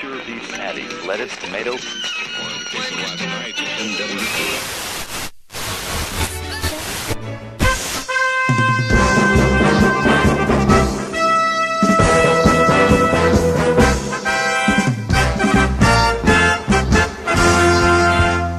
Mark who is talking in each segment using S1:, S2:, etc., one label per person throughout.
S1: turkey, patties, lettuce, tomatoes.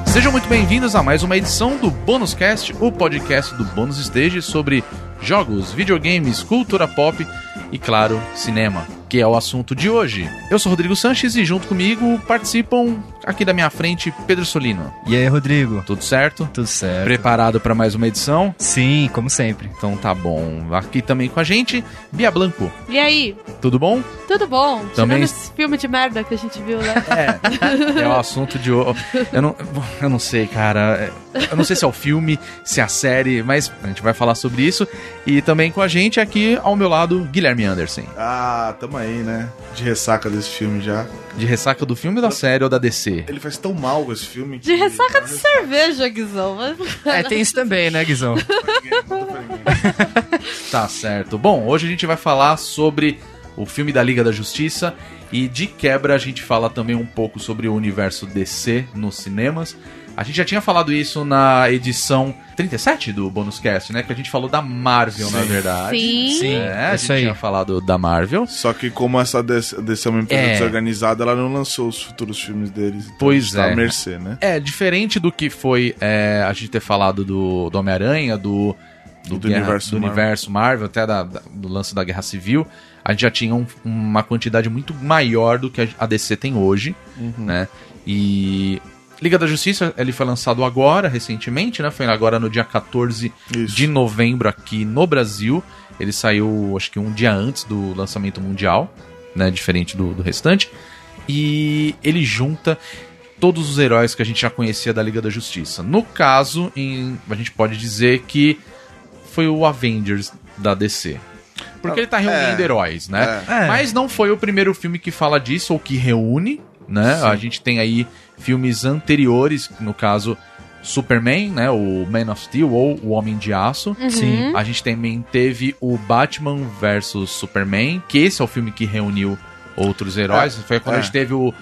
S2: Sejam muito bem-vindos a mais uma edição do Bônus Cast, o podcast do Bônus Stage sobre jogos, videogames, cultura pop e, claro, cinema, que é o assunto de hoje. Eu sou Rodrigo Sanches e junto comigo participam aqui da minha frente Pedro Solino.
S3: E aí, Rodrigo?
S2: Tudo certo?
S3: Tudo certo?
S2: Preparado para mais uma edição?
S3: Sim, como sempre.
S2: Então tá bom. Aqui também com a gente, Bia Blanco.
S4: E aí,
S2: Tudo bom?
S4: tudo bom?
S2: Também-
S4: Tirando esse filme de merda que a gente viu, né?
S2: É, é o assunto de hoje. Eu não, eu não sei, cara. Eu não sei se é o filme, se é a série, mas a gente vai falar sobre isso. E também com a gente aqui ao meu lado, Guilherme Anderson.
S5: Ah, tamo aí, né? De ressaca desse filme já.
S2: De ressaca do filme, da série ou da DC?
S5: Ele faz tão mal com esse filme.
S4: De ressaca de cerveja, Guizão. Mas...
S3: É, tem isso também, né, Guizão?
S2: Tá certo. Bom, hoje a gente vai falar sobre o filme da Liga da Justiça e de quebra a gente fala também um pouco sobre o universo DC nos cinemas. A gente já tinha falado isso na edição 37 do Bonus Cast, né? Que a gente falou da Marvel, na verdade.
S4: Sim.
S3: Sim,
S2: É,
S3: é
S2: a
S3: isso
S2: gente
S3: aí.
S2: tinha falado da Marvel.
S5: Só que como essa DC DC é uma empresa
S2: É.
S5: desorganizada, ela não lançou os futuros filmes deles. Então
S2: Pois
S5: a gente tá
S2: é.
S5: à mercê, né?
S2: É, diferente do que foi é, a gente ter falado do, do Homem-Aranha, do,
S5: E do universo
S2: do
S5: Marvel.
S2: universo Marvel, até da- da- do lance da Guerra Civil, a gente já tinha um- uma quantidade muito maior do que a- a DC tem hoje,
S5: Uhum.
S2: né? E Liga da Justiça, ele foi lançado agora, recentemente, né? Foi agora no dia 14
S5: Isso.
S2: de novembro aqui no Brasil. Ele saiu, acho que um dia antes do lançamento mundial, né? Diferente do, do restante. E ele junta todos os heróis que a gente já conhecia da Liga da Justiça. No caso, em- a gente pode dizer que foi o Avengers da DC. Porque ele tá reunindo
S5: É.
S2: heróis, né?
S3: É.
S2: Mas não foi o primeiro filme que fala disso ou que reúne, né? A gente tem aí filmes anteriores, no caso Superman, né? O Man of Steel ou o Homem de Aço.
S4: Uhum.
S3: Sim.
S2: A gente também teve o Batman versus Superman, que esse é o filme que reuniu outros heróis. Foi quando a
S5: é.
S2: gente teve o,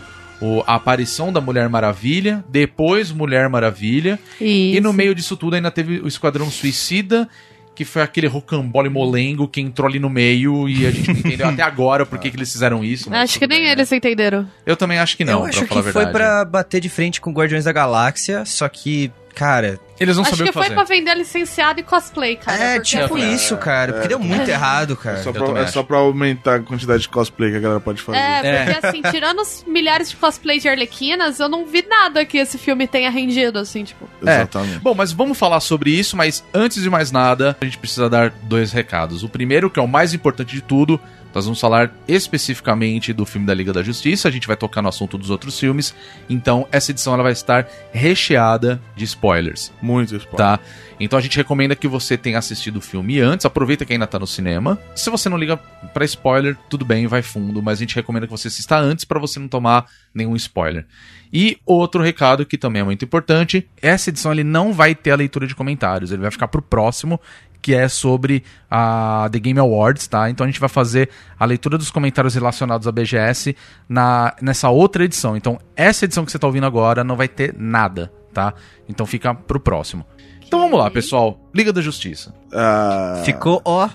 S2: o- a aparição da Mulher Maravilha, depois Mulher Maravilha,
S4: Isso.
S2: e no meio disso tudo ainda teve o Esquadrão Suicida, que foi aquele rocambole molengo que entrou ali no meio e a gente não entendeu até agora por que, que eles fizeram isso. mas
S4: Acho que
S2: tudo
S4: nem
S2: bem, né?
S4: eles entenderam.
S2: Eu também acho que não,
S3: Eu acho
S2: pra falar
S3: que
S2: a
S3: foi
S2: verdade.
S3: pra bater de frente com Guardiões da Galáxia, só que, cara...
S2: Eles não
S4: Acho
S2: sabiam
S4: que
S2: o que fazer.
S4: foi pra vender licenciado e cosplay, cara.
S3: é,
S4: porque
S3: tipo
S4: assim,
S3: isso, cara. Porque deu muito errado, cara.
S5: É só,
S2: eu
S5: pra,
S2: também
S5: é
S2: acho.
S5: só pra aumentar a quantidade de cosplay que a galera pode fazer.
S4: É,
S2: É.
S4: porque assim, tirando os milhares de cosplay de arlequinas, eu não vi nada que esse filme tenha rendido, assim, tipo.
S2: É.
S5: Exatamente.
S2: Bom, mas vamos falar sobre isso, mas antes de mais nada, a gente precisa dar dois recados. O primeiro, que é o mais importante de tudo, nós vamos falar especificamente do filme da Liga da Justiça, a gente vai tocar no assunto dos outros filmes, então essa edição ela vai estar recheada de spoilers,
S5: Muito esporte.
S2: tá? Então a gente recomenda que você tenha assistido o filme antes, aproveita que ainda tá no cinema. Se você não liga pra spoiler, tudo bem, vai fundo, mas a gente recomenda que você assista antes pra você não tomar nenhum spoiler. E outro recado que também é muito importante, essa edição ele não vai ter a leitura de comentários, ele vai ficar pro próximo, que é sobre a The Game Awards, tá? Então a gente vai fazer a leitura dos comentários relacionados à BGS na, nessa outra edição. Então essa edição que você tá ouvindo agora não vai ter nada, tá? Então fica pro próximo. Então vamos lá, pessoal. Liga da Justiça.
S5: Ah,
S3: Ficou, ó,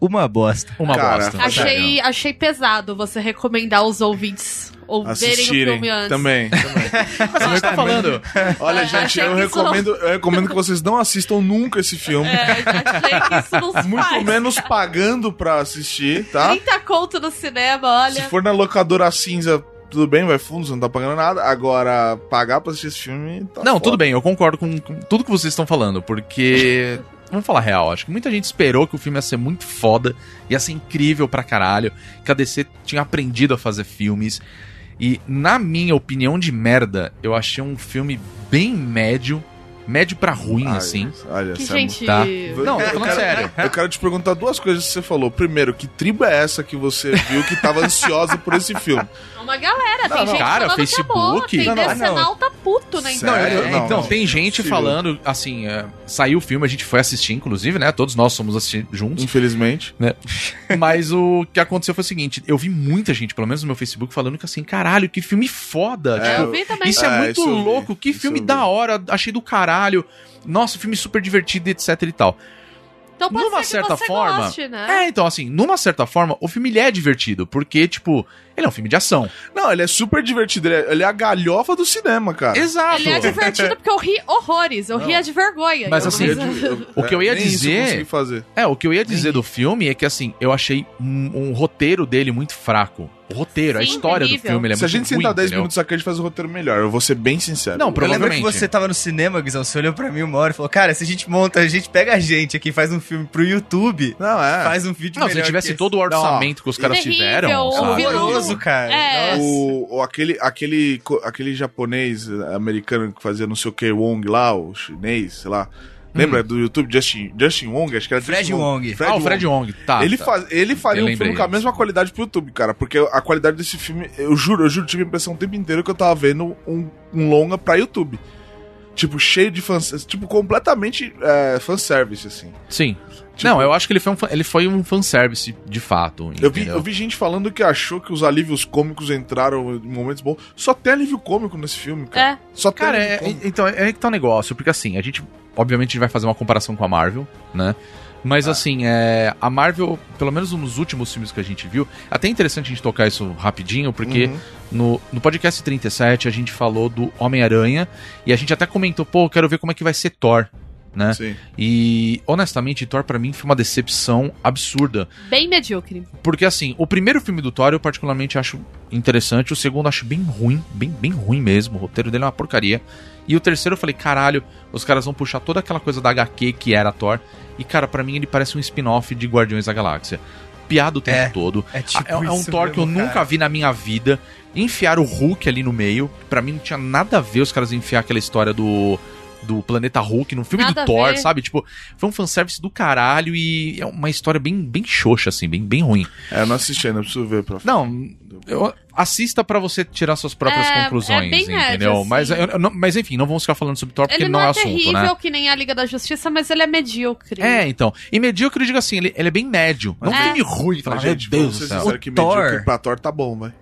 S3: uma bosta.
S2: Uma
S5: Cara,
S2: bosta.
S4: Achei, achei pesado você recomendar aos ouvintes ouvirem o
S5: Assistirem
S4: filme antes.
S5: também.
S2: Mas você tá falando.
S5: Olha,
S4: É,
S5: gente,
S4: achei
S5: eu
S4: que isso não-
S5: recomendo, eu recomendo que vocês não assistam nunca esse filme.
S4: É, achei que isso não se
S5: Muito
S4: faz.
S5: menos pagando pra assistir, tá?
S4: 30 conto no cinema, olha.
S5: Se for na locadora cinza, tudo bem, vai fundo, você não tá pagando nada. Agora, pagar pra assistir esse filme. Tá
S2: Não,
S5: foda.
S2: tudo bem, eu concordo com, com tudo que vocês estão falando, porque. Vamos falar real, acho que muita gente esperou que o filme ia ser muito foda, ia ser incrível pra caralho, que a DC tinha aprendido a fazer filmes. E, na minha opinião de merda, eu achei um filme bem médio, médio pra ruim,
S5: Ai,
S2: assim.
S5: Olha,
S4: Que
S5: essa é
S4: gente.
S2: tá.
S5: muito-
S2: Não, tô
S5: Eu
S2: falando
S5: quero-
S2: sério.
S5: Eu quero te perguntar duas coisas que você falou. Primeiro, que tribo é essa que você viu que tava ansiosa por esse filme?
S4: É uma galera,
S2: Não,
S4: tem
S2: não.
S4: gente
S2: Cara,
S4: falando que é boa,
S2: Facebook?
S4: tem
S5: Não, não,
S4: decenal tá puto na
S2: Não,
S4: internet.
S5: Sério?
S2: eu-
S5: Não,
S2: então,
S5: não. é
S2: tem gente
S5: Possível.
S2: falando, assim, é, saiu o filme, a gente foi assistir, inclusive, né? Todos nós somos assistir juntos.
S5: Infelizmente.
S2: Mas o que aconteceu foi o seguinte: eu vi muita gente, pelo menos no meu Facebook, falando que assim, caralho, que filme foda.
S5: É,
S2: tipo,
S4: eu vi também.
S2: isso é,
S5: É,
S2: muito
S5: isso eu vi,
S2: louco, que
S5: isso
S2: filme
S5: eu vi.
S2: da hora, achei do caralho. Nossa, filme super divertido, etc e tal.
S4: então pode
S2: numa
S4: ser que
S2: certa
S4: você
S2: forma-
S4: goste, né?
S2: É, então, assim, numa certa forma, o filme ele é divertido, porque, tipo, ele é um filme de ação.
S5: Não, ele é super divertido. Ele é, ele é a galhofa do cinema, cara.
S2: Exato.
S4: Ele é divertido porque eu ri horrores, eu
S5: Não.
S4: ria de vergonha.
S2: Mas
S4: Eu
S2: assim,
S4: não-
S2: o que eu ia
S5: é, nem isso
S2: dizer-
S5: consegui fazer.
S2: É, o que eu ia dizer do filme é que, assim, eu achei um, um roteiro dele muito fraco. O roteiro, a
S4: Sim,
S2: história do
S4: terrível.
S2: filme, ele é
S5: Se
S2: muito
S5: a gente sentar 10
S2: entendeu?
S5: minutos aqui, a gente faz o roteiro melhor. Eu vou ser bem sincero.
S2: Não,
S3: Eu lembro que
S2: provavelmente.
S3: você tava no cinema, Guizão, você olhou pra mim uma hora e falou, cara, se a gente monta, a gente pega a gente aqui, faz um filme pro YouTube,
S5: Não, é.
S3: faz um vídeo
S2: Não,
S3: melhor
S2: se tivesse
S3: que esse.
S2: todo o orçamento que os caras
S4: Terrível,
S2: tiveram.
S4: o
S2: sabe?
S3: Horroroso, cara.
S4: É.
S3: Nossa.
S5: O, o- aquele, aquele, co- aquele japonês eh, americano que fazia não sei o que, Wong lá, o chinês, sei lá. Lembra do YouTube Justin, Justin Wong? Acho que era
S3: Fred
S5: Justin
S3: Wong.
S2: ah, o Fred Hum. Wong, tá.
S5: Ele,
S2: tá.
S5: faz, ele faria
S2: Eu
S5: um filme
S2: lembrei
S5: com a
S2: disso.
S5: mesma qualidade pro YouTube, cara. Porque a qualidade desse filme, eu juro, eu juro, tive a impressão o tempo inteiro que eu tava vendo um, um longa pra YouTube. Tipo, cheio de fãs. Tipo, completamente é, fanservice, assim.
S2: Sim.
S5: Tipo-
S2: não, eu acho que ele foi um, fan- ele foi um fanservice de fato.
S5: Eu vi,
S2: entendeu?
S5: eu vi gente falando que achou que os alívios cômicos entraram em momentos bons. Só tem alívio cômico nesse filme, cara.
S4: É.
S5: Só tem um
S2: Cara,
S5: alívio
S2: é,
S5: cômico.
S2: é- então é aí que tá o negócio, porque assim, a gente. Obviamente a gente vai fazer uma comparação com a Marvel, né? Mas assim, é, a Marvel, pelo menos nos últimos filmes que a gente viu, até é interessante a gente tocar isso rapidinho, porque
S5: Uhum.
S2: no, no podcast 37 a gente falou do Homem-Aranha e a gente até comentou, pô, eu quero ver como é que vai ser Thor, né?
S5: Sim.
S2: E honestamente, Thor pra mim foi uma decepção absurda.
S4: Bem medíocre.
S2: Porque assim, o primeiro filme do Thor eu particularmente acho interessante, o segundo acho bem ruim, bem, bem ruim mesmo, o roteiro dele é uma porcaria. E o terceiro eu falei, caralho, os caras vão puxar toda aquela coisa da HQ que era Thor. E cara, pra mim ele parece um spin-off de Guardiões da Galáxia. Piada o tempo
S3: É.
S2: todo.
S3: É, tipo
S2: é, é um
S3: isso
S2: Thor que eu
S3: mesmo,
S2: nunca
S3: cara.
S2: vi na minha vida. Enfiar o Hulk ali no meio, pra mim não tinha nada a ver os caras enfiar aquela história do do planeta Hulk no filme
S4: Nada a
S2: do Thor,
S4: ver.
S2: sabe? Tipo, foi um fanservice do caralho e é uma história bem bem xoxa assim, bem bem ruim.
S5: É, eu não assisti ainda, preciso ver pra
S2: Não, eu- assista pra você tirar suas próprias
S4: É,
S2: conclusões,
S4: é bem nerd,
S2: entendeu?
S4: assim.
S2: Mas, eu- eu não- mas enfim, não vamos ficar falando sobre Thor porque
S4: Ele
S2: não é, assunto,
S4: terrível
S2: né?
S4: que nem a Liga da Justiça, mas ele é medíocre.
S2: É, então. E medíocre, eu digo assim, ele, ele é bem médio. Não
S4: É.
S2: filme ruim, fala,
S5: Mas,
S2: meu
S5: gente,
S2: Deus do
S5: vocês
S2: céu.
S5: disseram que
S3: O
S5: mediu
S3: Thor-
S5: que pra Thor tá bom, vai.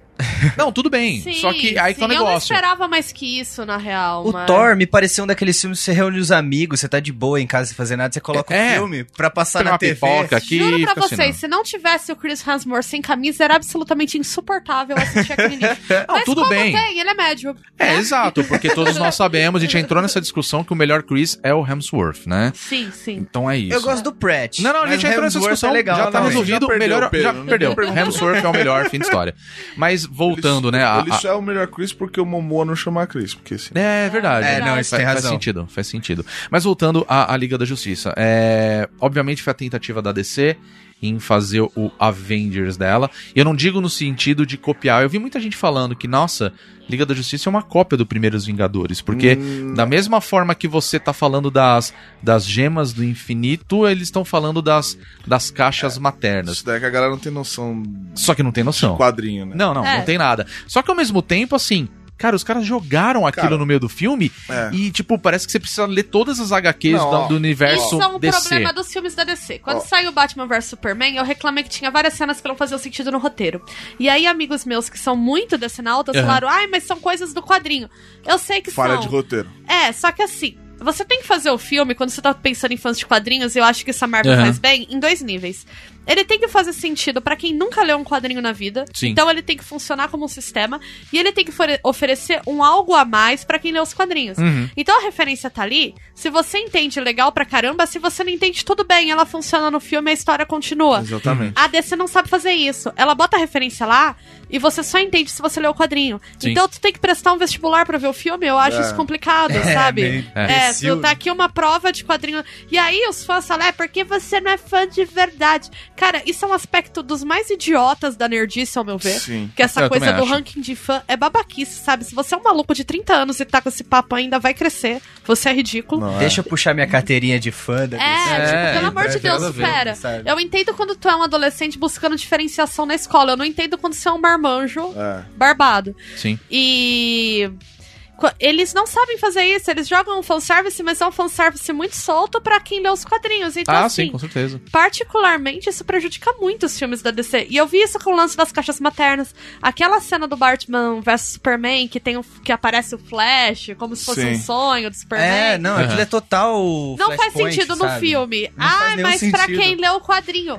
S2: Não, tudo bem.
S4: Sim,
S2: só que aí que tá o
S4: sim, Eu não
S2: negócio.
S4: esperava mais que isso, na real.
S3: O
S4: mas-
S3: Thor me pareceu um daqueles filmes que você reúne os amigos, você tá de boa em casa sem fazer nada, você coloca o
S2: É.
S3: filme pra passar
S2: Tem uma
S3: na TV.
S2: pipoca aqui.
S4: Juro pra
S2: fica assim,
S4: vocês, se não tivesse o Chris Hemsworth sem camisa, era absolutamente insuportável assistir aquele lixo.
S2: não,
S4: Mas
S2: tudo
S4: como
S2: bem.
S4: tem, ele é médio.
S2: É, exato, porque todos nós sabemos, a gente entrou nessa discussão que o melhor Chris é o Hemsworth, né?
S4: Sim, sim.
S2: Então é isso.
S3: Eu gosto do Pratt.
S2: Não, não, a
S3: mas
S2: gente já entrou nessa
S3: Hemsworth
S2: discussão,
S3: é legal,
S2: já tá
S3: não,
S5: né?
S2: resolvido,
S5: Já perdeu,
S2: melhor,
S5: Pedro,
S2: já
S5: não tem
S2: perdeu.
S5: pergunta.
S2: Hemsworth é o melhor, fim de história. Mas voltando,
S5: Ele-
S2: né, a-
S5: Ele
S2: a-
S5: só é o melhor Chris porque o Momoa não chama a Chris, porque assim...
S2: É verdade.
S3: É, não, isso
S2: faz,
S3: tem
S2: faz
S3: razão.
S2: sentido, faz sentido. Mas voltando à, à Liga da Justiça, é, obviamente foi a tentativa da DC em fazer o Avengers dela. E eu não digo no sentido de copiar. Eu vi muita gente falando que, nossa, Liga da Justiça é uma cópia do Primeiros Vingadores, porque
S5: Hum,
S2: da mesma forma que você tá falando das, das gemas do infinito, eles estão falando das, das
S3: É.
S2: caixas maternas.
S5: Isso daí é que a galera não tem noção do
S2: Só que não tem noção.
S5: quadrinho, né?
S2: Não, não,
S4: É.
S2: não tem nada. Só que ao mesmo tempo, assim, cara, os caras jogaram aquilo
S5: Cara,
S2: no meio do filme
S5: é.
S2: e, tipo, parece que você precisa ler todas as HQs
S5: Não,
S2: do,
S5: ó,
S2: do universo
S4: Isso é um
S2: DC.
S4: problema dos filmes da DC. Quando
S5: Ó.
S4: saiu Batman vs Superman, eu reclamei que tinha várias cenas que não faziam sentido no roteiro. E aí, amigos meus que são muito decenautas
S2: Aham.
S4: falaram: ai, mas são coisas do quadrinho. Eu sei que
S5: Falha
S4: são.
S5: de roteiro.
S4: É, só que assim, você tem que fazer o filme quando você tá pensando em fãs de quadrinhos, e eu acho que essa Marvel
S2: Aham.
S4: faz bem, em dois níveis. Ele tem que fazer sentido pra quem nunca leu um quadrinho na vida.
S2: Sim.
S4: Então ele tem que funcionar como um sistema e ele tem que fore- oferecer um algo a mais pra quem lê os quadrinhos.
S2: Uhum.
S4: Então a referência tá ali. Se você entende legal pra caramba, se você não entende tudo bem, ela funciona no filme, a história continua.
S5: Exatamente.
S4: A DC não sabe fazer isso. Ela bota a referência lá e você só entende se você lê o quadrinho.
S2: Sim.
S4: Então tu tem que prestar um vestibular pra ver o filme, eu acho
S5: É.
S4: isso complicado,
S3: É,
S4: sabe?
S3: meio
S4: É,
S3: imbecil,
S4: tu tá aqui uma prova de quadrinho. E aí os fãs falam, é porque você não é fã de verdade. Cara, isso é um aspecto dos mais idiotas da nerdice, ao meu ver.
S5: Sim.
S4: Que essa
S2: Eu
S4: coisa
S2: também
S4: do
S2: acho.
S4: ranking de fã é babaquice, sabe? Se você é um maluco de 30 anos e tá com esse papo ainda, vai crescer. Você é ridículo.
S5: Não, é.
S3: Deixa eu puxar minha carteirinha de fã da
S4: É,
S2: É,
S4: tipo, pelo amor de
S2: tem nada a
S4: Deus,
S2: ver,
S4: pera.
S3: sabe?
S4: Eu entendo quando tu é um adolescente buscando diferenciação na escola. Eu não entendo quando você é um marmanjo
S5: É.
S4: barbado.
S2: Sim.
S4: E. co- Eles não sabem fazer isso, eles jogam um fanservice, mas é um fanservice muito solto pra quem lê os quadrinhos. Então,
S2: ah, sim,
S4: assim,
S2: com certeza.
S4: particularmente, isso prejudica muito os filmes da DC. E eu vi isso com o lance das caixas maternas. Aquela cena do Batman vs Superman, que, tem o- que aparece o Flash, como se fosse
S5: Sim.
S4: um sonho do Superman.
S3: É, não, aquilo é total.
S4: Não faz
S3: flashpoint,
S4: sentido no
S3: sabe?
S4: filme.
S3: Não faz
S4: ah,
S3: nenhum
S4: mas pra
S3: sentido.
S4: quem lê o quadrinho.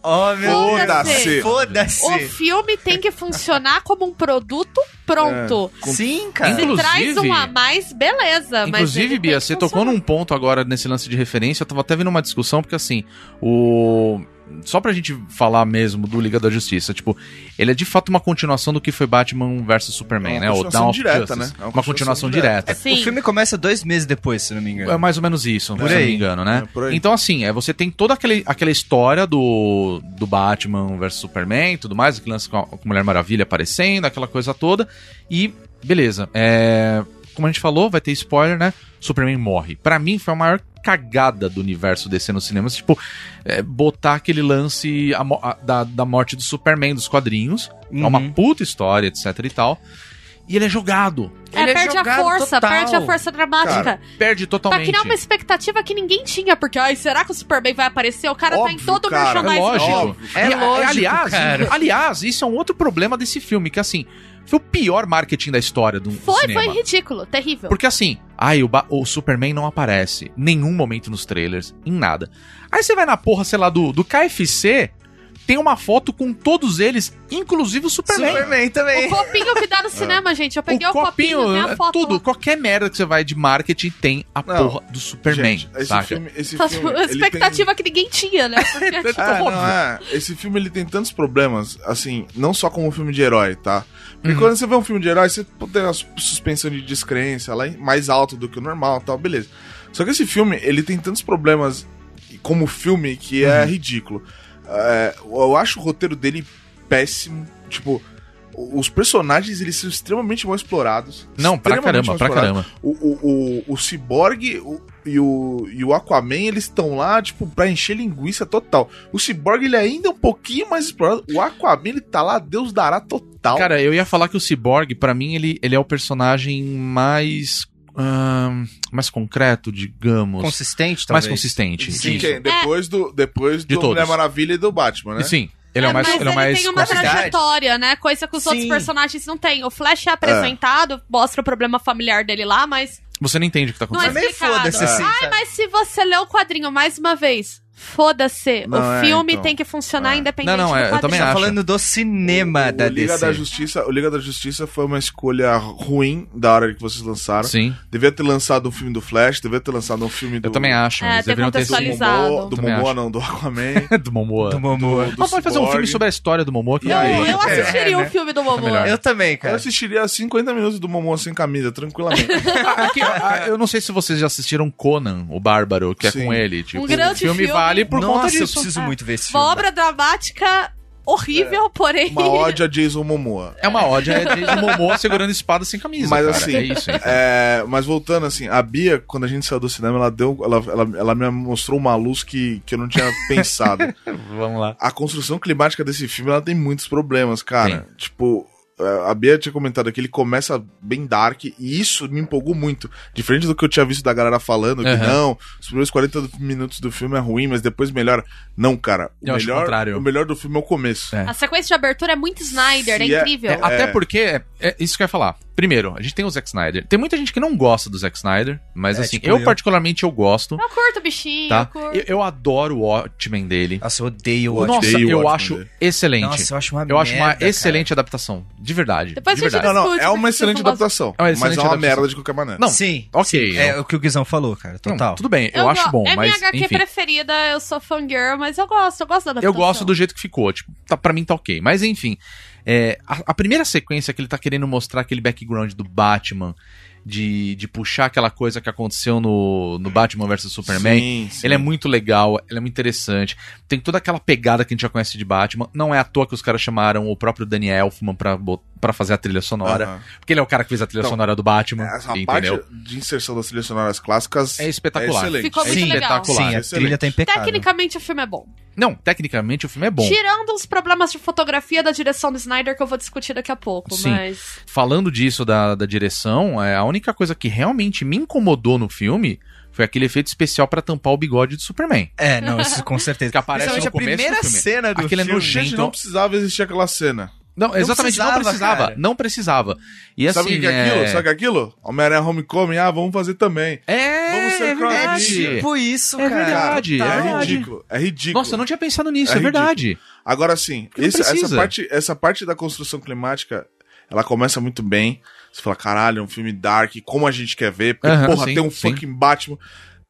S3: Oh, meu
S5: Foda-se.
S3: Deus. Foda-se.
S4: O filme tem que funcionar como um produto
S2: É.
S4: pronto.
S3: Sim, cara.
S2: Inclu-
S4: Se traz um a
S2: Inclusive-
S4: mais, beleza. mas ele
S2: Inclusive,
S4: tem
S2: Bia,
S4: que
S2: você tocou
S4: funcionar.
S2: num ponto agora nesse lance de referência. Eu tava até vendo uma discussão, porque assim, o. Só pra gente falar mesmo do Liga da Justiça, tipo, ele é de fato uma continuação do que foi Batman vs Superman,
S5: É uma
S2: né? O
S5: continuação
S2: Dawn of
S5: direta,
S2: Justice.
S5: né? É
S2: uma, continuação direta.
S4: Sim.
S3: O filme começa dois meses depois, se não me engano.
S2: É mais ou menos isso, se
S3: Por
S2: eu não
S3: aí.
S2: me engano, né?
S5: É, por aí.
S2: então, assim, é, você tem toda aquele, aquela história do, do Batman versus Superman e tudo mais, aquele lance com a com a Mulher Maravilha aparecendo, aquela coisa toda. E, beleza, é, como a gente falou, vai ter spoiler, né? Superman morre. Pra mim, foi a maior cagada do universo DC nos cinemas, tipo, é, botar aquele lance a mo- a- da, da morte do Superman dos quadrinhos. É uma
S3: Uhum.
S2: puta história, etc e tal. E ele é jogado.
S4: É,
S3: Ele é
S4: perde a
S3: jogado
S4: força,
S3: total.
S4: perde a força dramática.
S5: Cara,
S2: Perde
S4: Pra
S2: totalmente.
S4: criar uma expectativa que ninguém tinha, porque, ai, será que o Superman vai aparecer? O cara tá em
S5: Óbvio,
S4: todo
S5: cara,
S4: o merchandising.
S2: É lógico.
S5: Óbvio.
S3: É
S2: E,
S3: lógico,
S2: aliás,
S3: cara.
S2: aliás, isso é um outro problema desse filme, que assim, foi o pior marketing da história do
S4: Foi,
S2: cinema.
S4: foi ridículo, terrível.
S2: Porque assim, ai, o, Ba- o Superman não aparece em nenhum momento nos trailers, em nada. Aí você vai na porra, sei lá, do, do KFC, tem uma foto com todos eles, inclusive o Superman. então.
S3: Superman
S4: O
S3: também.
S4: copinho que dá no
S2: É.
S4: cinema, gente. Eu peguei o, copinho, tem a foto.
S2: tudo, qualquer merda que você vai de marketing tem a
S5: Não.
S2: porra do Superman,
S5: Gente, esse
S2: saca?
S5: filme, esse
S4: Tá,
S5: filme,
S4: a
S5: ele tem-
S4: expectativa que ninguém tinha, né? Porque-
S5: Ah,
S2: Óbvio.
S5: não, é. Esse filme ele tem tantos problemas, assim, não só como um filme de herói, tá? Porque
S2: Uhum.
S5: quando você vê um filme de herói, você pô, tem uma sus- suspensão de descrença lá em- mais alta do que o normal tal, beleza. Só que esse filme, ele tem tantos problemas como filme que é
S2: Uhum.
S5: ridículo. É, eu acho o roteiro dele péssimo, tipo. o- Os personagens, eles são extremamente mal explorados.
S2: Não, pra caramba,
S5: extremamente mal
S2: pra
S5: explorados.
S2: caramba.
S5: O, o, o, o Cyborg o- e, o, e o Aquaman, eles estão lá, tipo, pra encher linguiça total. O Cyborg, ele ainda é um pouquinho mais explorado. O Aquaman, ele tá lá, Deus dará total.
S2: Cara, eu ia falar que o Cyborg, pra mim, ele, ele é o personagem mais. ahn, mais concreto, digamos.
S3: Consistente,
S2: mais
S3: talvez.
S2: consistente.
S5: Sim,
S2: isso.
S5: quem? Depois do, depois
S2: De
S5: do
S2: todos.
S5: Mulher Maravilha e do Batman, né?
S2: Sim, ele é, o mais.
S4: mas
S2: ele é o mais
S4: tem uma
S2: consistente.
S3: quantidade.
S4: trajetória, né? Coisa que os outros
S3: Sim.
S4: personagens não têm. O Flash é apresentado, mostra o problema familiar dele lá, mas.
S2: Você não entende o que tá
S4: Não é
S2: acontecendo.
S3: Mas meio
S4: explicado.
S3: foda-se, assim.
S4: Ai,
S3: sabe?
S4: mas se você ler o quadrinho mais uma vez, foda-se.
S5: Não,
S4: O
S5: é,
S4: filme
S5: então.
S4: tem que funcionar
S5: É.
S2: Não,
S4: independente
S2: não,
S4: do
S2: é, eu
S4: quadrinho.
S2: também
S3: Tá
S2: acha?
S3: falando do cinema
S5: o,
S3: da
S5: o Liga
S3: DC.
S5: da Justiça, o Liga da Justiça foi uma escolha ruim da hora que vocês lançaram.
S2: Sim,
S5: Devia ter lançado um filme do Flash, devia ter lançado um filme do
S2: eu também acho.
S4: É,
S2: eles
S4: ter
S2: deveriam ter
S5: do
S4: contextualizado.
S2: sido.
S5: Momoa, do
S2: Também
S5: Momoa
S2: acho.
S5: não, do Aquaman.
S2: do Momoa.
S3: do Momoa.
S5: do
S2: Mas pode fazer um filme
S5: Cyborg.
S2: sobre a história do Momoa. Que
S5: E
S4: Não,
S5: aí?
S4: eu assistiria
S3: É,
S4: o
S3: né?
S4: filme do Momoa.
S2: melhor.
S3: Eu também,
S5: Eu
S3: cara.
S5: assistiria 50 minutos do Momoa sem camisa, tranquilamente.
S2: Aqui, ah, eu não sei se vocês já assistiram Conan, o Bárbaro, que é
S5: Sim.
S2: com ele. Tipo,
S4: Um grande
S2: o filme,
S4: filme.
S2: vale por
S3: Nossa,
S2: conta disso.
S3: eu preciso muito ver esse
S4: Uma
S3: filme.
S4: obra dramática horrível, porém.
S5: É. Uma ódio a Jason Momoa.
S2: É uma ódio, é de Momoa segurando espada sem camisa.
S5: Mas
S2: cara,
S5: assim,
S2: é isso. então.
S5: É, mas voltando assim, a Bia, quando a gente saiu do cinema, ela deu. Ela, ela, ela me mostrou uma luz que, que eu não tinha pensado.
S2: Vamos lá.
S5: A construção climática desse filme ela tem muitos problemas, cara. Tipo, é, a Bia tinha comentado que ele começa bem dark e isso me empolgou muito. Diferente do que eu tinha visto da galera falando, que
S2: Aham.
S5: não, os primeiros 40 do- minutos do filme é ruim, mas depois melhora. Não, cara. O,
S2: Eu acho o
S5: melhor,
S2: contrário.
S5: o melhor do filme é o começo.
S2: É.
S4: A sequência de abertura é muito Snyder,
S5: Se
S4: é
S5: é-
S4: incrível.
S2: É, até
S5: É.
S2: porque, é, é isso que eu ia falar. Primeiro, a gente tem o Zack Snyder. Tem muita gente que não gosta do Zack Snyder, mas
S3: É,
S2: assim,
S3: tipo
S2: eu,
S3: eu.
S2: particularmente eu gosto,
S4: Eu curto o bichinho, eu
S2: tá?
S4: curto.
S2: Eu, eu adoro o Watchmen dele.
S3: Nossa, eu odeio o
S5: Watchmen.
S2: Nossa,
S5: Odeio o
S2: eu
S5: Watchmen
S2: acho
S5: dele.
S2: excelente.
S3: Nossa, eu acho uma
S2: eu acho uma
S3: merda, cara.
S2: excelente adaptação, de verdade.
S4: Depois
S2: de
S4: a gente
S2: verdade.
S5: Não, não,
S4: Escute,
S5: é uma
S4: porque
S5: excelente
S4: eu não gosto.
S5: adaptação.
S2: É uma
S5: mas
S2: excelente
S5: é uma
S2: adaptação.
S5: merda de qualquer maneira.
S2: Não,
S3: Sim.
S2: ok.
S3: É
S2: eu-
S3: o que o Guizão falou, cara.
S2: não,
S3: Total.
S2: tudo bem, eu, acho
S4: go-
S2: bom,
S4: É
S2: mas
S4: minha HQ
S2: enfim.
S4: preferida, eu sou fangirl, mas eu gosto, eu gosto da
S2: Eu
S4: adaptação.
S2: gosto do jeito que ficou, tipo, tá, pra mim tá ok. Mas enfim, é, a, a primeira sequência que ele tá querendo mostrar aquele background do Batman, de, de puxar aquela coisa que aconteceu no, no Batman vs Superman.
S5: Sim, sim.
S2: Ele é muito legal, ele é muito interessante. Tem toda aquela pegada que a gente já conhece de Batman. Não é à toa que os caras chamaram o próprio Danny Elfman pra, bot- pra fazer a trilha sonora.
S5: Aham.
S2: Porque ele é o cara que fez a trilha
S5: Então,
S2: sonora do Batman.
S5: Essa
S2: entendeu?
S5: parte de inserção das trilhas sonoras clássicas
S2: É espetacular.
S5: excelente.
S4: Ficou
S2: é
S4: muito legal.
S2: espetacular.
S3: Sim, a
S5: excelente.
S3: trilha tá impecável.
S4: Tecnicamente o filme é bom.
S2: Não, tecnicamente o filme é bom.
S4: Tirando os problemas de fotografia da direção do Snyder que eu vou discutir daqui a pouco,
S2: Sim.
S4: mas.
S2: Falando disso da, da direção, é, a única coisa que realmente me incomodou no filme foi aquele efeito especial pra tampar o bigode do Superman.
S3: É, não, isso com certeza.
S2: Que aparece no começo
S3: Principalmente a primeira
S2: do filme.
S3: cena do
S2: Aquele é
S3: filme.
S2: nojento.
S5: Gente, não precisava existir aquela cena.
S2: Não, exatamente, não
S3: precisava,
S2: precisava.
S3: cara.
S2: Não precisava. E assim,
S5: Sabe o que é aquilo?
S2: é...
S5: Sabe o que é aquilo? Homem-Aranha Homecoming, ah, vamos fazer também.
S2: É,
S5: Vamos ser
S2: é
S3: É
S2: verdade.
S5: crossfit.
S3: tipo isso,
S2: É
S3: cara.
S2: verdade,
S3: Total.
S5: É
S2: verdade.
S5: ridículo, é ridículo.
S2: Nossa, eu não tinha pensado nisso,
S5: É
S2: é, verdade.
S5: Agora sim,
S2: não
S5: esse- essa,
S2: precisa.
S5: parte, essa parte da construção climática, ela começa muito bem. Você fala, caralho, é um filme dark, como a gente quer ver, porque,
S2: Aham,
S5: porra,
S2: sim,
S5: tem um
S2: sim.
S5: fucking Batman,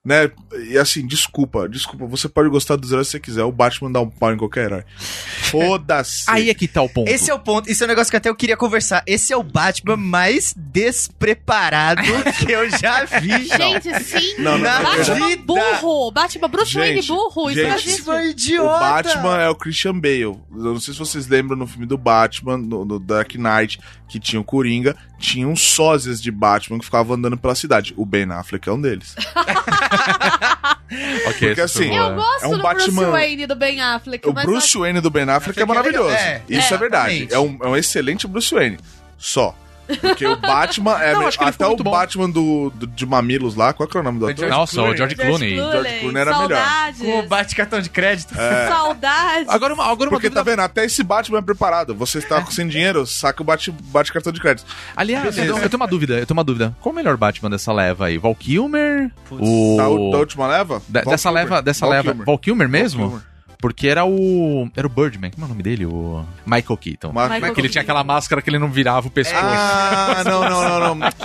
S5: né? E assim, desculpa, desculpa, você pode gostar dos heróis que você quiser, o Batman dá um pau em qualquer herói. Foda-se.
S2: Aí é que tá o ponto.
S3: Esse é o ponto, esse é um negócio que até eu queria conversar. Esse é o Batman mais despreparado que eu já vi.
S2: É,
S4: Gente, sim!
S5: Não, não,
S3: não,
S4: Batman
S3: não.
S4: burro! Batman Bruce Wayne
S5: Gente,
S4: burro! Isso
S5: gente,
S4: é isso.
S3: Batman idiota!
S5: O Batman é o Christian Bale. Eu não sei se vocês lembram no filme do Batman, no, no Dark Knight, que tinha o Coringa, tinha uns sósias de Batman que ficavam andando pela cidade. O Ben Affleck é um deles.
S2: Ok,
S5: Porque,
S2: esse foi
S5: assim,
S2: boa.
S4: Eu gosto
S5: É um
S4: do Bruce
S5: Batman-
S4: Wayne do Ben Affleck,
S5: O
S4: mas
S5: Bruce Wayne do Ben Affleck
S3: Affleck
S5: é
S3: é
S5: maravilhoso.
S3: legal. É,
S5: Isso é,
S3: é,
S5: verdade.
S3: exatamente.
S5: É um, é um excelente Bruce Wayne. Só. Porque o Batman é.
S2: Não,
S5: me-
S2: acho que ele
S5: até
S2: ficou
S5: o
S2: muito bom.
S5: Batman do, do- de Mamilos lá. Qual que é o nome do
S3: É
S5: ator?
S3: George
S2: Nossa,
S3: Clooney.
S2: o George
S4: George
S2: Clooney.
S5: George Clooney era melhor. É.
S4: Saudades.
S3: Com o Bate cartão de crédito.
S4: É. Saudades.
S2: Agora uma, agora uma
S5: Porque tá
S2: dúvida.
S5: vendo? Até esse Batman é preparado. Você está sem dinheiro, saca o bate, bate cartão de crédito.
S2: Aliás, eu
S5: Beleza.
S2: tenho- eu tenho uma dúvida, eu tenho uma dúvida. Qual o melhor Batman dessa leva aí? Val Kilmer? o...
S5: Da, u- Tá da última leva?
S2: Da-
S5: Val
S2: dessa
S5: Kilmer.
S2: leva, dessa
S5: Val
S2: leva.
S5: Kilmer.
S2: Val Kilmer mesmo?
S5: Val Kilmer.
S2: Porque era o. Era o Birdman. Como é o nome dele? O. Michael Keaton.
S5: Mas-
S4: Michael
S2: Que ele tinha aquela máscara que ele não virava o pescoço.
S5: Ah, não, não, não, não.
S4: Que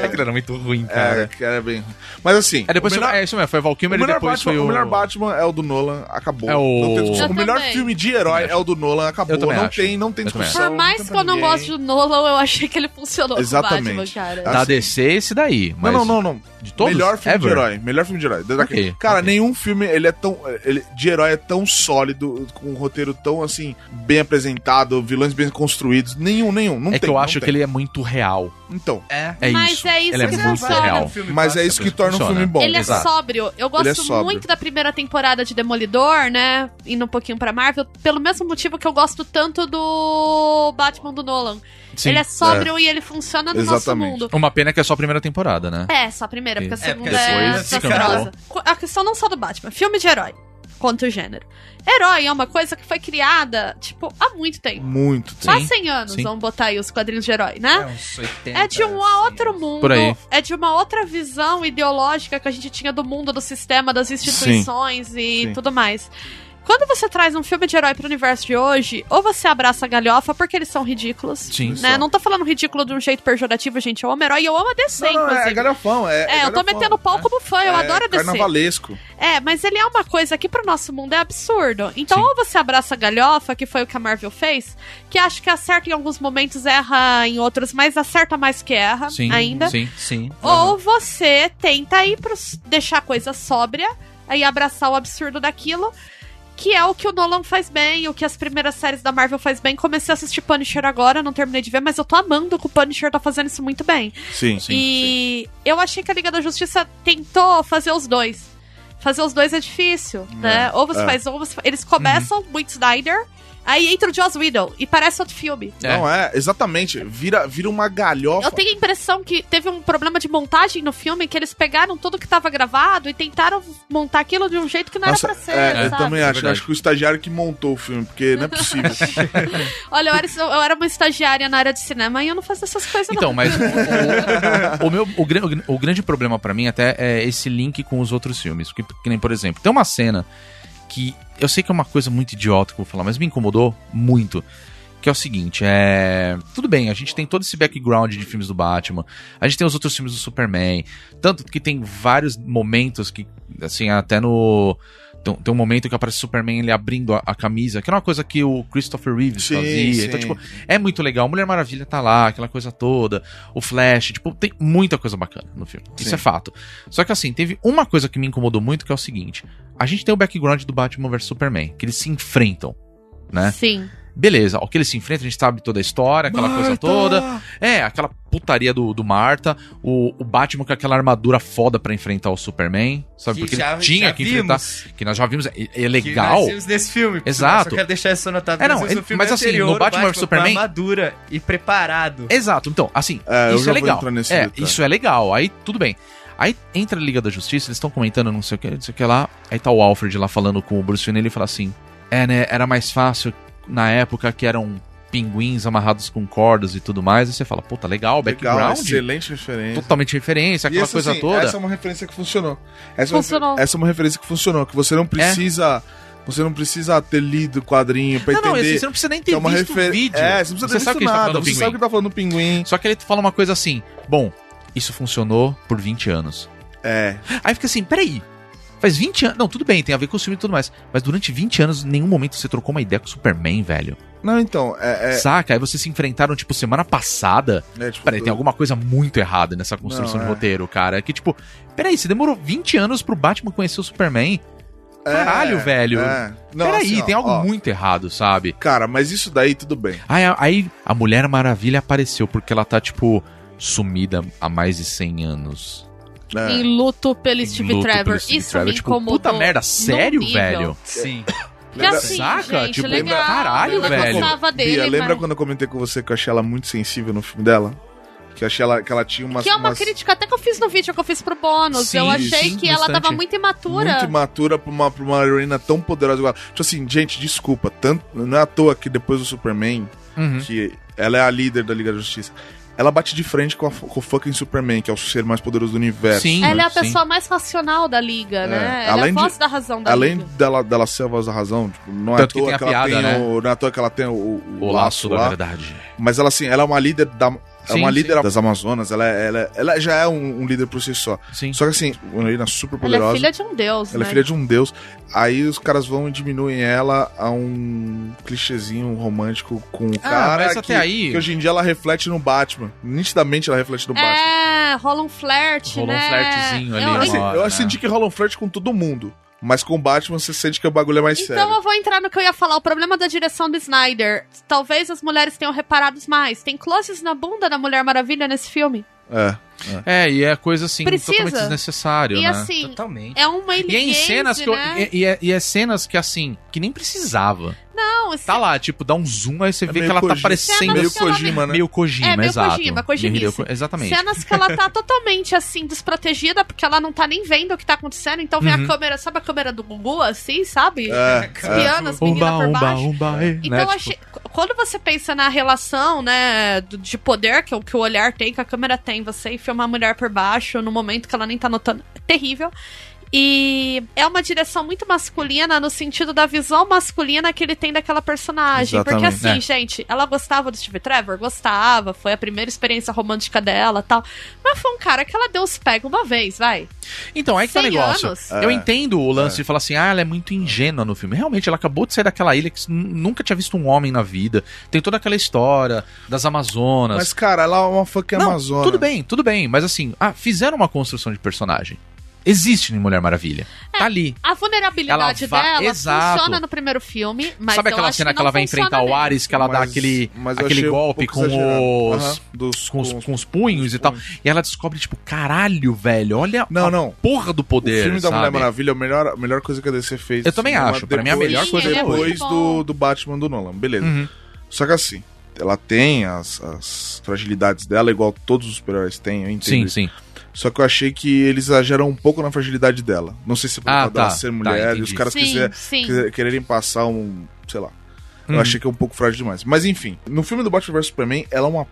S2: Aquilo era muito ruim, cara.
S5: É, que era bem. Mas assim.
S2: É, depois
S5: o
S2: foi-
S5: melhor,
S2: é isso mesmo, foi o Val
S5: o
S2: Kilmer e
S5: melhor
S2: depois
S5: Batman,
S2: foi o.
S5: o melhor Batman é o do Nolan, acabou.
S2: É o-
S5: Não tem discussão.
S4: Eu
S5: o melhor
S4: também.
S5: filme de herói é o do Nolan, acabou.
S2: Eu também
S5: não
S2: acho.
S5: tem, não tem
S2: Eu também
S5: discussão.
S4: Por mais que eu não goste do Nolan, eu achei que ele funcionou
S5: Exatamente.
S4: com o Batman, cara.
S5: Tá.
S2: Da
S5: assim.
S2: DC, esse daí.
S5: Não,
S2: Mas
S5: não, não, não.
S2: De todos?
S5: melhor filme
S2: Ever?
S5: de herói, melhor filme de herói. Da-
S2: Ok,
S5: daquele. Cara,
S2: ok.
S5: nenhum filme ele é tão ele- de herói é tão sólido, com um roteiro tão assim bem apresentado, vilões bem construídos, nenhum, nenhum, não
S2: é
S5: tem.
S2: que eu acho que
S5: ele
S2: ele é muito real.
S5: Então,
S3: É.
S2: É
S4: Mas
S2: isso.
S4: é isso
S2: ele é
S4: que
S2: muito
S4: funciona.
S2: real.
S5: mas é isso que torna o
S2: funciona.
S5: filme bom.
S4: ele é
S2: exato.
S4: sóbrio. Eu gosto
S5: é sóbrio.
S4: muito da primeira temporada de Demolidor, né? Indo um pouquinho pra Marvel, pelo mesmo motivo que eu gosto tanto do Batman do Nolan.
S2: Sim.
S4: Ele é sóbrio e ele funciona no
S5: Exatamente.
S4: nosso mundo.
S2: Uma pena que é só a primeira temporada, né?
S4: É, só a primeira, porque a
S2: É,
S4: segunda
S3: porque
S4: é,
S3: depois fica
S4: desastrosa. A questão não só do Batman, filme de herói. Quanto gênero. Herói é uma coisa que foi criada, tipo, há muito tempo.
S5: Muito.
S2: Sim,
S4: Há 100 anos,
S2: sim.
S4: vamos botar aí os quadrinhos de herói, né?
S3: uns assim. 80,
S4: É de um outro mundo,
S2: Por aí.
S4: é de uma outra visão ideológica que a gente tinha do mundo, do sistema, das instituições e
S5: Sim.
S4: tudo mais. Quando você traz um filme de herói pro universo de hoje, ou você abraça a galhofa porque eles são ridículos.
S2: Sim.
S4: Né? Não tô falando ridículo de um jeito pejorativo, gente. Eu amo herói e eu amo a DC,
S5: Não, não, é
S4: inclusive.
S5: galhofão, é.
S4: É, eu tô
S5: galhofão.
S4: metendo pau como fã, eu
S5: É
S4: adoro a DC.
S5: Carnavalesco.
S4: É, mas ele é uma coisa que pro nosso mundo é absurdo. Então,
S2: Sim.
S4: ou você abraça a galhofa, que foi o que a Marvel fez, que acho que acerta em alguns momentos, erra em outros, mas acerta mais que erra
S2: Sim.
S4: É, ainda. Oh,
S2: Sim.
S3: Sim.
S4: Ou você tenta ir para deixar a coisa sóbria e abraçar o absurdo daquilo, que é o que o Nolan faz bem, o que as primeiras séries da Marvel faz bem. Comecei a assistir Punisher agora, não terminei de ver, mas eu tô amando que o Punisher tá fazendo isso muito bem.
S5: Sim.
S4: e eu achei que a Liga da Justiça tentou fazer os dois. Fazer os dois é difícil, né? Ou você
S5: é.
S4: faz um, você faz... eles começam muito Snyder, aí entra o Joss Whedon e parece outro filme.
S2: É.
S5: Não é, exatamente. Vira, vira uma galhofa.
S4: Eu tenho a impressão que teve um problema de montagem no filme, que eles pegaram tudo que tava gravado e tentaram montar aquilo de um jeito que não
S5: Nossa,
S4: era pra ser,
S5: é, eu
S4: sabe?
S5: também
S2: É
S5: acho.
S2: verdade.
S5: acho que o estagiário que montou o filme, porque não é possível.
S4: Olha, eu era, eu era uma estagiária na área de cinema e eu não fazia essas coisas,
S2: Então,
S4: não.
S2: mas o, o- o meu, o, gran- o gran- o grande problema pra mim até é esse link com os outros filmes. Que, que nem, por exemplo, tem uma cena que eu sei que é uma coisa muito idiota que eu vou falar, mas me incomodou muito. Que é o seguinte, é. Tudo bem, a gente tem todo esse background de filmes do Batman, a gente tem os outros filmes do Superman. Tanto que tem vários momentos que, assim, até no. Tem, tem um momento que aparece o Superman ele abrindo a, a camisa, que era uma coisa que o Christopher Reeves
S5: Sim,
S2: fazia. Então,
S5: sim.
S2: tipo, é muito legal. Mulher Maravilha tá lá, aquela coisa toda. O Flash, tipo, tem muita coisa bacana no filme. Isso
S5: Sim.
S2: é fato. Só que assim, teve uma coisa que me incomodou muito, que é o seguinte. A gente tem o background do Batman vs Superman, que eles se enfrentam, né?
S4: Sim.
S2: Beleza, ó, que eles se enfrentam, a gente sabe toda a história, aquela
S5: tá
S2: coisa toda. É, aquela putaria do, do Marta, o, o Batman com aquela armadura foda pra enfrentar o Superman, sabe? Porque
S3: já-
S2: ele tinha
S3: já
S2: que
S3: vimos,
S2: enfrentar, que nós já vimos, é, é
S3: que
S2: legal.
S3: nós vimos nesse filme.
S2: Exato.
S3: Só quero deixar isso anotado.
S2: É,
S3: nós
S2: não,
S3: vimos
S2: ele- mas assim,
S3: anterior,
S2: no Batman
S3: com
S2: Superman-
S3: armadura e preparado.
S2: Exato, então, assim,
S5: É, eu
S2: isso
S5: já
S2: é
S5: vou
S2: legal.
S5: entrar nesse
S2: é,
S5: detalhe.
S2: isso é legal, aí tudo bem. Aí entra a Liga da Justiça, eles estão comentando não sei o que, não sei o que lá, aí tá o Alfred lá falando com o Bruce Wayne, ele fala assim, é, né, era mais fácil na época que eram pinguins amarrados com cordas e tudo mais, e você fala, puta, legal,
S5: Legal,
S2: background,
S5: excelente referência.
S2: totalmente referência,
S5: E
S2: aquela
S5: essa,
S2: coisa
S5: assim,
S2: toda.
S5: Essa é uma referência que funcionou. Essa é uma-
S4: Funcionou.
S5: essa é uma referência que funcionou, que
S2: É?
S5: você não precisa. Você não precisa ter lido o quadrinho pra
S2: Não, não,
S5: entender.
S2: assim, você não precisa nem ter
S5: que é uma
S2: visto o
S5: refer-
S2: vídeo.
S5: É, você não precisa ter
S2: Você sabe
S5: visto
S2: que ele tá
S5: nada.
S2: falando do
S5: você sabe
S2: pinguim.
S5: que tá falando do pinguim.
S2: Só que ele fala uma coisa assim: bom, isso funcionou por 20 anos.
S5: É.
S2: Aí fica assim, peraí. Faz 20 anos. Não, tudo bem, tem a ver com o filme e tudo mais. Mas durante 20 anos, em nenhum momento você trocou uma ideia com o Superman, velho.
S5: Não, então, é.
S2: Saca? Aí vocês se enfrentaram, tipo, semana passada.
S5: é, é, tipo,
S2: Peraí, tem alguma coisa muito errada nessa construção
S5: Não,
S2: de
S5: é.
S2: roteiro, cara. Que, tipo, peraí, você demorou 20 anos pro Batman conhecer o Superman?
S5: é,
S2: Caralho, velho.
S5: é. Não,
S2: peraí,
S5: assim, ó,
S2: tem algo
S5: ó,
S2: muito errado, sabe?
S5: Cara, mas isso daí tudo bem.
S2: Aí, a- aí a Mulher Maravilha apareceu, porque ela tá, tipo, sumida há mais de 100 anos.
S5: É.
S4: Em luto pelo
S2: Em
S4: Steve
S2: luto
S4: Trevor.
S2: pelo Steve
S4: Isso
S2: Trevor.
S4: me
S2: Tipo,
S4: incomodou.
S2: Puta merda, sério,
S4: nível.
S2: velho?
S3: Sim.
S4: Porque assim,
S2: Saca?
S4: gente,
S2: Tipo,
S4: legal.
S2: caralho,
S4: eu
S2: velho.
S4: gostava dele,
S5: Bia, lembra
S4: mas-
S5: quando eu comentei com você que eu achei ela muito sensível no filme dela? Que eu achei ela, que ela tinha umas.
S4: Que é uma
S5: umas-
S4: crítica até que eu fiz no vídeo que eu fiz pro bônus.
S2: Sim,
S4: eu achei
S2: sim,
S4: que ela
S2: bastante.
S4: tava muito imatura.
S5: Muito imatura pra uma, pra uma heroína tão poderosa igual. ela. Tipo assim, gente, desculpa. Tanto, não é à toa que depois do Superman,
S2: Uhum.
S5: que ela é a líder da Liga da Justiça, ela bate de frente com, a, com o fucking Superman, que é o ser mais poderoso do universo.
S2: Sim.
S4: Ela é a
S2: sim.
S4: pessoa mais racional da liga, né? Ela
S5: É,
S4: é
S5: além
S4: a
S5: de-
S4: voz da razão da
S5: Além
S4: liga.
S5: dela, dela ser a voz da razão, tipo, não é à
S2: Tanto que
S5: toa
S2: tem a
S5: que ela
S2: piada,
S5: tem
S2: né?
S5: o. Não é à toa que ela tem o, o-
S2: O laço da
S5: lá.
S2: verdade.
S5: Mas ela, assim, ela é uma líder da. É
S2: Sim,
S5: uma
S2: sim.
S5: líder das Amazonas, ela, é- ela, ela já é um, um líder por si só.
S2: Sim.
S5: Só que assim, uma heroína super
S4: Ela é
S5: poderosa.
S4: filha de um deus,
S5: Ela é
S4: né?
S5: filha de um deus. Aí os caras vão e diminuem ela a um clichêzinho romântico com o cara.
S2: Ah, mas
S5: que,
S2: até aí-
S5: que hoje em dia ela reflete no Batman. Nitidamente ela reflete no Batman.
S4: É, rola um flerte,
S2: Rola um
S4: né?
S2: flertezinho ali,
S4: Eu-
S2: uma
S5: Assim,
S2: hora,
S5: eu
S2: né?
S5: senti que rola um flerte com todo mundo. Mas com o Batman você sente que o bagulho é mais
S4: Então
S5: sério.
S4: eu vou entrar no que eu ia falar. O problema da direção do Snyder. Talvez as mulheres tenham reparado mais. Tem closes na bunda da Mulher Maravilha nesse filme.
S5: É.
S2: É, e é coisa assim,
S4: Precisa.
S2: totalmente desnecessário,
S4: e
S2: né?
S4: assim,
S3: Totalmente.
S4: é uma
S2: e é em
S4: alienígena,
S2: cenas que eu,
S4: né?
S2: e, e é, e é cenas que assim, que nem precisava.
S4: Não, esse-
S2: Tá lá, tipo, dá um zoom, aí você vê que
S5: É meio
S2: ela tá
S5: Kojima.
S2: parecendo
S5: Meio
S4: Cenas que ela-
S5: Kojima, né?
S2: meio Kojima,
S4: É, meio
S2: exato.
S4: Kojima,
S2: Meio Hideo
S4: Kojimice.
S2: Ko- Exatamente.
S4: Cenas que ela tá totalmente, assim, desprotegida, porque ela não tá nem vendo o que tá acontecendo. Então vem
S2: Uhum.
S4: a câmera, sabe a câmera do Gugu, assim, sabe?
S5: É, é.
S4: Espiando as meninas por baixo.
S2: umba, é,
S4: Então,
S2: né,
S4: eu
S2: tipo-
S4: achei, quando você pensa na relação, né, do- de poder que, o- que o olhar tem, que a câmera tem, você filmar a mulher por baixo, no momento que ela nem tá notando, é terrível. E é uma direção muito masculina no sentido da visão masculina que ele tem daquela personagem.
S5: Exatamente.
S4: Porque assim,
S2: né.
S4: gente, ela gostava do Steve Trevor? Gostava, foi a primeira experiência romântica dela tal. Mas foi um cara que ela deu os pega uma vez, vai.
S2: Então, aí que tá o
S4: 100
S2: negócio.
S4: anos.
S5: É.
S2: Eu entendo o lance de falar assim, ah, ela é muito ingênua no filme. Realmente, ela acabou de sair daquela ilha que n- nunca tinha visto um homem na vida. Tem toda aquela história das Amazonas.
S5: Mas, cara, ela é uma fucking
S2: Não,
S5: Amazona.
S2: Tudo bem, tudo bem. Mas assim, ah, fizeram uma construção de personagem. Existe em Mulher Maravilha.
S4: É,
S2: Tá ali.
S4: A vulnerabilidade
S2: Ela va-
S4: dela
S2: Exato.
S4: funciona no primeiro filme, mas
S2: Sabe
S4: eu
S2: aquela
S4: acho
S2: cena que,
S4: não
S2: ela vai
S4: funciona
S2: enfrentar o
S4: nele.
S2: Ares, que ela dá
S5: Mas-
S2: aquele,
S5: mas eu
S2: aquele
S5: achei um
S2: golpe
S5: pouco
S2: com
S5: exagerado.
S2: os,
S5: Aham, dos,
S2: com, os, com os punhos e tal. E ela descobre, tipo, caralho, velho, olha
S5: Não,
S2: a
S5: não.
S2: porra do
S5: O
S2: poder,
S5: filme da Mulher
S2: sabe?
S5: Maravilha é a melhor, a melhor coisa que a DC fez.
S2: Eu também
S5: Uma
S2: acho, pra mim é a
S5: depois-
S2: melhor
S4: Sim,
S2: coisa
S4: ele é
S2: depois.
S5: depois
S4: muito bom.
S5: do, do Batman do Nolan, beleza.
S2: Uhum.
S5: Só que assim, ela tem as, as fragilidades dela, igual todos os super-heróis têm, eu entendo.
S2: Sim,
S5: isso.
S2: sim.
S5: Só que eu achei que eles exageram um pouco na fragilidade dela. Não sei se é por
S2: Ah,
S5: causa dela
S2: tá,
S5: ser
S2: tá,
S5: mulher e
S2: entendi.
S5: os caras
S4: Sim,
S5: quiser,
S4: sim.
S5: quiser- quererem passar um. sei lá. Eu
S2: Uhum.
S5: achei que é um pouco frágil demais. Mas enfim, no filme do Batman vs Superman, ela é uma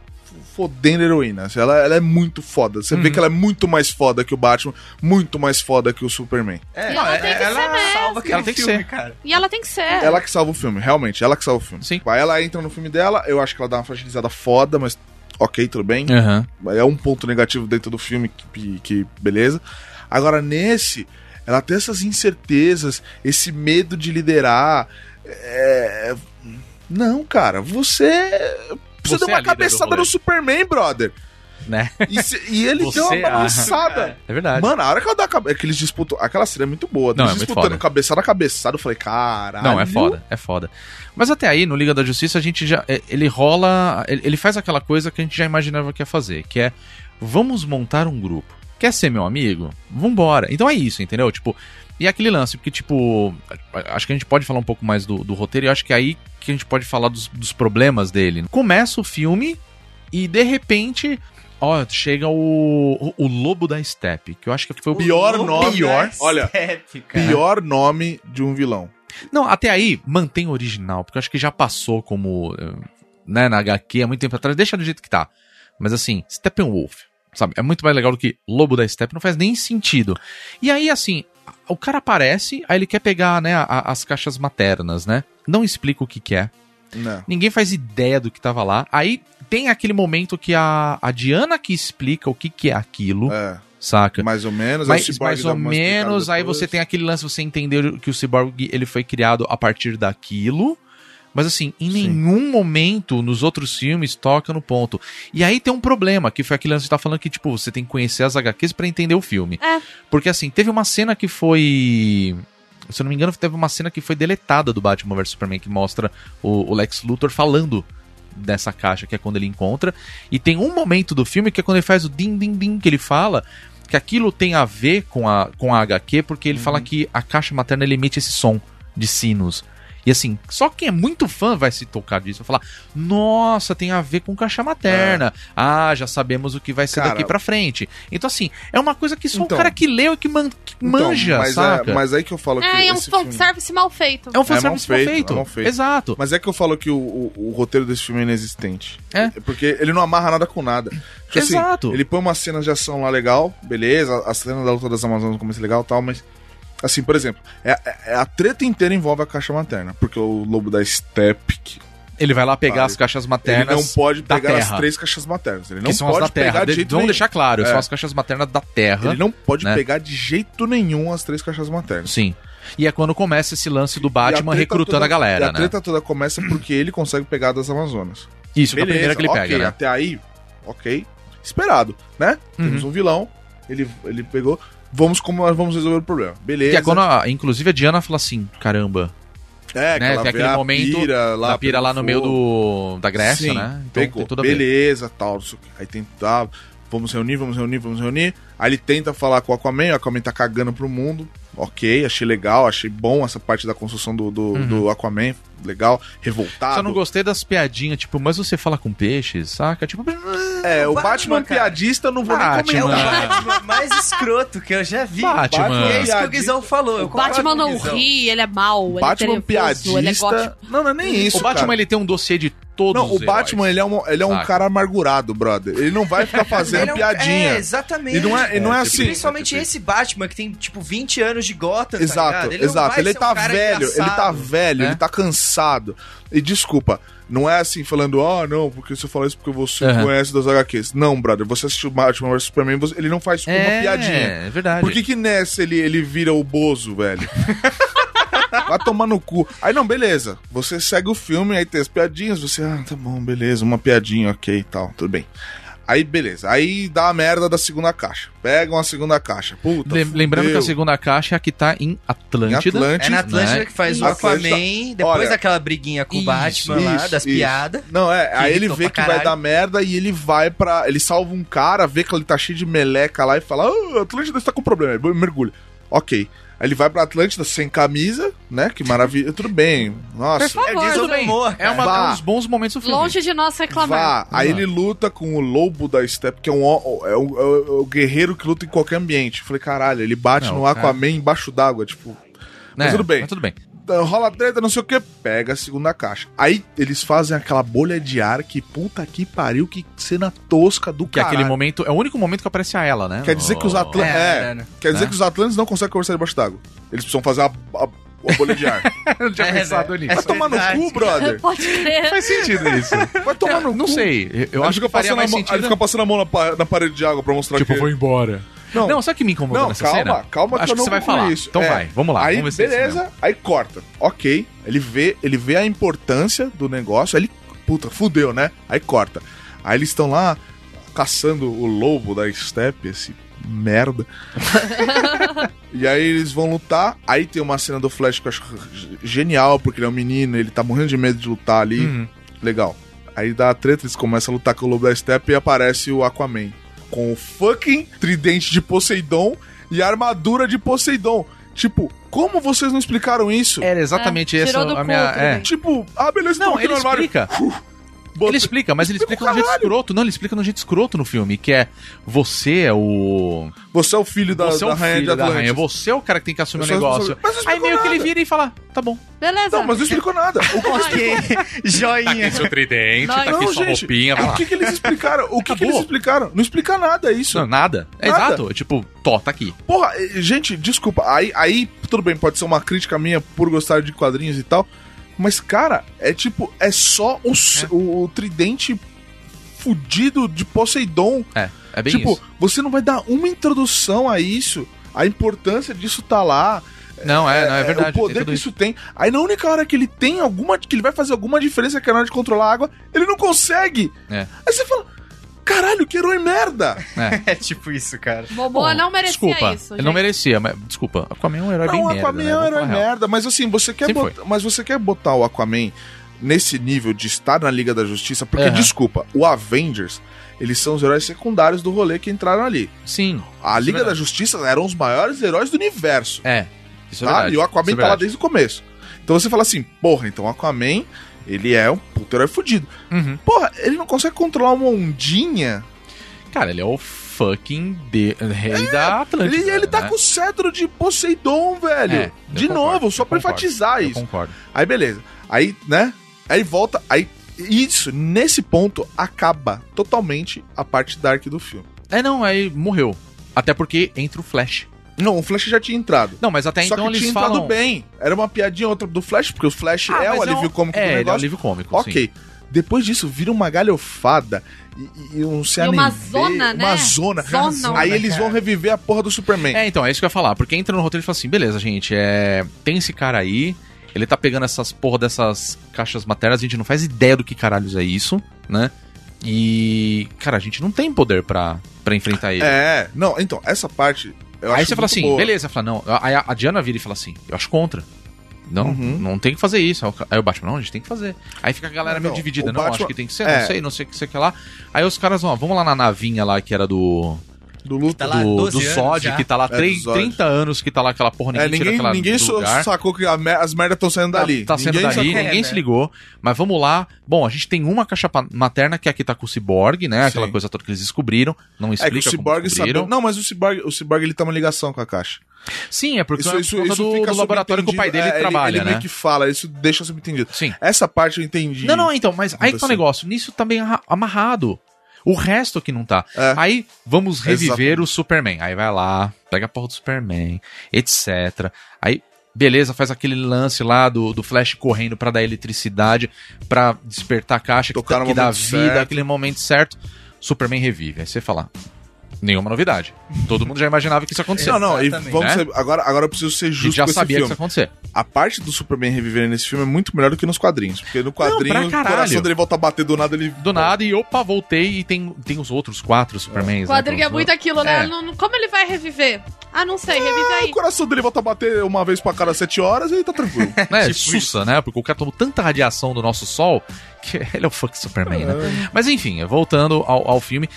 S5: fodendo heroína. assim, Ela, ela é muito foda. Você
S2: Uhum.
S5: vê que ela é muito mais foda que o Batman, muito mais foda que o Superman.
S3: É,
S4: E ela tem que ser mesmo.
S3: salva aquele
S2: Ela tem que
S3: filme,
S2: ser.
S3: cara.
S4: E ela tem que ser.
S5: Ela que salva o filme, realmente, ela que salva o filme.
S2: Sim.
S5: Aí ela entra no filme dela, eu acho que ela dá uma fragilizada foda, mas ok, tudo bem.
S2: Aham.
S5: É um ponto negativo dentro do filme, que, que beleza. Agora, nesse, Ela tem essas incertezas, esse medo de liderar. É... Não, cara, você. Você,
S6: Você
S5: deu
S6: é a
S5: uma
S6: líder do
S5: cabeçada
S6: rolê.
S5: no Superman, brother.
S6: Né?
S5: E, se- e ele
S6: Você
S5: deu
S6: é
S5: uma
S6: a-
S5: balançada.
S6: É verdade.
S5: Mano, a hora que ela dá a cabeça. Aqueles disputam. Aquela cena é muito boa.
S2: Não,
S5: Eles
S2: é muito
S5: disputando
S2: foda.
S5: cabeçada a cabeçada. Eu falei, caralho.
S2: Não, é foda, é foda. Mas até aí, no Liga da Justiça, a gente já. é, Ele rola. Ele ele faz aquela coisa que a gente já imaginava que ia fazer, que é. Vamos montar um grupo. Quer ser meu amigo? Vambora. Então é isso, entendeu? Tipo. E é aquele lance, porque, tipo. a- a- Acho que a gente pode falar um pouco mais do, do roteiro e acho que é aí que a gente pode falar dos, dos problemas dele. Começa o filme e, de repente. Ó, chega o, o, o Lobo da Steppe, que eu acho que foi o
S5: Pior nome.
S3: Pior.
S5: Olha,
S3: Step, cara.
S5: pior nome de um vilão.
S2: Não, até aí, mantém o original, porque eu acho que já passou como. eh, Né, na HQ há muito tempo atrás, deixa do jeito que tá. Mas assim, Steppenwolf, sabe? É muito mais legal do que Lobo da Steppe, não faz nem sentido. E aí, assim, a- o cara aparece, aí ele quer pegar, né, a- a- as caixas maternas, né? Não explica o que, que é.
S5: Não.
S2: Ninguém faz ideia do que tava lá. Aí tem aquele momento que a, a Diana que explica o que, que é aquilo,
S5: É,
S2: saca?
S5: mais ou menos. aí o
S2: Mas,
S5: Cyborg
S2: mais
S5: dá
S2: ou
S5: uma explicada
S2: menos, aí
S5: depois.
S2: você tem aquele lance, você entendeu que o Cyborg ele foi criado a partir daquilo. Mas assim, em
S5: Sim.
S2: nenhum momento nos outros filmes toca no ponto. E aí tem um problema, que foi aquele lance que você tá falando que, tipo, você tem que conhecer as HQs pra entender o filme.
S4: É.
S2: Porque assim, teve uma cena que foi. Se eu não me engano, teve uma cena que foi deletada do Batman vs Superman, que mostra o, o Lex Luthor falando dessa caixa, que é quando ele encontra. E tem um momento do filme que é quando ele faz o din-din-din que ele fala, que aquilo tem a ver com a, com a HQ, porque ele
S5: Uhum.
S2: fala que a caixa materna ele emite esse som de sinos. E assim, só quem é muito fã vai se tocar disso, vai falar, nossa, tem a ver com caixa materna. Ah, já sabemos o que vai ser
S5: É. Cara,
S2: daqui pra frente. Então assim, é uma coisa que só
S5: Então.
S2: um cara que leu e que, man, que
S5: Então,
S2: manja,
S5: mas
S2: saca?
S5: É, mas aí que eu falo que.
S4: É, é um
S5: esse filme-
S4: fanservice mal feito.
S2: É um fanservice
S5: mal
S2: mal
S5: feito,
S2: feito.
S5: é mal feito.
S2: Exato.
S5: Mas é que eu falo que o, o- o roteiro desse filme é inexistente.
S2: É.
S5: Porque ele não amarra nada com nada. Porque, assim,
S2: Exato.
S5: ele põe umas cenas de ação lá legal, beleza. A cena da luta das Amazonas começa legal e tal, mas. Assim, por exemplo, é, é- a treta inteira envolve a caixa materna. Porque o lobo da Step. que-
S2: Ele vai lá pegar
S5: Vale.
S2: as caixas
S5: Ele não
S2: maternas.
S5: pode
S2: da
S5: pegar as
S2: terra.
S5: três caixas maternas. Ele não
S2: que são as
S5: pode
S2: da
S5: pegar
S2: Terra.
S5: de
S2: De,
S5: jeito
S2: vamos
S5: nenhum.
S2: deixar claro,
S5: É.
S2: são as caixas maternas da Terra.
S5: Ele não pode
S2: né?
S5: pegar de jeito nenhum as três caixas maternas.
S2: Sim. E é quando começa esse lance do Batman
S5: E treta
S2: recrutando
S5: toda-
S2: a galera,
S5: e a
S2: né?
S5: treta toda começa porque ele consegue pegar das Amazonas.
S2: Isso, que é a primeira que ele
S5: ok,
S2: pega, né? Uhum.
S5: Até aí, ok. Esperado, né? Temos um vilão, ele, ele pegou. Vamos como nós vamos resolver o problema. Beleza.
S2: Que é quando, a- inclusive, a Diana fala assim: caramba, né,
S5: É, que ela
S2: tem
S5: vê
S2: aquele
S5: a
S2: momento
S5: pira
S2: da pira
S5: pelo
S2: lá no meio
S5: fogo.
S2: do da Grécia,
S5: Sim,
S2: né? Então
S5: pegou.
S2: tem tudo a ver.
S5: Beleza, tal. não sei o quê. Aí tem, tá, vamos reunir, vamos reunir, vamos reunir. Aí ele tenta falar com o Aquaman, o Aquaman tá cagando pro mundo. Ok, achei legal, achei bom essa parte da construção do, do,
S2: Uhum.
S5: do Aquaman. Legal, revoltado.
S2: Só não gostei das piadinhas, tipo, mas você fala com peixes, saca? Tipo,
S5: É, o Batman,
S3: Batman, cara.
S5: piadista eu não vou nem
S2: Batman.
S5: comentar.
S3: É o
S2: Mano.
S3: Batman mais escroto que eu já vi.
S2: Batman.
S3: E é isso que o
S5: Piadista.
S3: Guizão falou. Eu
S4: O Batman
S3: concordo com o
S4: não
S3: Guizão.
S4: ri, ele é mau, ele
S5: Batman
S4: é trevoso, ele é gótico.
S5: piadista. Não, não é nem isso.
S2: o Batman
S5: cara.
S2: ele tem um dossiê de todos
S5: Não, o
S2: os
S5: Batman
S2: heróis.
S5: ele é um, ele é um
S2: Saca.
S5: cara amargurado, brother. Ele não vai ficar
S3: Ele
S5: fazendo
S3: é um-
S5: piadinha.
S3: É, exatamente.
S5: E não é, e não é
S6: É,
S5: assim.
S3: Principalmente esse Batman que tem, tipo, 20 anos de Gotham. tá
S5: Exato,
S3: ligado? não
S5: exato.
S3: vai
S5: Ele
S3: ser um
S5: tá,
S3: cara
S5: velho, ele tá
S3: engraçado.
S5: velho,
S2: né?
S5: ele tá cansado. E desculpa, não é assim falando, ó, não, porque você falou isso porque você
S2: Aham.
S5: conhece das HQs. Não, brother, você assistiu Batman vs Superman, você- ele não faz uma
S2: é,
S5: piadinha.
S2: É verdade.
S5: Por que que nessa ele, ele vira o Bozo, velho? Vai tomar no cu. Aí não, beleza. Você segue o filme, aí tem as piadinhas, você, ah, tá bom, beleza, uma piadinha, ok e tal, tudo bem. Aí, beleza. Aí dá a merda da segunda caixa. Pegam a segunda caixa. Puta.
S2: Lem- Lembrando que
S5: fudeu.
S2: a segunda caixa é a que tá em
S5: Em
S2: Atlântida.
S5: Atlântida.
S3: É na Atlântida
S2: né?
S3: que faz o
S5: Atlântida.
S3: Aquaman, depois
S5: Olha,
S3: daquela briguinha com o
S2: isso,
S3: Batman lá,
S5: isso,
S3: das
S5: isso.
S3: piadas.
S5: Não, é. Aí ele
S3: irritou
S5: vê
S3: pra
S5: que vai
S3: caralho.
S5: dar merda e ele vai pra. Ele salva um cara, vê que ele tá cheio de meleca lá e fala: Ah, Atlântida está com problema. Aí mergulha. Ok. Aí ele vai pra Atlântida sem camisa, né? Que maravilha. Tudo bem. Nossa.
S4: Por favor,
S3: Guizão
S4: tudo bem.
S3: humor,
S2: É,
S3: cara.
S2: uma,
S5: Vá.
S2: é uns bons momentos do filme.
S4: Longe de nós reclamar.
S5: Vá. Aí
S2: Hum.
S5: ele luta com o lobo da Step, que é um, ó- é um- é um- é um guerreiro que luta em qualquer ambiente. Eu Falei, caralho, ele bate
S2: Não,
S5: no Aquaman embaixo d'água, tipo.
S2: né?
S5: Mas tudo bem.
S2: Mas tudo bem.
S5: rola treta, não sei o que, pega a segunda caixa. Aí eles fazem aquela bolha de ar que puta que pariu, que cena tosca do
S2: Que é
S5: caralho.
S2: aquele momento. É o único momento que aparece a ela, né?
S5: Quer dizer que os
S2: No-
S5: atletas.
S3: É,
S5: É,
S3: né?
S5: quer dizer
S2: Né?
S5: que os atletas não conseguem conversar debaixo d'água. Eles precisam fazer a, a- a bolha de ar.
S2: Eu não tinha
S3: É,
S2: pensado
S3: velho.
S2: nisso.
S5: Vai tomar no
S3: verdade.
S5: cu, brother.
S4: Pode crer.
S2: Faz sentido isso.
S5: Vai tomar no
S2: Não
S5: cu.
S2: sei. Eu
S5: Aí
S2: acho que faria
S5: fica passando, a
S2: mais
S5: mão,
S2: sentido.
S5: aí
S2: Tipo,
S5: fica passando a mão na, pa- na parede de água pra mostrar que.
S2: embora.
S5: Não.
S2: Não, sabe o que me incomodou
S5: Não,
S2: nessa
S5: calma,
S2: cena?
S5: calma que
S2: Acho
S5: eu
S2: que
S5: não
S2: você vai
S5: concluí
S2: falar.
S5: isso.
S2: Então
S5: É.
S2: vai, vamos lá.
S5: aí,
S2: vamos ver se é isso
S5: beleza,
S2: mesmo.
S5: aí corta. Ok. Ele vê, ele vê a importância do negócio, aí ele. Puta, fudeu, né? Aí corta. Aí eles estão lá caçando o lobo da steppe, esse merda. e aí eles vão lutar. Aí tem uma cena do Flash que eu acho genial, porque ele é um menino, ele tá morrendo de medo de lutar ali.
S2: Uhum.
S5: Legal. Aí dá a treta, eles começam a lutar com o Lobo da Steppe e aparece o Aquaman. Com o fucking tridente de Poseidon e a armadura de Poseidon. Tipo, como vocês não explicaram isso?
S2: Era exatamente
S4: É,
S2: essa
S4: tirou do
S2: a
S4: cu,
S2: minha.
S4: tudo
S2: É.
S4: bem.
S5: Tipo, ah, beleza,
S2: Não,
S5: tamo aqui
S2: ele
S5: no armário.
S2: explica.
S5: Bota-
S2: Ele explica, mas ele
S5: Explica
S2: explica
S5: o
S2: no jeito
S5: caralho.
S2: escroto. Não, ele explica no jeito escroto no filme, que é você é o.
S5: Você é o filho da,
S2: você é
S5: da
S2: o
S5: rainha
S2: filho
S5: de
S2: da
S5: Atlantis.
S2: rainha, você é o cara que tem que assumir o
S5: Eu sou
S2: negócio.
S5: responsável. Mas não
S2: Aí
S5: explicou
S2: meio que ele
S5: nada.
S2: vira e fala: tá bom.
S4: Beleza.
S5: Não, mas não explicou nada. O que
S3: Ok, joinha.
S2: seu tridente,
S4: Não, tá
S5: Não, gente, o que, que eles explicaram? O que, que
S2: É Acabou.
S5: eles explicaram? Não explica nada isso.
S2: Não, nada. É
S5: Nada.
S2: exato. É tipo, tô, tá aqui.
S5: Porra, eh, gente, desculpa. Aí, aí, tudo bem, pode ser uma crítica minha por gostar de quadrinhos e tal. Mas, cara, é tipo, é só o, s- o, o tridente fudido de Poseidon.
S2: É bem
S5: tipo,
S2: isso.
S5: você não vai dar uma introdução a isso. A importância disso tá lá.
S2: Não, é, não, é verdade.
S5: o
S2: tem
S5: poder
S2: tudo
S5: que isso tem. Aí na única hora que ele tem alguma. que ele vai fazer alguma diferença que é na hora de controlar a água, ele não consegue.
S2: É.
S5: Aí você fala. Caralho, que herói merda!
S3: É tipo isso, cara.
S4: Momoa
S2: Bom,
S4: não merecia
S2: desculpa,
S4: isso.
S2: Ele não
S4: gente.
S2: merecia, mas desculpa. Aquaman é um herói bem
S5: não, o
S2: merda.
S5: Aquaman
S2: né?
S5: é um
S2: Vamos
S5: herói
S2: falar real.
S5: merda, mas assim, você quer
S2: Sempre
S5: botar, mas você quer botar o Aquaman nesse nível de estar na Liga da Justiça, porque
S2: Aham.
S5: desculpa, o Avengers, eles são os heróis secundários do rolê que entraram ali.
S2: Sim,
S5: A
S2: é
S5: Liga da
S2: verdade.
S5: Justiça eram os maiores heróis do universo,
S2: é. Isso é
S5: tá?
S2: verdade.
S5: E o Aquaman
S2: isso é
S5: tá lá
S2: verdade.
S5: desde o começo. Então você fala assim, porra, então o Aquaman, ele é um puto herói fudido.
S2: Uhum.
S5: Porra, ele não consegue controlar uma ondinha?
S2: Cara, ele é o fucking de... rei da Atlântida.
S5: É, Ele, ele tá
S2: né?
S5: com o cetro de Poseidon, velho.
S2: É, eu
S5: de
S2: concordo,
S5: novo, só
S2: eu
S5: pra
S2: concordo,
S5: enfatizar
S2: Eu
S5: isso.
S2: concordo.
S5: Aí beleza. Aí, né? Aí volta. Aí. Isso, nesse ponto, acaba totalmente a parte dark do filme.
S2: É, não, aí morreu. Até porque entra o Flash.
S5: Não, o Flash já tinha entrado.
S2: Não, mas até
S5: Só
S2: então
S5: que
S2: eles
S5: tinha
S2: falam...
S5: entrado bem. Era uma piadinha outra do Flash, porque o Flash
S2: Ah,
S5: é
S2: mas
S5: o alívio
S2: um-
S5: cômico
S2: é,
S5: do
S2: ele é o
S5: negócio.
S2: alívio cômico, sim.
S5: ok. Depois disso, vira uma galhofada e, e- e um se
S4: E uma
S5: anime,
S4: zona, né?
S5: Uma zona.
S4: Zona, né,
S5: Aí eles
S3: cara.
S5: vão reviver a porra do Superman.
S2: É, então, é isso que eu ia falar. Porque entra no roteiro e fala assim: beleza, gente, é... tem esse cara aí, ele tá pegando essas porra dessas caixas maternas, a gente não faz ideia do que caralhos é isso, né? E. Cara, a gente não tem poder pra, pra enfrentar ele.
S5: É, não, então, essa parte. Eu
S2: aí
S5: acho
S2: você fala
S5: muito
S2: assim:
S5: boa.
S2: beleza, fala, não. Aí a, a Diana vira e fala assim: eu acho contra. Não,
S5: Uhum.
S2: não tem que fazer isso. Aí o ca- Aí o Batman, não, a gente tem que fazer. Aí fica a galera meio
S5: Não,
S2: dividida.
S5: o
S2: Não, acho
S5: Batman-
S2: que tem que ser,
S5: é.
S2: não sei, não sei o que, sei o que lá. Aí os caras vão, vamos lá na navinha lá que era do.
S5: Do luto.
S3: Tá lá há
S2: do,
S3: 12
S2: do
S3: anos
S2: Sod,
S3: já.
S2: que tá lá
S5: É, do
S2: três-
S5: Zod.
S2: 30 anos que tá lá aquela porra, ninguém,
S5: é,
S2: tira
S5: ninguém,
S2: aquela
S5: ninguém
S2: do
S5: so-
S2: lugar.
S5: sacou que a me- as merdas estão saindo
S2: Tá-
S5: dali.
S2: Tá, saindo
S5: ninguém
S2: dali,
S5: sacou.
S3: sacou.
S2: ninguém
S3: É,
S2: se
S3: né?
S2: ligou. Mas vamos lá. Bom, a gente tem uma caixa pa- materna que aqui tá com o Cyborg, né? Aquela
S5: Sim.
S2: coisa toda que eles descobriram. Não
S5: É
S2: explica
S5: que o Cyborg
S2: como descobriram.
S5: sabe. Não, mas o Cyborg, o Cyborg ele tá uma ligação com a caixa.
S2: Sim, é porque é por conta do, do laboratório que o pai dele
S5: subentendido. É, ele-
S2: trabalha,
S5: Ele meio
S2: né?
S5: que fala, isso deixa subentendido.
S2: Sim.
S5: Essa parte eu entendi. É,
S2: Não, não, então, mas aí que tá o
S5: Aconteceu.
S2: negócio. Nisso também tá bem amarrado. O resto que não tá.
S5: É.
S2: Aí vamos reviver
S5: Exatamente.
S2: o Superman. Aí vai lá, pega a porra do Superman, etc. Aí, beleza, faz aquele lance lá do, do Flash correndo pra dar eletricidade, pra despertar a caixa, que,
S5: Tocar no
S2: que dá vida,
S5: momento certo.
S2: aquele momento certo. Superman revive. Aí você fala, nenhuma novidade. Todo mundo já imaginava que isso acontecia.
S5: Não, não, e
S3: Exatamente.
S5: vamos
S2: Né?
S5: ser- agora, agora eu preciso ser
S2: A gente
S5: justo
S2: já
S5: com esse
S2: sabia que isso
S5: filme.
S2: ia acontecer.
S5: A parte do Superman reviver nesse filme é muito melhor do que nos quadrinhos. Porque no quadrinho,
S2: pra
S5: o
S2: caralho.
S5: coração dele volta a bater do nada, ele.
S2: Do nada, e opa, voltei e tem, tem os outros quatro Supermans.
S4: O
S2: né,
S4: quadrinho é
S2: pelos-
S4: muito aquilo, né?
S2: É.
S4: Não- não- como ele vai reviver? Ah, não sei, revive
S5: Ah, o
S4: aí.
S5: coração dele volta a bater uma vez pra cada sete horas e tá tranquilo.
S2: né,
S5: Tipo
S2: sussa, né? Porque o cara tomou tanta radiação do nosso sol que ele é o fuck Superman, né? Mas enfim, voltando ao, ao filme.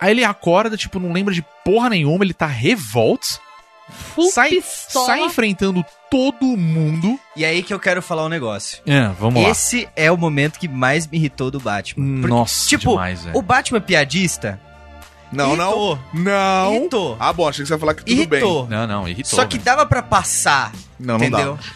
S2: Aí ele acorda, tipo, não lembra de porra nenhuma, ele tá revolt,
S4: Full
S2: sai-
S4: pistola.
S2: sai enfrentando todo mundo.
S3: E aí que eu quero falar um negócio.
S2: É, vamos lá.
S3: Esse é o momento que mais me irritou do Batman. Porque
S2: Nossa,
S3: tipo,
S2: demais, velho.
S3: o Batman piadista
S5: não, não.
S3: irritou.
S5: Não.
S3: Irritou.
S5: Ah, bom, achei que você ia falar que tudo bem.
S3: irritou.
S2: Não, não, irritou.
S3: Só que
S2: velho.
S3: dava pra passar,
S5: Não, não dá.
S3: entendeu?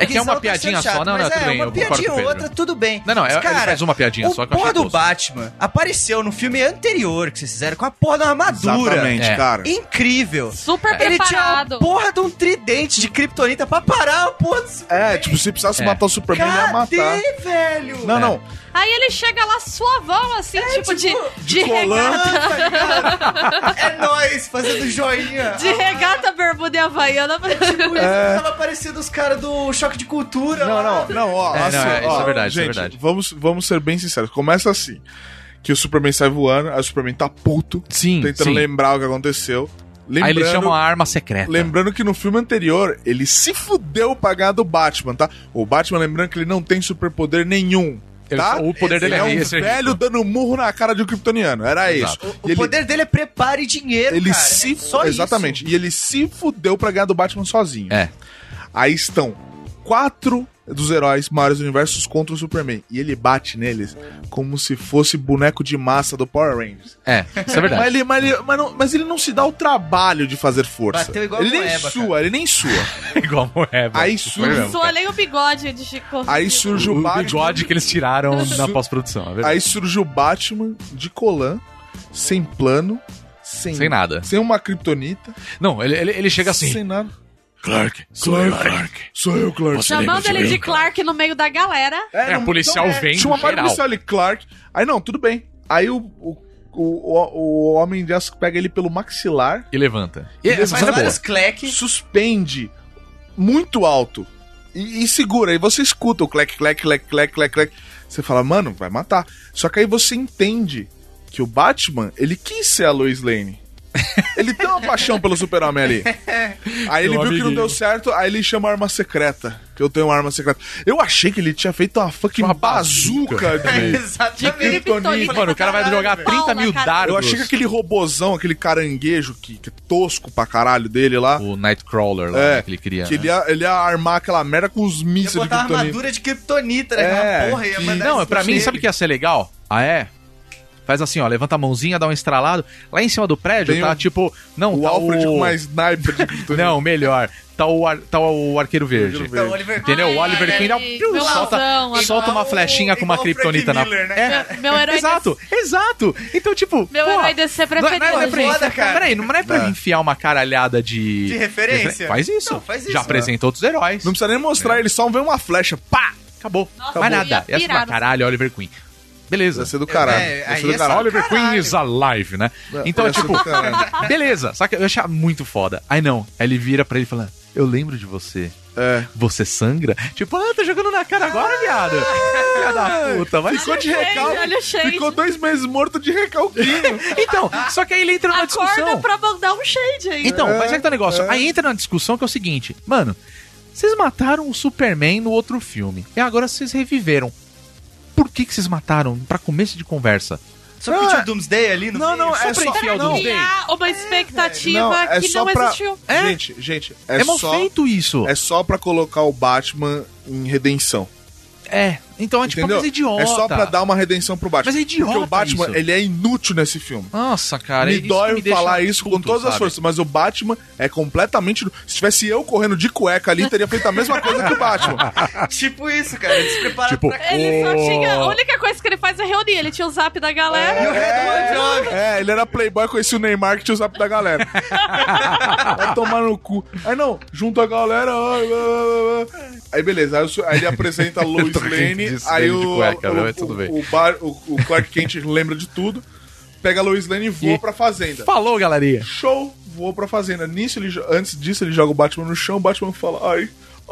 S2: É que é uma piadinha só, não, não,
S3: mas
S2: tudo
S3: é,
S2: bem, eu
S3: uma
S2: concordo
S3: piadinha
S2: com o
S3: ou
S2: Pedro.
S3: outra, tudo bem.
S2: Não, não, é,
S3: Mas,
S2: ele
S3: cara,
S2: faz uma piadinha só
S3: o
S2: que eu achei
S3: porra do
S2: tosco.
S3: Batman apareceu no filme anterior que vocês fizeram com a porra da armadura.
S5: Exatamente,
S2: É.
S5: cara.
S3: Incrível.
S4: Super
S3: Ele tinha
S4: Tá preparado.
S3: a porra de um tridente de kryptonita pra parar a porra do
S5: É, tipo, se precisasse
S2: É.
S5: matar o Superman, ele ia matar.
S3: Cadê, velho?
S5: Não,
S2: É.
S5: não.
S4: Aí ele chega lá suavão, assim, tipo, de, de,
S5: de colã.
S4: regata.
S3: Ah, tá ligado? É nós fazendo joinha.
S4: De regata, bermuda e havaiana.
S3: Tipo, isso tava parecendo os caras do Choque de Cultura.
S5: É. Não,
S3: lá.
S5: não, não, ó.
S2: É,
S5: assim,
S2: não, é, isso
S5: ó,
S2: é verdade, isso é
S5: gente,
S2: verdade.
S5: Vamos, vamos ser bem sinceros. Começa assim: que o Superman sai voando, aí o Superman tá puto,
S2: Sim,
S5: tentando
S2: sim.
S5: lembrar o que aconteceu.
S2: Aí eles chamam a
S5: Lembrando,
S2: arma secreta.
S5: lembrando que no filme anterior ele se fudeu pra ganhar do Batman, tá? O Batman, lembrando que ele não tem superpoder nenhum.
S2: Ele-
S5: Tá?
S2: o poder dele
S5: ele
S2: é
S5: é um
S2: esse, é
S5: velho
S2: isso.
S5: dando murro na cara de um kryptoniano. Era
S2: Exato.
S5: isso.
S3: O
S5: E ele-
S3: poder dele é preparo e dinheiro,
S5: ele
S3: cara.
S5: se
S3: É só isso.
S5: exatamente e ele se fudeu pra ganhar do Batman sozinho.
S2: É.
S5: Aí estão quatro dos heróis maiores do universo contra o Superman e ele bate neles como se fosse boneco de massa do Power Rangers.
S2: É, isso é
S5: Mas
S2: verdade.
S5: ele, mas, ele, mas, não- mas ele não se dá o trabalho de fazer força.
S3: Bateu igual
S5: ele nem
S3: moeba, cara.
S5: sua, ele nem sua.
S2: é Igual a Moeba.
S5: Aí surge,
S4: Sou nem o bigode de Chico.
S5: aí surge o,
S2: o
S5: Batman,
S2: bigode que eles tiraram na
S5: Su-
S2: pós-produção, é verdade.
S5: aí surge o Batman de Colan, sem plano, sem,
S2: Sem nada.
S5: sem uma kriptonita,
S2: Não, ele, ele, ele chega assim.
S5: sem nada.
S2: Clark,
S5: Sou eu, Clark. Sou eu, Clark.
S4: Chamando ele de Clark no meio da galera.
S2: É,
S5: não-
S2: policial vem
S5: Tinha uma
S2: no
S5: parte
S2: geral.
S5: policial ali, Clark. Aí não, tudo bem. Aí o, o, o, o, o homem de aço pega ele pelo maxilar,
S2: E levanta. E
S5: Ele
S2: essa
S3: Faz
S2: cena é boa.
S3: vários cleques.
S5: suspende muito alto e, e segura. Aí você escuta o clec, clec, clec, clec, clec, clec. Você fala, mano, vai matar. Só que aí você entende que o Batman, ele quis ser a Lois Lane. Ele tem uma paixão pelo super-homem ali. Aí ele
S2: Meu
S5: viu que não
S2: amiguinho.
S5: deu certo, aí ele chama a arma secreta. Que eu tenho uma arma secreta. Eu achei que ele tinha feito uma fucking
S2: Uma bazuca.
S5: bazuca de,
S3: Exatamente.
S5: Kryptonita.
S2: Mano, o cara vai jogar 30 mil
S4: Paula, cara.
S2: dardos.
S5: Eu achei que aquele robozão, aquele caranguejo que, que é tosco pra caralho dele lá,
S2: O Nightcrawler lá,
S5: É,
S2: né, que ele queria.
S5: que ele
S2: né?
S5: ia, ele ia armar aquela merda com os
S3: Ia
S5: mísseis de
S3: botar uma
S5: criptonita.
S3: armadura de Kryptonita naquela
S5: É,
S3: porra e ia
S5: que-
S3: mandar
S2: Não,
S3: isso
S2: pra mim,
S3: nele.
S2: sabe o que ia ser legal? Ah, é? Faz assim, ó, levanta a mãozinha, dá um estralado. Lá em cima do prédio
S5: Tem
S2: tá
S5: o-
S2: tipo. Não,
S5: O
S2: tá
S5: Alfred
S2: o...
S5: com uma sniper de criptonita.
S2: Não, melhor. Tá o, ar- tá o arqueiro verde.
S4: Tá
S5: Arqueiro
S3: Então, Oliver
S2: Entendeu? o
S4: Ai,
S2: Oliver Queen dá um-
S4: ai,
S2: piu, solta,
S4: vilãozão, agora.
S2: solta uma
S3: Igual-
S2: flechinha com uma
S3: igual o Frank
S2: criptonita na.
S3: Miller, né,
S2: É.
S4: Meu, meu herói
S2: Exato, exato. Então, tipo.
S4: Meu
S2: pô,
S4: herói DC
S2: não é-
S4: preferido.
S2: não é- não é pra
S4: gente.
S3: Foda, cara. Ah.
S2: Peraí, não é pra
S5: É.
S2: enfiar uma caralhada de.
S3: De referência.
S2: Faz isso.
S3: Não, faz isso.
S2: Já apresenta outros heróis.
S5: Não precisa nem
S2: É.
S5: mostrar, ele só vê uma flecha. Pá!
S2: Acabou.
S4: Nossa,
S2: Mais
S4: eu
S2: nada.
S4: ia
S2: E assim,
S4: pirar
S2: ah,
S4: no-
S2: caralho, Oliver Queen. Beleza.
S5: Ia ser do caralho.
S3: É,
S5: Ia
S3: aí
S5: ser do
S3: é
S5: caralho.
S2: Oliver
S3: caralho. um
S2: Queen is alive, né? Então é
S5: Ia ser
S2: tipo,
S5: do caralho.
S2: beleza. Só que eu ia achar muito foda. Aí não. Aí ele vira pra ele e fala: Eu lembro de você.
S5: É.
S2: Você sangra? Tipo, ah, tá jogando na cara agora, viado. Filha da puta, vai
S5: Ah! Ficou de
S4: Olha o shade,
S5: recalque.
S4: olha o shade.
S5: Ficou dois meses morto de recalquinho.
S2: Então, só que aí ele entra na
S4: Acorda
S2: discussão.
S4: pra mandar um shade aí.
S2: Então, mas é que tá o negócio.
S5: É.
S2: Aí entra na discussão que é o seguinte, mano, vocês mataram o Superman no outro filme. E agora vocês reviveram. Por que, que vocês mataram? Pra começo de conversa.
S3: Só pediu o Doomsday ali no meio.
S2: é só pra enfiar o
S4: Pra
S2: Doomsday.
S4: criar uma expectativa
S5: Não, é
S4: que
S5: só
S4: Tipo, não
S5: pra-
S4: existiu.
S2: É.
S5: Gente, gente, é,
S2: É, mal
S5: só...
S2: feito isso.
S5: É só pra colocar o Batman em redenção.
S2: É. Então é tipo,
S5: entendeu?
S2: mas é idiota.
S5: É só pra dar uma redenção pro Batman.
S2: Mas é idiota
S5: Porque o Batman,
S2: isso.
S5: ele é inútil nesse filme.
S2: Nossa, cara. é
S5: me
S2: isso
S5: dói
S2: que deixa
S5: falar isso com
S2: puto,
S5: todas as
S2: sabe?
S5: forças, mas o Batman é completamente. Se tivesse eu correndo de cueca ali, teria feito a mesma coisa que o Batman.
S3: Tipo isso, cara. Despreparado
S2: Tipo,
S3: pra...
S4: Ele só
S2: Oh.
S4: tinha. A única coisa que ele faz é reunir. Ele tinha o zap da galera.
S3: E o Red One
S5: É, ele era playboy, conhecia o Neymar que tinha o zap da galera. Vai tomar no cu. Aí não, junta a galera. ai, blá, blá, blá. Aí beleza, aí, o su- aí ele apresenta a Lois
S2: tô rindo
S5: Lane,
S2: disso,
S5: aí
S2: dele de
S5: o,
S2: cueca,
S5: o,
S2: mas tudo bem.
S5: o, o bar- o- o Clark Kent lembra de tudo, pega a Lois Lane e voa
S2: E-
S5: pra fazenda.
S2: Falou, galerinha.
S5: Show, voou pra fazenda. Nisso ele, jo- antes disso, ele joga o Batman no chão, o Batman fala, ai,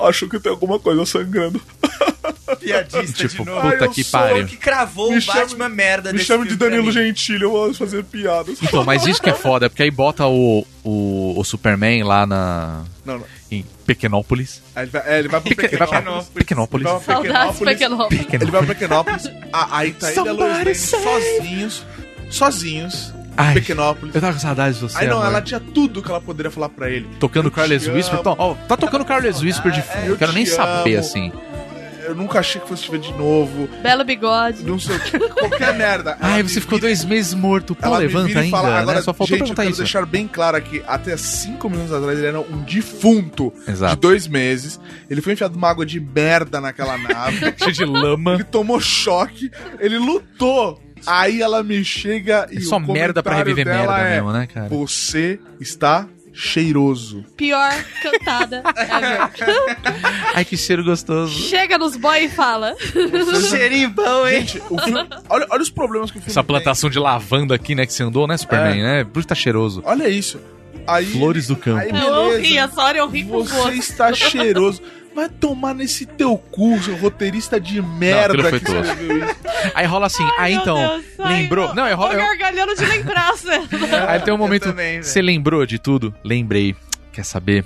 S5: acho que tem alguma coisa sangrando.
S3: piadista
S2: Tipo,
S3: de novo.
S2: puta
S5: Ai, eu
S2: que
S5: sou tá
S2: pariu.
S3: Foi o que cravou
S5: Me
S3: o
S5: chama-
S3: Batman merda
S5: Me
S3: desse
S5: chame de
S3: filme pra
S5: Danilo
S3: mim.
S5: Gentili, eu amo fazer piadas.
S2: Então, mas isso que é foda, porque aí bota o, o, o Superman lá na.
S5: Não, não.
S2: em Pequenópolis.
S5: Aí ele vai, é, ele vai pro
S2: Peque- vai pra
S5: Pequenópolis.
S2: Pequenópolis.
S5: Ele vai pra
S4: Saudades, Pequenópolis.
S5: Ele vai pra Pequenópolis. Ah, aí tá ele e a Lois
S2: Somebody
S5: Lane
S2: save.
S5: sozinhos. Sozinhos.
S2: Ai,
S5: Pequenópolis.
S2: Eu tava com saudades de você.
S5: Aí não,
S2: amor.
S5: ela tinha tudo que ela poderia falar pra ele.
S2: Tocando Carlos
S5: te
S2: Whisper.
S5: amo.
S2: Então, ó, tá tocando Carlos Whisper de fundo.
S5: eu
S2: Eu quero
S5: te
S2: nem saber,
S5: amo.
S2: assim.
S5: Eu nunca achei que fosse te ver de novo.
S4: Belo bigode.
S5: Não sei o que. Qualquer merda. Ela
S2: Ai,
S5: me
S2: você ficou
S5: vira-
S2: dois meses morto. Pô,
S5: Ela me
S2: levanta
S5: vira e
S2: ainda,
S5: fala, agora,
S2: né? Só faltou
S5: gente, eu
S2: perguntar
S5: quero
S2: isso.
S5: deixar bem claro aqui, até cinco minutos atrás ele era um defunto
S2: Exato.
S5: de dois meses. Ele foi enfiado numa água de merda naquela nave.
S2: Cheio um de lama.
S5: Ele tomou choque, ele lutou. Aí ela me chega e
S2: É só
S5: o
S2: merda pra
S5: comentário
S2: reviver
S5: dela
S2: merda né,
S5: é,
S2: mesmo, né, cara?
S5: Você está cheiroso.
S4: Pior cantada ever.
S2: Ai, que cheiro gostoso.
S4: Chega nos boy e fala.
S3: Um Cheirinho bom, hein?
S5: Gente, o filme- olha, olha os problemas que o filme
S2: Essa
S5: tem.
S2: plantação de lavanda aqui, né, que você andou, né, Superman, né? Por isso tá cheiroso.
S5: Olha isso. Aí,
S2: Flores do campo.
S5: aí
S4: Eu ri,
S5: beleza.
S4: essa hora eu ri com o
S5: Você
S4: gosto.
S5: está cheiroso. Vai tomar nesse teu curso, roteirista de merda.
S2: aquilo foi
S5: que escreveu isso.
S2: Aí rola assim,
S4: Ai,
S2: aí
S4: meu
S2: então,
S4: Deus, ai,
S2: lembrou.
S4: eu-
S2: não, eu,
S4: Tô
S2: ro- eu-
S4: gargalhando de lembrar, César.
S2: aí tem um momento.
S3: também, velho.
S2: Você lembrou de tudo? Lembrei. Quer saber?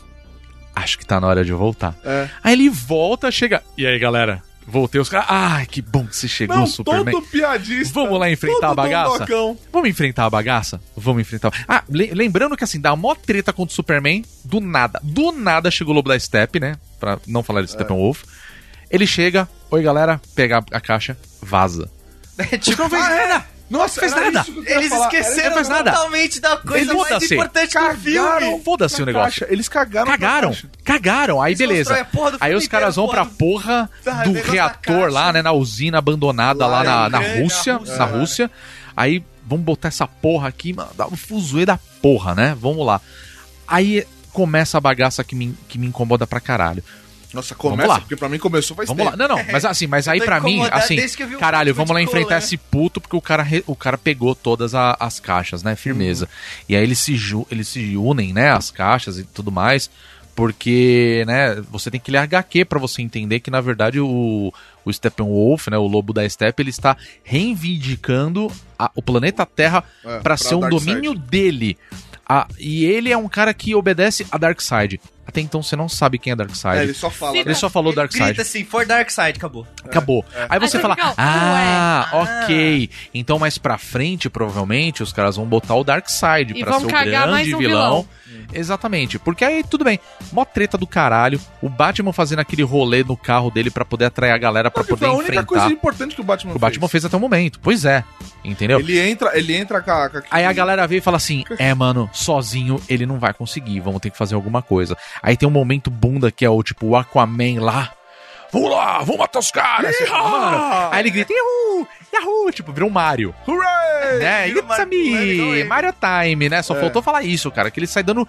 S2: Acho que tá na hora de eu voltar.
S5: É.
S2: Aí ele volta, chega. E aí, galera? Voltei os caras. Ai, que bom que você chegou,
S5: Não,
S2: Superman.
S5: todo piadista.
S2: Vamos lá enfrentar a
S5: todo
S2: bagaça?
S5: dondocão.
S2: Vamos enfrentar a bagaça? Vamos enfrentar. Ah, le- lembrando que assim, dá mó treta contra o Superman, do nada. Do nada chega o lobo da Step, né? Pra não falar
S5: É.
S2: de Steppenwolf. Ele chega, oi galera, pega a caixa, vaza.
S5: É,
S3: tipo,
S2: não fez
S5: "Ah,
S2: nada!
S5: Nossa,
S2: fez
S5: era
S2: nada.
S5: isso que eu queria
S3: eles
S5: falar.
S2: ele não
S3: esqueceram
S2: faz nada.
S3: totalmente da coisa mais
S2: foda-se.
S3: importante do filme.
S2: Foda-se o
S5: Na
S2: negócio.
S5: caixa, Eles cagaram. na
S2: Cagaram,
S5: caixa.
S2: cagaram. Aí
S3: constroem a
S2: beleza.
S3: porra do
S2: Aí
S3: filme
S2: os caras
S3: inteiro,
S2: vão pra
S3: porra
S2: porra
S3: Ah,
S2: do
S3: negócio da
S2: reator lá,
S3: caixa. é
S2: né? Na usina abandonada lá,
S5: Lá
S2: na,
S5: na
S2: na
S3: Ucrânia,
S2: Rússia.
S3: na Rússia, é.
S2: Na
S5: cara.
S2: Rússia. Aí vamos botar essa porra aqui, mano. Dá um fuzuê da porra, né? Vamos lá. Aí começa a bagaça que me, que me incomoda pra caralho.
S5: Nossa,
S2: Vamos lá.
S5: começa, porque pra mim começou faz
S2: Vamos
S5: tempo.
S2: lá. Não, não, mas assim, mas aí
S3: tô
S2: pra mim,
S3: tá incomodado
S2: assim,
S3: desde que eu vi o né?
S2: caralho,
S3: filme
S2: vamos lá
S3: de
S2: enfrentar
S3: Colan.
S2: esse puto, porque o cara, re- o cara pegou todas a- as caixas, né? Firmeza.
S3: Uhum.
S2: E aí eles se, ju- eles se unem, né? As caixas e tudo mais. Porque, né, você tem que ler HQ pra você entender que, na verdade, o, o Steppenwolf, né, o lobo da Steppe, ele está reivindicando a- o planeta Terra
S5: É,
S2: pra
S5: pra
S2: ser um
S5: Darkseid.
S2: domínio dele. Ah, e ele é um cara que obedece a Darkseid. Até então você não sabe quem é
S5: É,
S2: Darkseid.
S5: ele só fala.
S2: ele só falou
S3: Ele
S2: Darkseid.
S3: Grita assim, for Dark Side, acabou.
S2: É, Acabou.
S5: é.
S2: Aí você
S4: Aí
S2: fala,
S4: fica, ué,
S2: ah,
S3: ah."
S2: ok. Então mais pra frente, provavelmente, os caras vão botar o Darkseid
S4: E
S2: pra
S4: vão
S2: ser o
S4: cagar mais
S2: grande
S4: um
S2: vilão.
S4: vilão.
S2: Exatamente. Porque aí, tudo bem. Mó treta do caralho. O Batman fazendo aquele rolê no carro dele pra poder atrair a galera pra
S5: Porque
S2: poder
S5: foi a única
S2: enfrentar.
S5: coisa importante que o Batman
S2: que o Batman fez até o momento. Pois é. Entendeu?
S5: Ele entra, ele entra com a. com a-
S2: Aí a galera veio e fala assim: É, mano, sozinho ele não vai conseguir, vamos ter que fazer alguma coisa. Aí tem um momento bunda que é o tipo o Aquaman lá. Vamos lá, vamos matar os caras! Aí você fala, "Mano." Aí ele grita, Yahoo! Yahoo! Tipo, virou um Mario.
S5: Hooray!
S2: Né?
S3: virou
S2: It's a
S3: Mario- Mario
S2: me!
S3: Wave.
S2: Mario Time, né? Só
S5: É.
S2: faltou falar isso, cara, que ele sai dando.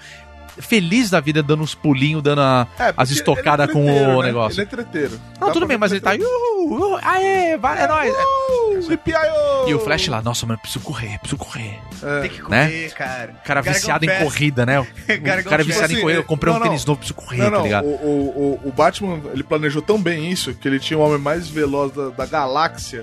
S2: Feliz da vida, dando uns pulinhos, dando a.
S5: É, porque
S2: As estocadas
S5: ele é
S2: com o
S5: treteiro, né?
S2: negócio.
S5: Ele é treteiro.
S2: Não, tudo bem, mas ele tá. Uhul! uhul, Aê, vai, é nóis!
S5: uh,
S2: E o Flash lá, nossa, mano, preciso correr, preciso correr.
S3: Tem
S5: É.
S3: que correr, cara.
S2: O cara
S3: Gargão
S2: viciado em
S3: Fest.
S2: corrida, né? O
S3: Gargão
S2: cara é
S3: Fest.
S2: viciado em
S5: Assim,
S2: corrida. Eu comprei um
S5: não, não.
S2: tênis novo, preciso correr,
S5: Não,
S2: tá
S5: não,
S2: ligado?
S5: o, o, o- o Batman, ele planejou tão bem isso que ele tinha o homem mais veloz da, da galáxia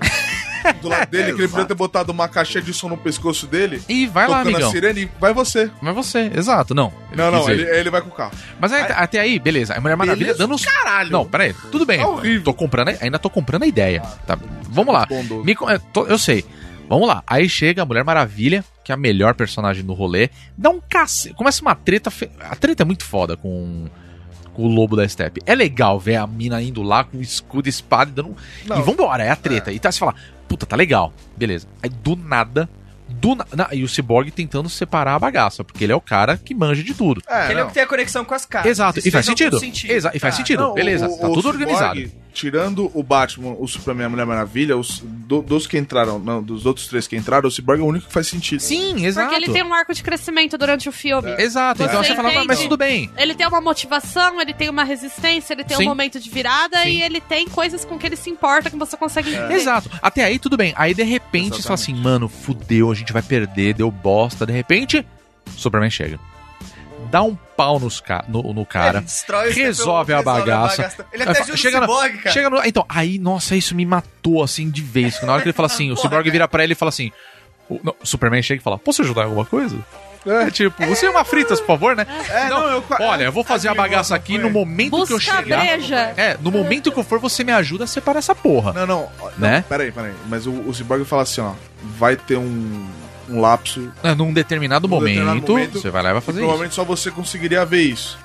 S5: do lado dele, que ele podia ter botado uma caixinha de som no pescoço dele,
S2: E vai lá,
S5: tocando a
S2: amigão.
S5: sirene, e vai você.
S2: Vai você, exato, não. ele
S5: Não,
S2: quis
S5: não,
S2: ele.
S5: ele, ele vai com o carro.
S2: Mas aí, até aí, beleza. A Mulher Maravilha
S5: Beleza?
S2: dando uns. Caralho! Não, peraí. Tudo bem.
S5: Tá horrível.
S2: Tô comprando, a- ainda tô comprando a ideia. Tá, vamos lá.
S5: Bondoso.
S2: Me con- eu tô- eu sei. Vamos lá. Aí chega a Mulher Maravilha, que é a melhor personagem do rolê. Dá um cacete. Começa uma treta. fe- A treta é muito foda com. com O lobo da Steppe. É legal ver a mina indo lá com escudo, e espada e dando um
S5: Não,
S2: E vambora, é a treta. E tá, você fala, puta, tá legal. Beleza. Aí do nada, do na... na- E o Cyborg tentando separar a bagaça, porque ele é o cara que manja de tudo.
S5: é,
S3: Ele é o
S5: não.
S3: que tem a conexão com as caras.
S2: Exato,
S3: Isso
S2: e faz
S3: algum
S2: sentido. Exa- e faz
S3: Tá.
S2: sentido, beleza, tá tudo
S5: Cyborg,
S2: organizado.
S5: Tirando o Batman, o Superman e a Mulher Maravilha, os, do- dos que entraram, não, dos outros três que entraram, o Cyborg é o único que faz sentido.
S2: Sim, exato.
S4: Porque ele tem um arco de crescimento durante o filme.
S2: Exato, então
S4: Você
S2: você fala, "Mas- mas
S4: entende.
S2: tudo bem.
S4: Ele tem uma motivação, ele tem uma resistência, ele tem
S2: Sim.
S4: um momento de virada
S2: Sim. É.
S4: e ele tem coisas com que ele se importa que você consegue entender.
S2: Exato. Até aí, tudo bem. Aí, de repente, você fala assim, mano, fudeu, a gente vai perder, deu bosta. De repente, Superman chega. Dá um pau nos ca- no, no cara.
S3: Ele destrói o
S2: resolve
S3: Steppenwolf,
S2: a bagaça.
S3: Ele até
S2: Aí,
S3: ajuda
S2: chega
S3: o
S2: na-
S3: Cyborg, cara.
S2: Chega no. Então, aí, nossa, isso me matou assim de vez. que Na hora que ele fala assim, o Cyborg vira pra ele e fala assim. O não, o Superman chega e fala: Posso ajudar em alguma coisa? É tipo, você é uma fritas, por favor, né?
S5: É, não, eu-
S2: Olha, eu vou fazer a
S5: Aquele
S2: bagaça
S5: negócio
S2: aqui
S5: foi-
S2: no momento que eu
S4: Busca a
S2: chegar.
S4: breja.
S2: É, no momento que eu for, você me ajuda a separar essa porra.
S5: Não, não, ó, não,
S2: Né?
S5: Peraí, peraí. Mas o, o Cyborg fala assim, ó. Vai ter um, um lapso.
S2: É, Num determinado,
S5: Num
S2: momento,
S5: determinado momento,
S2: você vai lá e vai
S5: que
S2: fazer isso.
S5: provavelmente só você conseguiria ver isso.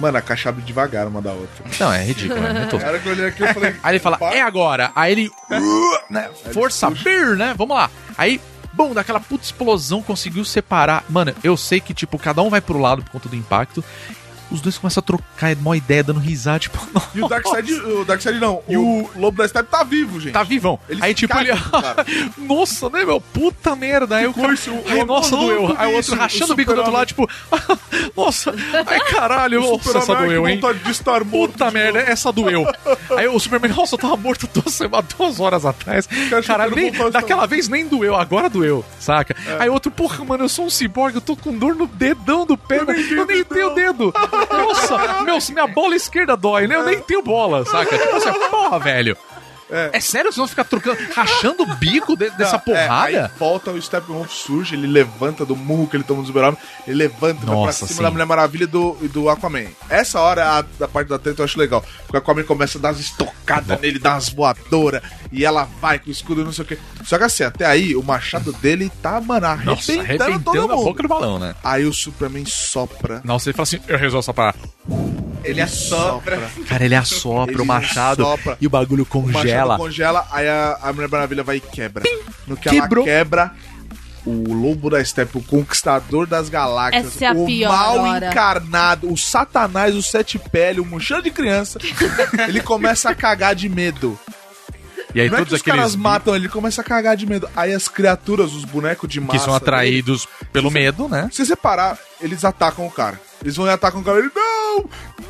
S5: Mano, a caixa abre devagar uma da outra.
S2: Não, é ridículo, né? É tosco.
S5: Na hora que eu olhei aqui, eu falei.
S2: Aí ele fala,
S5: Opa.
S2: é agora. Aí ele. né, força beer, né? Vamos lá. Aí, bom, daquela puta explosão conseguiu separar. Mano, eu sei que, tipo, cada um vai pro lado por conta do impacto. Os dois começam a trocar mó ideia, dando risada, tipo, nossa,
S5: E o Darkseid, o Darkseid não, e o Lobo da Steppe tá vivo, gente.
S2: tá vivão.
S5: Eles
S2: Aí, tipo, ele.
S5: cagam, cara.
S2: nossa, né, meu? Puta merda. Aí o cara.
S5: Curso,
S2: Ai, nossa, doeu. Aí o outro rachando o bico do outro lado, tipo, nossa, ai caralho, nossa, essa doeu, hein?
S5: vontade de estar morto.
S2: Puta merda, essa doeu. Aí o Superman, nossa, eu tava morto duas, sema- duas horas atrás.
S5: Cara,
S2: Caralho,
S5: super
S2: nem-
S5: vontade de
S2: daquela vez nem doeu, agora doeu, saca?
S5: É.
S2: Aí outro, porra, mano, eu sou um ciborgue, eu tô com dor no dedão do pé, né? eu nem tenho dedo. Nossa, meu, se minha bola esquerda dói, né? Eu nem tenho bola, saca? Tipo assim, porra, velho.
S5: É.
S2: É. sério? Vocês vão ficar trocando, rachando o bico de- dessa
S5: Não, é,
S2: porrada?
S5: aí volta, o Steppenwolf surge, ele levanta do murro que ele toma do Super-Homem, ele levanta vai pra
S2: Nossa,
S5: cima
S2: sim.
S5: da Mulher Maravilha e do, e do Aquaman. Essa hora, a, da parte da treta, eu acho legal. Porque o Aquaman começa a dar as estocadas nele, dar umas voadoras, e ela vai com o escudo e não sei o quê. Só que assim, até aí, o machado dele tá, mano,
S2: Nossa,
S5: arrebentando,
S2: arrebentando
S5: todo mundo.
S2: a boca do balão, né?
S5: Aí o Superman sopra.
S2: Nossa, ele fala assim, eu resolvo essa parada.
S5: Ele assopra.
S2: Cara, ele assopra
S5: Ele
S2: o machado
S5: assopra.
S2: e o bagulho
S5: O machado
S2: congela.
S5: congela, aí a, a Mulher Maravilha vai e quebra. No que
S2: Quebrou.
S5: ela quebra, o Lobo da Steppe, o Conquistador das Galáxias,
S4: Essa é a
S5: o
S4: pior
S5: mal
S4: hora.
S5: encarnado, o Satanás, o Sete Pele, o Mochão de Criança, ele começa a cagar de medo.
S2: E aí
S5: Não é
S2: todos
S5: que os caras
S2: aqueles
S5: matam ele, ele começa a cagar de medo. Aí as criaturas, os bonecos de massa... né?
S2: que são
S5: dele,
S2: atraídos pelo medo, né?
S5: Se você parar, eles atacam o cara. Eles vão e atacam o cara. Ele, não!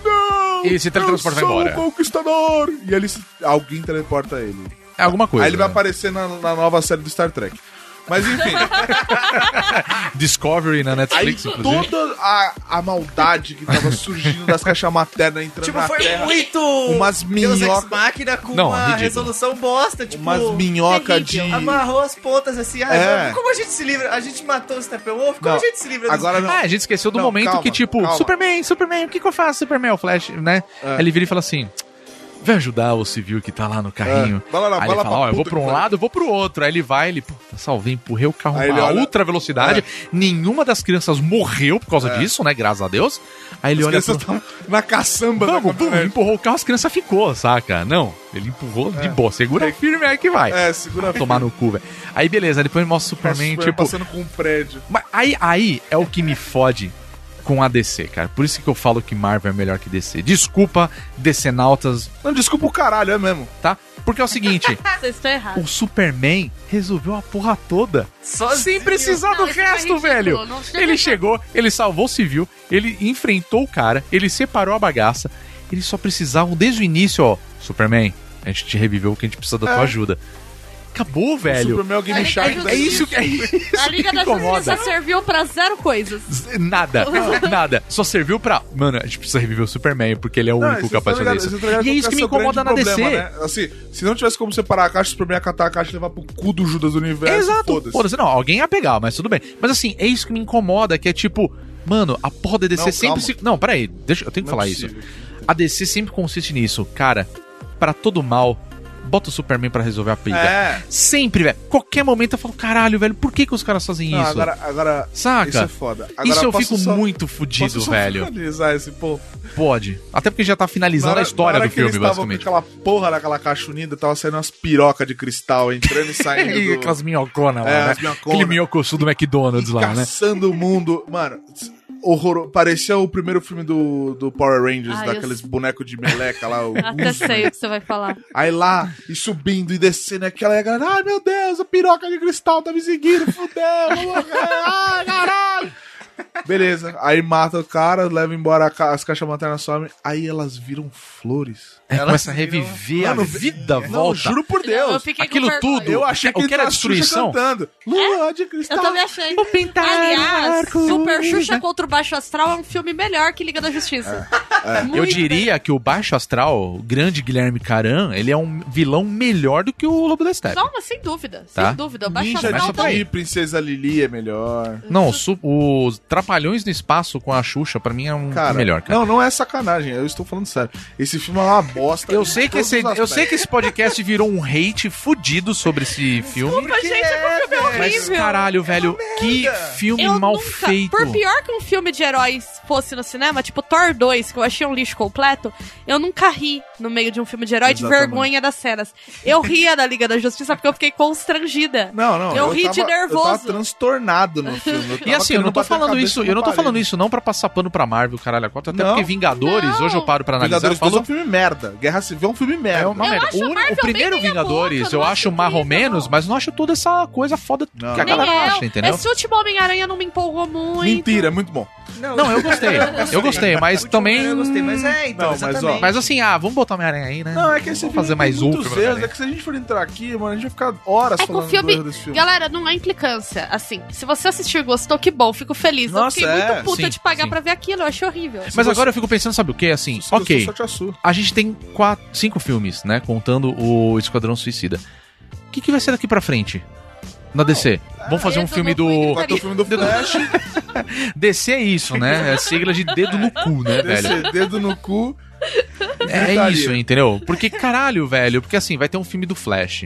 S5: Não!
S2: E ele se teletransporta e
S5: eu
S2: vai
S5: sou
S2: embora."
S5: o conquistador! E ele se- alguém teleporta ele.
S2: É alguma coisa.
S5: Aí ele vai
S2: né?
S5: aparecer na, na nova série do Star Trek. Mas enfim,
S2: Discovery na
S5: aí
S2: Netflix, inclusive.
S5: toda a, a maldade que tava surgindo das caixas maternas entrando
S3: Tipo,
S5: na
S3: foi
S5: Terra,
S3: muito.
S5: umas
S3: Deus Ex
S5: minhoca-
S3: Machina com
S2: Não,
S3: uma
S2: ridículo.
S3: resolução bosta, tipo.
S5: umas minhoca de...
S4: terrível.
S3: Amarrou as pontas assim. Ah,
S5: É.
S3: mas como a gente se livra? A gente matou o Steppenwolf? Como
S5: Não,
S3: a gente se livra
S5: Agora não.
S2: Ah, a gente esqueceu do
S5: Não,
S2: momento
S5: calma,
S2: que, tipo,
S5: calma. É.
S2: Superman, Superman, o que, que eu faço, Superman? O Flash, né? Aí ele vira e fala assim: vai ajudar o civil que tá lá no carrinho.
S5: É, vai lá,
S2: Aí
S5: vai
S2: ele
S5: lá
S2: fala,
S5: pra
S2: ó, eu vou
S5: puta
S2: pra
S5: que
S2: um
S5: pariu."
S2: lado, eu vou pro outro. Aí ele vai, ele, puta, salvei, empurrei o carro
S5: Aí ele
S2: a
S5: olha- É.
S2: ultra velocidade. Nenhuma das crianças morreu por causa disso, né? Graças a Deus. Aí ele
S5: As
S2: olha
S5: crianças
S2: pro-
S5: tão na caçamba da
S2: né? Vamos, vamos,
S5: caminhonete.
S2: empurrou o carro, as crianças ficou, saca? Não, ele empurrou de boa, segura firme aí que vai.
S5: É, segura a
S2: Tomar no cu, velho. Aí beleza, aí depois mostra o Superman,
S5: Superman
S2: tipo.
S5: passando com um prédio.
S2: Mas aí, aí é o que me fode com a DC, cara. Por isso que eu falo que Marvel é melhor que DC. Desculpa, DC Nautas,
S5: Não, desculpa o caralho, é mesmo.
S2: tá? Porque é o seguinte,
S4: Vocês estão errados.
S2: o Superman resolveu a porra toda.
S3: Sozinho.
S2: Sem precisar do
S4: Não, isso foi
S2: resto,
S4: ridículo,
S2: velho.
S4: não chega
S2: Ele
S4: a-
S2: chegou, ele salvou o civil, ele enfrentou o cara, ele separou a bagaça. Eles só precisavam desde o início, ó. Superman, a gente te reviveu que a gente precisa da tua
S5: É.
S2: ajuda. Acabou, velho.
S5: Superman é o Game
S4: Ele
S5: Shark.
S4: tá
S5: da
S2: É isso
S5: DC.
S2: que é isso
S4: A Liga
S2: que
S4: da
S2: incomoda.
S4: Justiça tá serviu pra zero coisas.
S2: Z- Nada, nada. Só serviu pra. Mano, a gente precisa reviver o Superman, porque ele é o
S5: Não,
S2: único
S5: vocês
S2: capaz de
S5: tão
S2: fazer
S5: ligados-
S2: isso.
S5: vocês tão ligados
S2: E é
S5: qual
S2: isso que
S5: é
S2: me
S5: o seu
S2: incomoda na
S5: grande
S2: DC.
S5: problema, né? Assim, se não tivesse como separar a caixa, o Superman ia catar a caixa e levar pro cu do Judas do Universo.
S2: Exato.
S5: foda-se.
S2: Foda-se, não, alguém ia pegar, mas tudo bem. Mas assim, é isso que me incomoda, que é tipo, mano, a porra da DC
S5: Não,
S2: sempre
S5: calma.
S2: se. Não, peraí, deixa, eu tenho que
S5: Não é
S2: falar isso.
S5: possível.
S2: A DC sempre consiste nisso, cara. Pra todo mal, bota o Superman pra resolver a briga.
S5: É.
S2: Sempre, velho. Qualquer momento eu falo, caralho, velho, por que, que os caras fazem
S5: Não,
S2: isso?
S5: agora, agora
S2: Saca?
S5: isso é foda. Agora,
S2: isso eu
S5: posso
S2: fico
S5: só-
S2: muito
S5: posso
S2: fudido,
S5: só
S2: velho.
S5: finalizar esse ponto.
S2: Pode. Até porque já tá
S5: Na
S2: finalizando
S5: hora-
S2: a história
S5: na hora
S2: do filme,
S5: que eles tavam
S2: basicamente.
S5: Com aquela porra daquela caixa unida, tava saindo umas pirocas de cristal entrando e saindo.
S2: E
S5: do-
S2: aquelas minhoconas lá,
S5: É,
S2: né?
S5: as minhoconas.
S2: Aquele minhocoçu do McDonald's lá, né?
S5: caçando o mundo. Mano, horroroso. Parecia o primeiro filme do, do Power Rangers,
S4: Ai, Ah, eu
S5: daqueles bonecos de meleca lá. O
S4: Até
S5: Uso.
S4: sei o que você vai falar.
S5: Aí lá, e subindo e descendo, aquela e a galera, ai meu Deus, a piroca de cristal tá me seguindo, fudeu, vou morrer, ai caralho. Beleza, aí mata o cara, leva embora a ca- as caixas maternas somem, aí elas viram flores.
S2: É,
S3: Elas
S2: começa a
S3: viram-
S2: reviver,
S5: Mano,
S2: a vida
S5: Não,
S2: É, volta.
S5: juro por
S4: Não, eu
S5: Deus.
S4: fiquei com
S2: Aquilo
S4: vergonha.
S2: tudo.
S5: Eu achei que tá
S2: O que era
S5: a Xuxa
S2: destruição?
S5: cantando. Lua de cristal.
S4: Eu também achei. Aliás, Super Xuxa contra o Baixo Astral é um filme melhor que Liga da Justiça. Muito
S2: É. Eu diria que o Baixo Astral, o grande Guilherme Caran, ele é um vilão melhor do que o Lobo da
S4: bem.
S2: Steppe.
S4: Não, mas sem dúvida,
S2: Tá.
S4: sem dúvida. O Baixo
S5: Ninja
S4: Astral
S2: Começa por
S4: tá
S2: aí.
S5: Titi, Princesa Lili é melhor.
S2: Não, o su- os Trapalhões no Espaço com a Xuxa, pra mim, é um
S5: Cara,
S2: melhor, cara.
S5: Não, não é sacanagem, eu estou falando sério. Esse filme é uma bosta.
S2: Eu
S5: em
S2: sei, que
S5: todos
S2: esse,
S5: os
S2: eu sei
S5: aspectos.
S2: que esse podcast virou um hate fudido sobre esse filme.
S4: Desculpa, gente, é porque o filme é
S2: Mas
S4: horrível.
S2: caralho, velho, que filme
S4: Eu
S2: mal
S4: nunca,
S2: feito,
S4: por por pior que um filme de heróis fosse no cinema, tipo Thor 2, que eu achei um lixo completo, eu nunca ri no meio de um filme de herói
S5: Exatamente.
S4: de vergonha das cenas. Eu ria da Liga da Justiça porque eu fiquei constrangida.
S5: Não, não.
S4: Eu ri de nervoso.
S5: Eu tava transtornado no filme.
S2: E assim, eu não tô falando isso, eu não tô falando isso não pra passar pano pra Marvel, caralho, a quatro, até
S5: Não.
S2: porque Vingadores,
S4: Não.
S2: hoje eu paro pra analisar,
S5: Vingadores
S2: eu
S5: 2 é
S2: falo,
S5: um filme merda. Guerra Civil é um filme merda.
S2: é uma
S4: Eu
S2: merda.
S4: acho
S2: O,
S4: a
S2: uni-
S4: Marvel
S2: o primeiro
S4: bem meia
S2: Vingadores
S4: boca,
S2: eu
S4: não
S2: acho
S4: acho
S2: marrom
S4: incrível,
S2: menos,
S4: não.
S2: mas não acho toda essa coisa foda
S5: Não.
S2: que a
S5: Nem
S2: galera
S4: eu.
S2: acha, entendeu?
S4: Esse último Homem-Aranha não me empolgou muito.
S5: Mentira, é muito bom.
S2: Não, eu gostei. Eu gostei, mas também.
S3: Eu gostei, mas é, então,
S5: Não, mas, ó,
S3: exatamente.
S2: Mas assim, ah, vamos botar Homem-Aranha aí, né?
S5: Não, é que
S2: vamos
S5: esse filme
S2: fazer
S5: tem
S2: mais um.
S5: muitos
S2: filme,
S5: erros. É
S2: Homem-Aranha.
S5: que se a gente for entrar aqui, mano, a gente vai ficar horas
S4: É que o
S5: falando
S4: filme-
S5: do erro desse filme.
S4: Galera, não é implicância. Assim, se você assistiu e gostou, que bom, fico feliz. eu
S5: Nossa,
S4: fiquei
S5: é,
S4: muito puta
S2: sim,
S4: de pagar
S2: sim.
S4: pra ver aquilo, eu achei horrível.
S5: Se
S2: Mas
S5: você-
S2: agora eu fico pensando, sabe o que? Assim,
S5: Se você
S2: ok.
S5: gostou, sorte a sua.
S2: a gente tem quatro, cinco filmes, né? Contando o Esquadrão Suicida. O que, que vai ser daqui pra frente? Na DC. Vamos fazer um
S4: Dedo
S2: filme
S4: no
S2: do.
S4: cu e
S5: Vai ter o filme do Flash,
S2: DC é isso, né? É a sigla de dedo no cu, né, velho?
S5: desse dedo no cu.
S2: É
S5: Gritaria.
S2: isso, entendeu? Porque caralho, velho. Porque assim, vai ter um filme do Flash.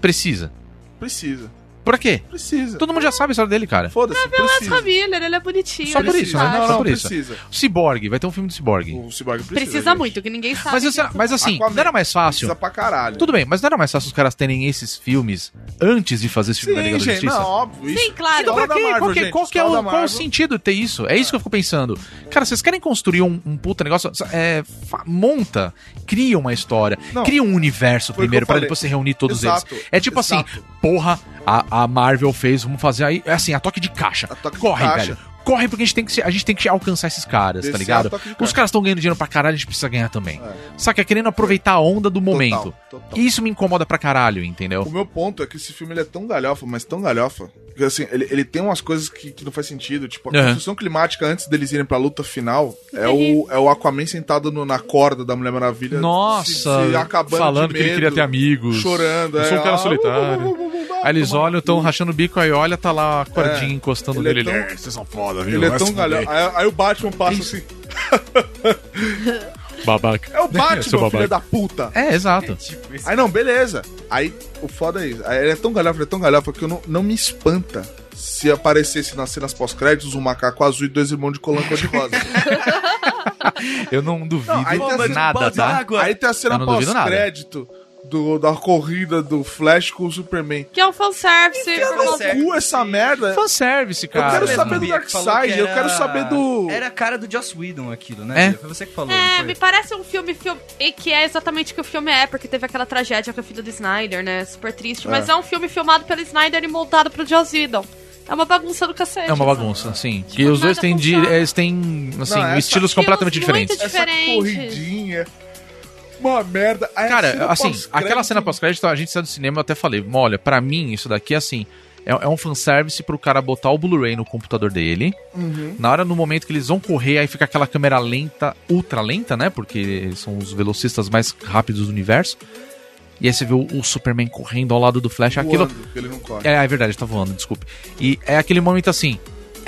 S2: Precisa.
S5: Precisa,
S2: Pra quê?
S5: precisa.
S2: Todo mundo já sabe a história dele, cara.
S5: Foda-se,
S4: Mas
S5: precisa.
S4: família, ele é bonitinho.
S2: Só por
S4: ele é
S2: isso, né?
S4: simpático.
S5: Não,
S2: Só
S5: não,
S2: por isso.
S5: precisa.
S2: Cyborg, vai ter um filme do Cyborg.
S5: O Cyborg precisa.
S4: Precisa
S5: gente.
S4: muito, que ninguém sabe.
S2: Mas, assim, mas assim,
S5: Aquaman.
S2: não era mais fácil.
S5: Precisa pra caralho.
S2: Tudo bem, mas não era mais fácil os caras terem esses filmes antes de fazer esse filme da Liga
S5: Sim,
S2: da
S5: gente,
S2: Justiça?
S5: não, óbvio.
S4: Sim,
S5: Isso.
S4: claro.
S2: Então, pra
S5: Escola da
S2: quê?
S5: Marvel,
S2: Qual que-
S5: gente.
S2: qual que é
S5: Escola
S2: o,
S5: da
S2: qual o
S5: Marvel.
S2: sentido de ter isso? É isso que eu fico pensando. Cara, vocês querem construir um, um puta negócio? É, fa- monta, cria uma história,
S5: Não.
S2: cria um universo
S5: Foi o que
S2: primeiro
S5: eu
S2: pra
S5: falei.
S2: depois você reunir todos
S5: Exato,
S2: eles. É tipo assim,
S5: exato.
S2: porra, a, a Marvel fez, vamos fazer aí, é assim, a toque de caixa.
S5: A toque de
S2: Corre,
S5: caixa.
S2: velho. Corre porque a gente tem que se- a gente tem que alcançar esses caras,
S5: Desse
S2: tá ligado?
S5: a toque de
S2: Os
S5: caixa.
S2: caras estão ganhando dinheiro pra caralho, a gente precisa ganhar também.
S5: É.
S2: Saca, querendo aproveitar a onda do momento.
S5: Total, total.
S2: Isso me incomoda pra caralho, entendeu?
S5: O meu ponto é que esse filme ele é tão galhofa, mas tão galhofa, que assim, ele, ele tem umas coisas que, que não faz sentido. Tipo, a
S2: Aham.
S5: construção climática antes deles irem pra luta final é o, é o Aquaman sentado no- na corda da Mulher Maravilha.
S2: Nossa,
S5: se- se acabando
S2: falando
S5: de
S2: que ele
S5: medo,
S2: queria ter amigos.
S5: Chorando,
S2: Eu sou um cara
S5: ah,
S2: solitário.
S5: uh, uh, uh, uh, uh,
S2: Aí eles
S5: toma-
S2: olham, estão rachando o bico, aí olha, tá lá a cordinha
S5: É.
S2: encostando
S5: Ele é
S2: nele.
S5: tão-
S2: "É, vocês são foda, viu?
S5: Ele é
S2: Vai
S5: tão
S2: se fuder,
S5: galhofa. Aí, aí o Batman passa assim.
S2: Babaca.
S5: É
S2: Seu
S5: o Batman,
S2: babaca.
S5: filho da puta!
S2: É, exato.
S3: Tipo, isso.
S5: Aí não, beleza. Aí o foda é isso. Aí ele é tão galhofa, ele é tão galhofa que eu não, não me espanta se aparecesse nas cenas pós-créditos um macaco azul e dois irmãos de colã cor-de-rosa.
S2: Eu não duvido
S5: Não, aí tem-
S2: nada, tá?
S3: Água.
S5: Aí tem a
S2: Eu
S5: cena
S2: não duvido nada.
S5: pós-crédito do- da corrida do Flash com o Superman.
S4: Que é um fanservice. por
S5: Cara,
S4: causa-
S3: certo.
S5: cu essa merda.
S2: Fanservice, cara.
S5: é-" quero
S3: Mas
S5: saber
S3: não,
S5: do
S3: Bia,
S5: Dark
S3: que falou que
S5: Side, eu quero saber do-
S3: Era a cara do Joss Whedon aquilo, né?
S2: É.
S3: Bia? Foi você que falou.
S4: É,
S3: não foi?
S4: me parece um filme, filme e que é exatamente o que o filme é, porque teve aquela tragédia com a filha do Snyder, né? Super triste. Mas é um filme filmado pelo Snyder e montado pro Joss Whedon. É uma bagunça do cacete.
S2: É uma
S4: sabe?
S2: bagunça, assim.
S4: Tipo,
S2: Que os dois
S4: nada
S2: têm, de,
S4: funciona.
S2: eles têm assim,
S5: Não, é essa-
S2: estilos
S4: Estilos
S2: completamente
S4: muito
S2: diferentes.
S4: diferentes.
S5: Essa
S4: Diferente.
S5: corridinha. Uma merda. Aí a
S2: Cara,
S5: É cena
S2: assim,
S5: pós-crédito-
S2: aquela cena pós-crédito, a gente saiu do cinema, eu até falei, olha, pra mim isso daqui, assim, é, é um fanservice pro cara botar o Blu-ray no computador dele.
S5: Uhum.
S2: Na hora, no momento que eles vão correr, aí fica aquela câmera lenta, ultra lenta, né? Porque eles são os velocistas mais rápidos do universo. E aí você vê o, o Superman correndo ao lado do Flash, aquilo...
S5: Voando, que ele não corre.
S2: É, é verdade, tá voando, desculpe. E é aquele momento assim...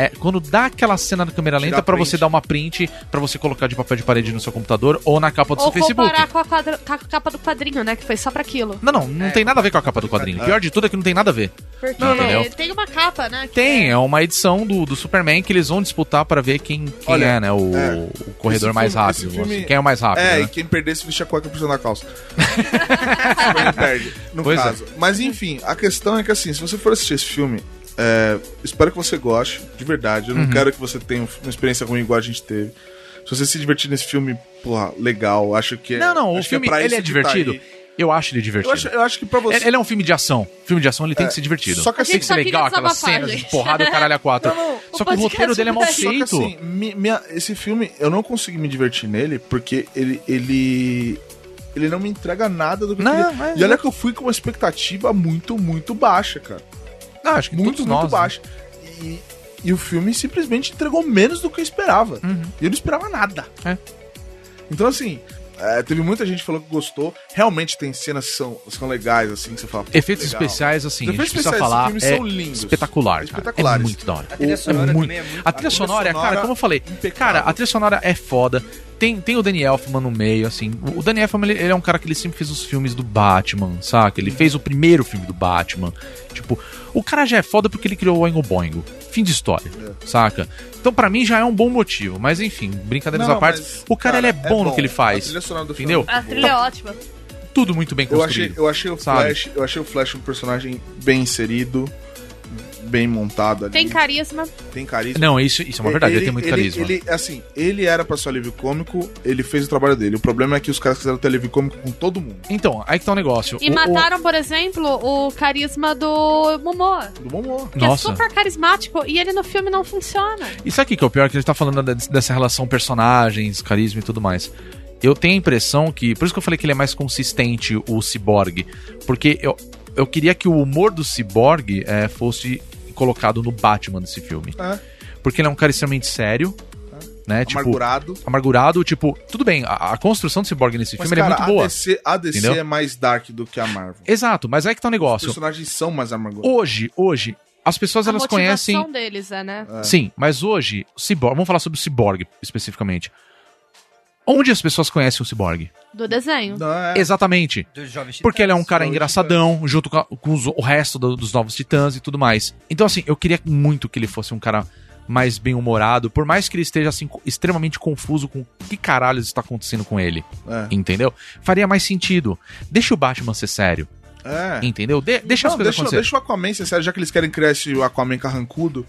S2: É, quando dá aquela cena na câmera
S5: Tirar
S2: lenta pra você
S5: print.
S2: dar uma print, pra você colocar de papel de parede no seu computador ou na capa do seu
S4: Ou
S2: Facebook.
S4: comparar com a, quadra- com a capa do quadrinho, né? Que foi só pra aquilo.
S2: Não, não, não
S3: É,
S2: tem nada a ver com a capa do
S5: né?
S2: quadrinho. Pior de tudo é que não tem nada a ver.
S4: Porque
S2: Não, não.
S4: tem uma capa, né? que
S2: Tem,
S4: é-
S2: é uma edição do, do Superman que eles vão disputar pra ver quem, quem
S5: Olha,
S2: é, né? O,
S5: é.
S2: o corredor
S5: Esse
S2: mais
S5: filme-
S2: rápido.
S5: esse filme-
S2: assim, quem é o mais rápido,
S5: É, e
S2: né?
S5: quem perdesse vestia cueca por cima da calça. Superman perde, no
S2: Pois é.
S5: caso. Mas enfim, a questão é que assim, se você for assistir esse filme, é, espero que você goste, de verdade. Eu
S2: Uhum.
S5: não quero que você tenha uma experiência ruim igual a gente teve. Se você se divertir nesse filme, porra, legal. Acho que é.
S2: Não, não, o
S5: acho que
S2: filme,
S5: pra
S2: ele
S5: isso
S2: é
S5: que tá
S2: divertido.
S5: aí.
S2: Eu acho ele divertido.
S5: eu, acho, eu acho que pra você.
S2: Ele, ele é um filme de ação. Filme de ação, ele tem que ser divertido.
S5: Só que
S4: A gente
S5: assim,
S2: tem que ser
S4: só queria
S2: legal, aquelas
S4: desabafar,
S2: cenas de
S4: gente.
S2: porrada do caralho a quatro. Só que o
S4: podcast
S2: roteiro dele é mal
S4: vai-
S5: Só que
S2: feito.
S5: assim, mi- minha- esse filme, eu não consegui me divertir nele, porque ele. ele... Ele não me entrega nada do que
S2: Não, é
S5: eu queria.
S2: mas-
S5: E olha que eu fui com uma expectativa muito, muito baixa, cara.
S2: Ah, acho que
S5: Muito,
S2: todos
S5: muito
S2: nós,
S5: baixa. E, e o filme simplesmente entregou menos do que eu esperava.
S2: Uhum.
S5: E eu não esperava nada.
S2: É.
S5: Então, assim, é, teve muita gente que falou que gostou. Realmente tem cenas que são, são legais, assim, que você fala. "Pô,
S2: Efeitos
S5: legal."
S2: especiais, assim,
S5: Os
S2: a
S5: efeitos
S2: gente precisa
S5: especiais
S2: falar,
S5: desse
S2: é
S5: filme são lindos.
S2: espetacular, cara. É
S5: Espetaculares.
S2: muito da hora.
S3: A trilha
S5: é
S3: sonora
S2: muito-
S3: também é muito...
S2: A trilha sonora,
S5: sonora
S2: cara, como eu falei,
S5: impecável.
S2: cara, a trilha sonora é foda. tem, tem o Danny Elfman no meio, assim. O Danny Elfman, ele, ele é um cara que ele sempre fez os filmes do Batman, saca? Ele fez o primeiro filme do Batman. Tipo, o cara já é foda porque ele criou o Oingo Boingo. Fim de história,
S5: É.
S2: saca? Então, pra mim, já é um bom motivo. Mas, enfim, brincadeiras
S5: Não,
S2: à parte.
S5: mas,
S2: o cara, ele é, bom no que ele
S5: A
S2: faz.
S5: trilha sonora do
S2: Entendeu?
S5: filme é
S4: A
S5: muito
S4: trilha é ótima.
S2: Tudo muito bem
S5: boa. Eu
S2: construído.
S5: achei, eu achei o
S2: sabe?
S5: Flash, eu achei o Flash um personagem bem inserido, bem montado ali.
S4: Tem carisma.
S5: Tem carisma.
S2: Não, isso, isso é uma verdade, ele, tem muito carisma.
S5: Ele, assim, ele era pra ser alívio cômico, ele fez o trabalho dele. O problema é que os caras quiseram ter alívio cômico com todo mundo.
S2: Então, aí que tá o negócio.
S4: E
S2: O- o-
S4: mataram, por exemplo, o carisma do Momoa.
S5: Do bom humor.
S4: Que
S2: Nossa.
S4: é super carismático e ele no filme não funciona.
S2: E sabe o que que é o pior? Que a gente tá falando da- dessa relação personagens, carisma e tudo mais. Eu tenho a impressão que. Por isso que eu falei que ele é mais consistente, o Cyborg. Porque eu, eu queria que o humor do Cyborg eh, fosse colocado no Batman desse filme.
S5: É.
S2: Porque ele é um cara extremamente sério. Né? Tipo,
S5: Amargurado.
S2: amargurado. Tipo, tudo bem, a, a construção do Cyborg nesse
S5: Mas,
S2: filme ele
S5: cara,
S2: é muito boa.
S5: a DC, a DC
S2: Entendeu?
S5: é mais dark do que a Marvel.
S2: Exato, mas aí que tá o
S5: Os
S2: negócio.
S5: personagens são mais amargurados.
S2: Hoje, hoje, as pessoas
S4: a
S2: elas
S4: motivação
S2: conhecem.
S4: deles é, né?
S5: É.
S2: Sim, mas hoje, o Cyborg, vamos falar sobre o Cyborg especificamente. Onde as pessoas conhecem o Cyborg?
S4: Do desenho.
S5: Não, é.
S2: Exatamente.
S3: Do Jovem Titãs.
S2: Porque ele é um cara
S5: Novos
S2: engraçadão, junto com, a- com os- o resto do- dos novos titãs e tudo mais. Então, assim, eu queria muito que ele fosse um cara mais bem-humorado, por mais que ele esteja, assim, co- extremamente confuso com o que caralho está acontecendo com ele.
S5: É.
S2: Entendeu? Faria mais sentido. Deixa o Batman ser sério.
S5: É.
S2: Entendeu? De- deixa as
S5: Não,
S2: coisas
S5: deixa,
S2: acontecerem.
S5: deixa o Aquaman, ser sério, já que eles querem criar esse Aquaman carrancudo.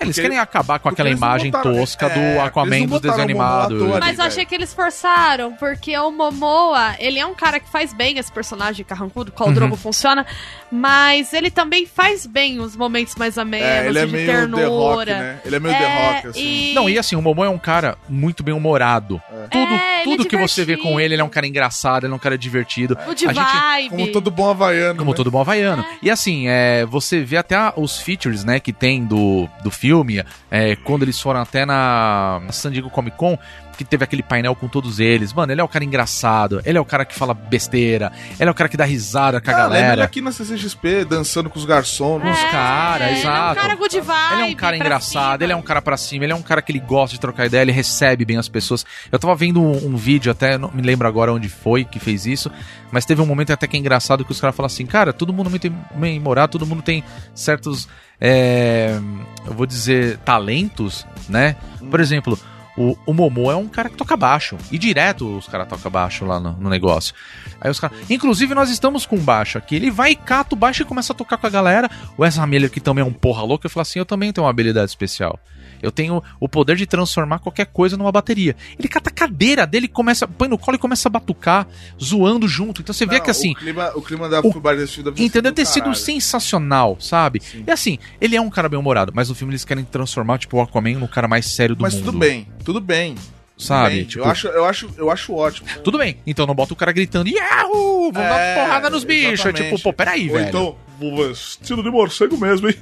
S2: Eles
S5: porque-
S2: querem acabar com
S5: porque
S2: aquela
S5: eles não
S2: imagem
S5: botaram-
S2: tosca
S5: é,
S2: do Aquaman né?
S5: eles não
S2: do desenho
S5: botaram um bom
S2: animado.
S5: ator.
S4: Mas eu
S5: velho.
S4: achei que eles forçaram, porque o Momoa, ele é um cara que faz bem esse personagem carrancudo, qual
S2: Uhum.
S4: drogo funciona, mas ele também faz bem os momentos mais amenos,
S5: É, ele é
S4: de
S5: meio The Rock,
S4: ternura.
S5: né? Ele é meio
S4: É,
S5: The Rock, assim.
S4: e-
S2: Não, e assim, o Momo é um cara muito bem humorado. Tudo,
S4: É, ele é
S2: tudo que você vê
S4: divertido.
S2: com ele, ele é um cara engraçado, ele é um cara divertido.
S4: O de
S2: A gente-
S4: vibe.
S5: Como todo bom havaiano.
S2: Como
S5: né?
S2: todo bom havaiano. E assim, é, você vê até a- os features, né, que tem do, do filme, é, quando eles foram até na San Diego Comic Con, que teve aquele painel com todos eles. Mano, ele é o cara engraçado, ele é o cara que fala besteira, ele é o cara que dá risada com a
S5: Cara, lembra ele é
S2: galera. É.
S5: aqui na CCXP, dançando com os garçons.
S2: Com os
S5: nossa,
S2: caras,
S4: ele é um
S2: exato.
S4: cara good vibe.
S2: Ele é um cara
S4: pra
S2: engraçado,
S4: cima.
S2: ele é um cara pra cima, ele é um cara que ele gosta de trocar ideia, ele recebe bem as pessoas. Eu tava vendo um, um vídeo até, não me lembro agora onde foi que fez isso, mas teve um momento até que é engraçado que os caras falam assim, cara, todo mundo muito bem morado, todo mundo tem certos, é, eu vou dizer, talentos, né? Por exemplo... O, o Momo é um cara que toca baixo. E direto os caras tocam baixo lá no, no negócio. Aí os caras. Inclusive, nós estamos com um baixo aqui. Ele vai, cata o baixo e começa a tocar com a galera. O Ezra Miller, que também é um porra louco, eu falo assim: eu também tenho uma habilidade especial. Eu tenho o poder de transformar qualquer coisa numa bateria. Ele cata a cadeira dele, começa, põe no colo e começa a batucar, zoando junto. Então você vê
S5: Não,
S2: que assim,
S5: Ah, O clima, o clima da
S2: o-
S5: Fubar desse filme deve
S2: entendeu?
S5: do
S2: Ter sido um
S5: caralho.
S2: sensacional, sabe?
S5: Sim.
S2: E assim, ele é um cara bem-humorado, mas no filme eles querem transformar, tipo, o Aquaman no cara mais sério do
S5: Mas
S2: mundo.
S5: tudo bem, tudo bem. tudo
S2: Sabe?
S5: bem.
S2: Tipo,
S5: eu, acho, eu, acho, eu acho ótimo.
S2: Tudo bem. Então não bota o cara gritando, Yahoo! Vamos
S5: É,
S2: dar porrada nos bichos. É
S5: exatamente.
S2: tipo, pô, peraí,
S5: Ou
S2: velho.
S5: então, vou estilo de morcego mesmo, hein?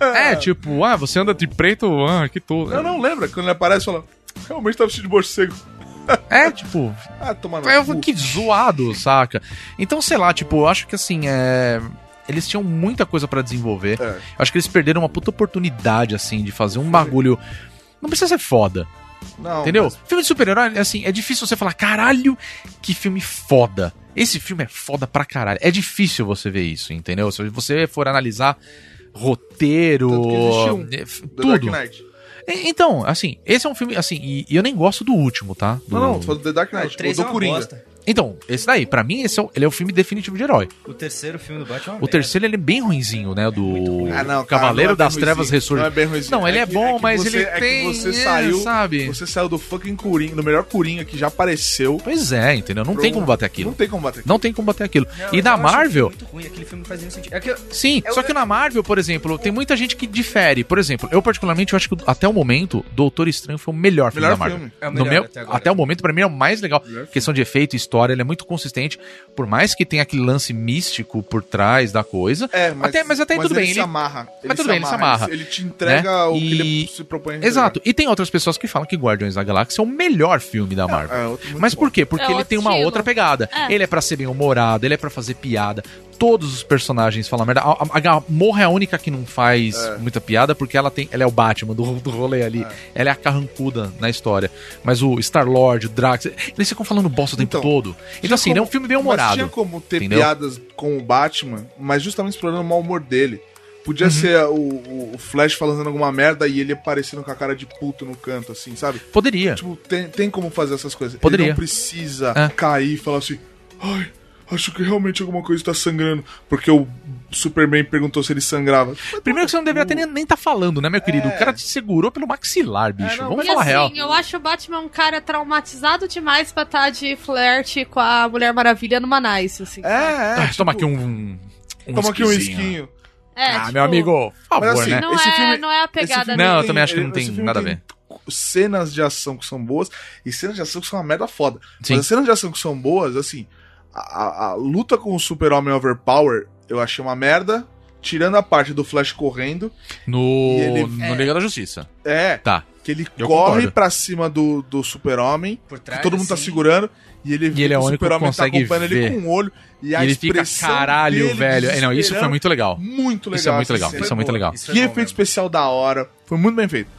S2: É, tipo, ah, você anda de preto, ah, que todo.
S5: Não, não, lembra? Quando ele aparece, fala, realmente tá vestido de morcego.
S2: É, tipo,
S5: Ah, toma no
S2: É,
S5: cu.
S2: que zoado, saca? Então, sei lá, tipo, eu acho que assim, é. Eles tinham muita coisa pra desenvolver.
S5: É.
S2: Acho que eles perderam uma puta oportunidade, assim, de fazer um bagulho. Não precisa ser foda,
S5: Não,
S2: entendeu?
S5: mas-
S2: Filme de super-herói, assim, é difícil você falar, caralho, que filme foda. Esse filme é foda pra caralho. É difícil você ver isso, entendeu? Se você for analisar roteiro,
S5: Tanto que existiu um,
S2: eh, f-
S5: The Dark
S2: tudo.
S5: Knight.
S2: E- Então, assim, esse é um filme, assim, e, e eu nem gosto do último, tá? Do-
S5: Não, não, tô falando do The Dark
S3: O
S5: Knight. O,
S3: 3 é
S5: do
S3: uma
S5: Coringa.
S3: bosta.
S2: Então, esse daí, pra mim, esse é o, ele é o filme definitivo de herói.
S3: O terceiro filme do Batman. é uma
S2: O
S3: merda.
S2: terceiro, ele é bem ruinzinho, né? Do
S5: Ah, não, cara,
S2: Cavaleiro
S5: não é
S2: das
S5: bem
S2: Trevas
S5: ruinzinho,
S2: Ressurge.
S5: Não,
S2: Não,
S5: é bem ruinzinho.
S2: ele é,
S5: É que-
S2: bom,
S5: é que
S2: mas
S5: você-
S2: ele
S5: é que
S2: tem...
S5: você
S2: é,
S5: saiu-
S2: Sabe?
S5: Você saiu do fucking Coringa, do melhor Coringa que já apareceu.
S2: Pois é, entendeu? Não
S5: Pro- um
S2: tem como bater
S5: Não
S2: aquilo.
S5: tem como bater.
S2: Não tem como bater aquilo.
S3: Não,
S2: E
S3: eu
S2: na
S3: acho
S2: Marvel...
S3: Muito ruim, aquele filme não faz nenhum sentido. É que eu-
S2: Sim,
S3: Eu-
S2: só que na Marvel, por exemplo, tem muita gente que difere. Por exemplo, eu particularmente eu acho que até o momento, Doutor Estranho foi o melhor filme
S5: Melhor
S2: da Marvel.
S5: filme.
S3: É o
S2: No
S3: melhor
S2: meu-
S3: até
S2: até,
S3: agora.
S2: o momento, pra mim, é o mais legal.
S5: Melhor filme.
S2: Questão de efeito, história, ele é muito consistente. Por mais que tenha aquele lance místico por trás da coisa.
S5: É,
S2: Até- mas até aí tudo
S5: ele
S2: bem,
S5: Se
S2: ele-
S5: amarra,
S2: tudo bem, ele se amarra,
S5: Ele, ele te entrega
S2: né?
S5: o que ele
S2: E-
S5: se propõe a entregar.
S2: Exato. E tem outras pessoas que falam que Guardiões da Galáxia é o melhor filme da Marvel.
S5: É, outro muito
S2: Mas
S5: bom.
S2: por quê? Porque
S4: É
S2: ele
S4: outro
S2: tem uma
S4: estilo.
S2: outra pegada.
S4: É.
S2: Ele é pra ser bem humorado, ele é pra fazer piada. todos os personagens falam merda. A, a, a Gamorra é a única que não faz
S5: É.
S2: muita piada, porque ela tem. Ela é o Batman do, do rolê ali. Ela é a carrancuda na história. Mas o Star Lord, o Drax, eles ficam falando bosta o tempo
S5: Então,
S2: todo. Então, assim, ele é um filme bem
S5: Mas
S2: humorado.
S5: tinha como ter
S2: entendeu?
S5: piadas com o Batman, mas justamente explorando o mau humor dele. Podia
S2: Uhum.
S5: ser o, o- o Flash falando alguma merda e ele aparecendo com a cara de puto no canto, assim, sabe?
S2: Poderia.
S5: Tipo, tem, tem como fazer essas coisas.
S2: Poderia.
S5: Ele não precisa
S2: É.
S5: cair e falar assim, ai, acho que realmente alguma coisa tá sangrando, porque o Superman perguntou se ele sangrava. Tipo,
S2: Primeiro que você não deveria ter nem, nem tá falando, né, meu querido? O cara te segurou pelo maxilar, bicho.
S5: É. não,
S2: Vamos
S4: e
S2: falar
S4: assim,
S2: real.
S4: eu acho o Batman um cara traumatizado demais pra estar de flerte com a Mulher Maravilha numa nice, assim.
S5: É, é.
S2: Ah,
S5: tipo,
S2: toma aqui um. um
S5: Toma aqui um
S2: esquisinho.
S5: esquinho.
S4: É,
S2: ah,
S4: tipo,
S2: meu amigo, por favor,
S5: Mas assim,
S2: né?
S4: Não
S5: Esse
S4: é,
S5: filme-
S4: não é a
S5: Esse
S4: pegada
S5: filme é,
S4: dele.
S2: Não, eu também acho que não
S5: esse
S2: tem
S5: filme
S2: nada a
S5: tem
S2: ver.
S5: Cenas de ação que são boas e cenas de ação que são uma merda foda.
S2: Sim.
S5: Mas as cenas de ação que são boas, assim, a, a- a luta com o Super-Homem Overpower eu achei uma merda, tirando a parte do Flash correndo.
S2: No,
S5: E ele-
S2: no Liga da Justiça.
S5: É,
S2: Tá.
S5: que ele
S2: Eu
S5: corre
S2: concordo.
S5: pra cima do, do Super-Homem,
S3: Por
S5: que
S3: trás,
S5: todo mundo tá
S3: assim.
S5: segurando, e ele
S2: ele é o
S5: o
S2: único que
S5: Super-Homem tá
S2: consegue
S5: acompanhando
S2: ver.
S5: ele com o olho, e a
S2: e ele fica,
S5: expressão
S2: caralho,
S5: dele de
S2: velho. É, não, isso foi
S5: desespero,
S2: muito legal.
S5: muito legal.
S2: Isso é muito
S5: essa
S2: legal.
S5: cena.
S2: Isso é muito
S3: boa.
S2: legal.
S3: Isso é
S5: Que
S3: bom
S5: efeito
S3: mesmo.
S5: especial da hora. Foi muito bem feito.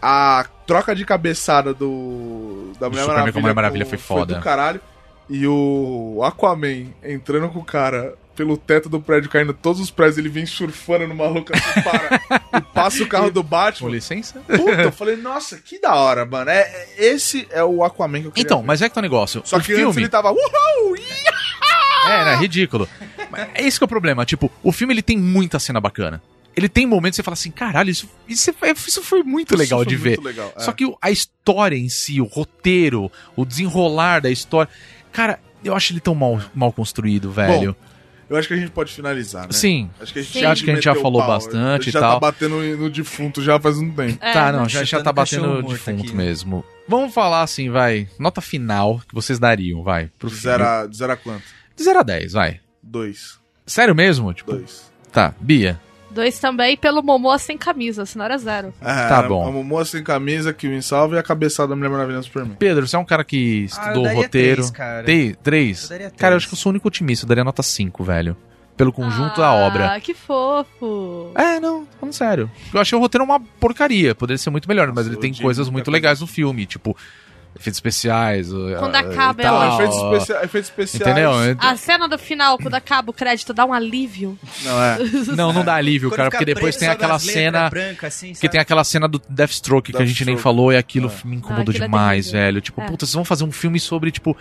S5: A troca de cabeçada do. Da
S2: Do Superman com a Mulher é Maravilha
S5: com-
S2: foi foda.
S5: do caralho. E o Aquaman entrando com o cara pelo teto do prédio, caindo todos os prédios, ele vem surfando no maluco assim, para. e passa o carro do
S2: Com
S5: Batman.
S2: licença?
S5: Puta, eu falei, nossa, que da hora, mano. É, é- esse é o Aquaman que eu queria.
S2: Então,
S5: ver.
S2: mas é que tá o negócio.
S5: Só
S2: o
S5: que antes
S2: filme.
S5: ele tá tava. Uhul! ih!"
S2: É, né? Ridículo. Mas é isso que é o problema. Tipo, o filme ele tem muita cena bacana. Ele tem momentos que você fala assim, caralho, isso, isso, foi, isso foi muito legal
S5: Isso
S2: de
S5: foi
S2: ver.
S5: muito Legal, é.
S2: Só que o- a história em si, o roteiro, o desenrolar da história. Cara, eu acho ele tão mal, mal construído, velho.
S5: Eu acho que a gente pode finalizar, né?
S2: Sim.
S5: Acho que a
S4: Sim.
S5: já
S4: Acho
S2: que a gente já
S5: meteu o
S2: falou
S5: pau.
S2: bastante e
S5: já
S2: tal.
S5: tá batendo no defunto já faz um tempo.
S4: É,
S2: tá, não, já, já
S3: chutando
S2: tá batendo
S3: cachorro
S2: de
S3: morto
S2: fundo
S3: aqui.
S2: mesmo. Vamos falar assim, vai. Nota final que vocês dariam, vai. Pro
S5: De zero
S2: filme.
S5: a, de zero a quanto?
S2: De 0 a 10, vai.
S5: Dois.
S2: Sério mesmo? Tipo,
S5: Dois.
S2: tá, Bia.
S4: Dois também pelo Momoa sem camisa, senão era zero.
S5: Ah,
S2: Tá bom.
S5: A Momoa sem camisa, que me salva e a cabeçada da Mulher Maravilha no Superman.
S2: Pedro, você é um cara que
S3: Ah, eu
S2: estudou
S3: daria
S2: roteiro.
S3: três, cara.
S2: Dei- três?
S3: Eu daria
S2: Cara, eu
S3: três.
S2: acho que eu sou o único otimista, eu daria nota 5, velho. Pelo conjunto da obra.
S4: Ah, que fofo.
S2: É, não, falando sério. Eu achei o roteiro uma porcaria, poderia ser muito melhor, mas
S5: Nossa,
S2: ele
S5: eu
S2: tem
S5: odiei
S2: coisas
S5: muita
S2: muito
S5: coisa.
S2: legais no filme, tipo, efeitos especiais.
S4: Quando acaba,
S2: é
S4: ela-
S5: Não, efeitos, especia efeitos especiais.
S2: Entendeu? É Então,
S4: A cena do final, quando acaba o crédito, dá um alívio.
S5: Não, é.
S2: Não, não dá alívio,
S3: Quando
S2: cara,
S3: fica
S2: porque depois
S3: preto,
S2: tem
S3: sabe,
S2: aquela
S3: umas letras
S2: cena.
S3: brancas, assim,
S2: Porque
S3: sabe?
S2: tem aquela cena do Deathstroke que a gente nem
S5: Deathstroke.
S2: falou e aquilo me
S4: Ah,
S2: incomodou
S4: aquilo é
S2: demais,
S4: terrível.
S2: velho. Tipo,
S4: É.
S2: puta, vocês vão fazer um filme sobre, tipo,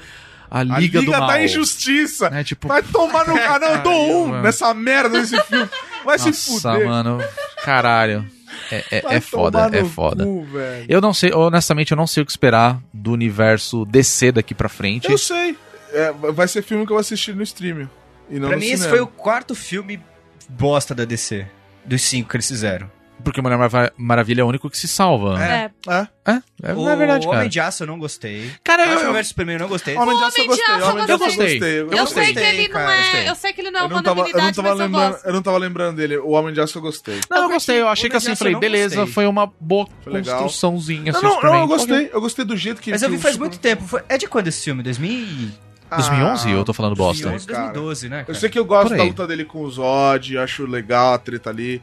S2: a Liga,
S5: A Liga, tá
S2: do Mal.
S5: da Injustiça.
S2: Né? Tipo,
S5: Vai tomar no canal do um
S2: mano.
S5: nessa merda desse filme. Vai se
S2: nossa,
S5: fuder.
S2: mano, caralho. É, é-
S5: Vai
S2: é foda,
S5: tomar
S2: é
S5: no
S2: foda.
S5: cu, velho.
S2: Eu não sei, honestamente, eu não sei o que esperar do universo DC daqui pra frente.
S5: Eu, sei. É, vai ser filme que eu vou assistir no stream. E não
S3: Pra
S5: no
S3: mim,
S5: cinema.
S3: esse foi o quarto filme bosta da DC. Dos cinco que eles fizeram.
S2: Porque Mulher Marva- Maravilha é o único que se salva.
S4: É.
S5: É.
S2: É, é,
S3: o
S2: não é verdade, cara.
S3: Homem de Aço eu não gostei.
S2: Cara,
S3: Batman
S2: eu, eu,
S3: vs Superman eu não gostei.
S5: Homem de Aço eu
S4: Homem de
S5: gostei.
S4: Aço eu
S5: Homem de Aço eu
S2: gostei.
S5: gostei. Eu
S4: Eu,
S5: gostei.
S4: sei que ele não
S3: cara,
S4: é.
S3: gostei.
S4: Eu sei que ele não é
S5: Eu
S4: uma
S5: não, tava, eu, não
S4: novidade,
S5: tava
S4: mas eu
S5: lembrando,
S4: gosto.
S5: eu não tava lembrando dele. O Homem de Aço eu gostei.
S2: não, eu
S3: eu
S2: gostei. Eu
S3: curti.
S2: achei que
S3: Homem
S2: assim,
S3: de Aço
S2: falei,
S3: eu não gostei.
S2: beleza, foi uma boa
S5: Foi legal.
S2: construçãozinha.
S5: Não,
S2: assim,
S5: não, não,
S2: Superman.
S5: eu gostei. Eu gostei do jeito que.
S3: Mas eu
S5: que
S3: vi
S5: o
S3: faz
S5: Superman-
S3: muito tempo. Foi- É de quando esse filme? 2011,
S5: Ah,
S2: 2011 eu tô falando bosta.
S5: Sim,
S3: 2011, 2012, né?
S5: Eu
S3: cara?
S5: sei que eu gosto
S2: Por
S5: da
S2: aí.
S5: luta dele com o Zod, acho legal a treta ali.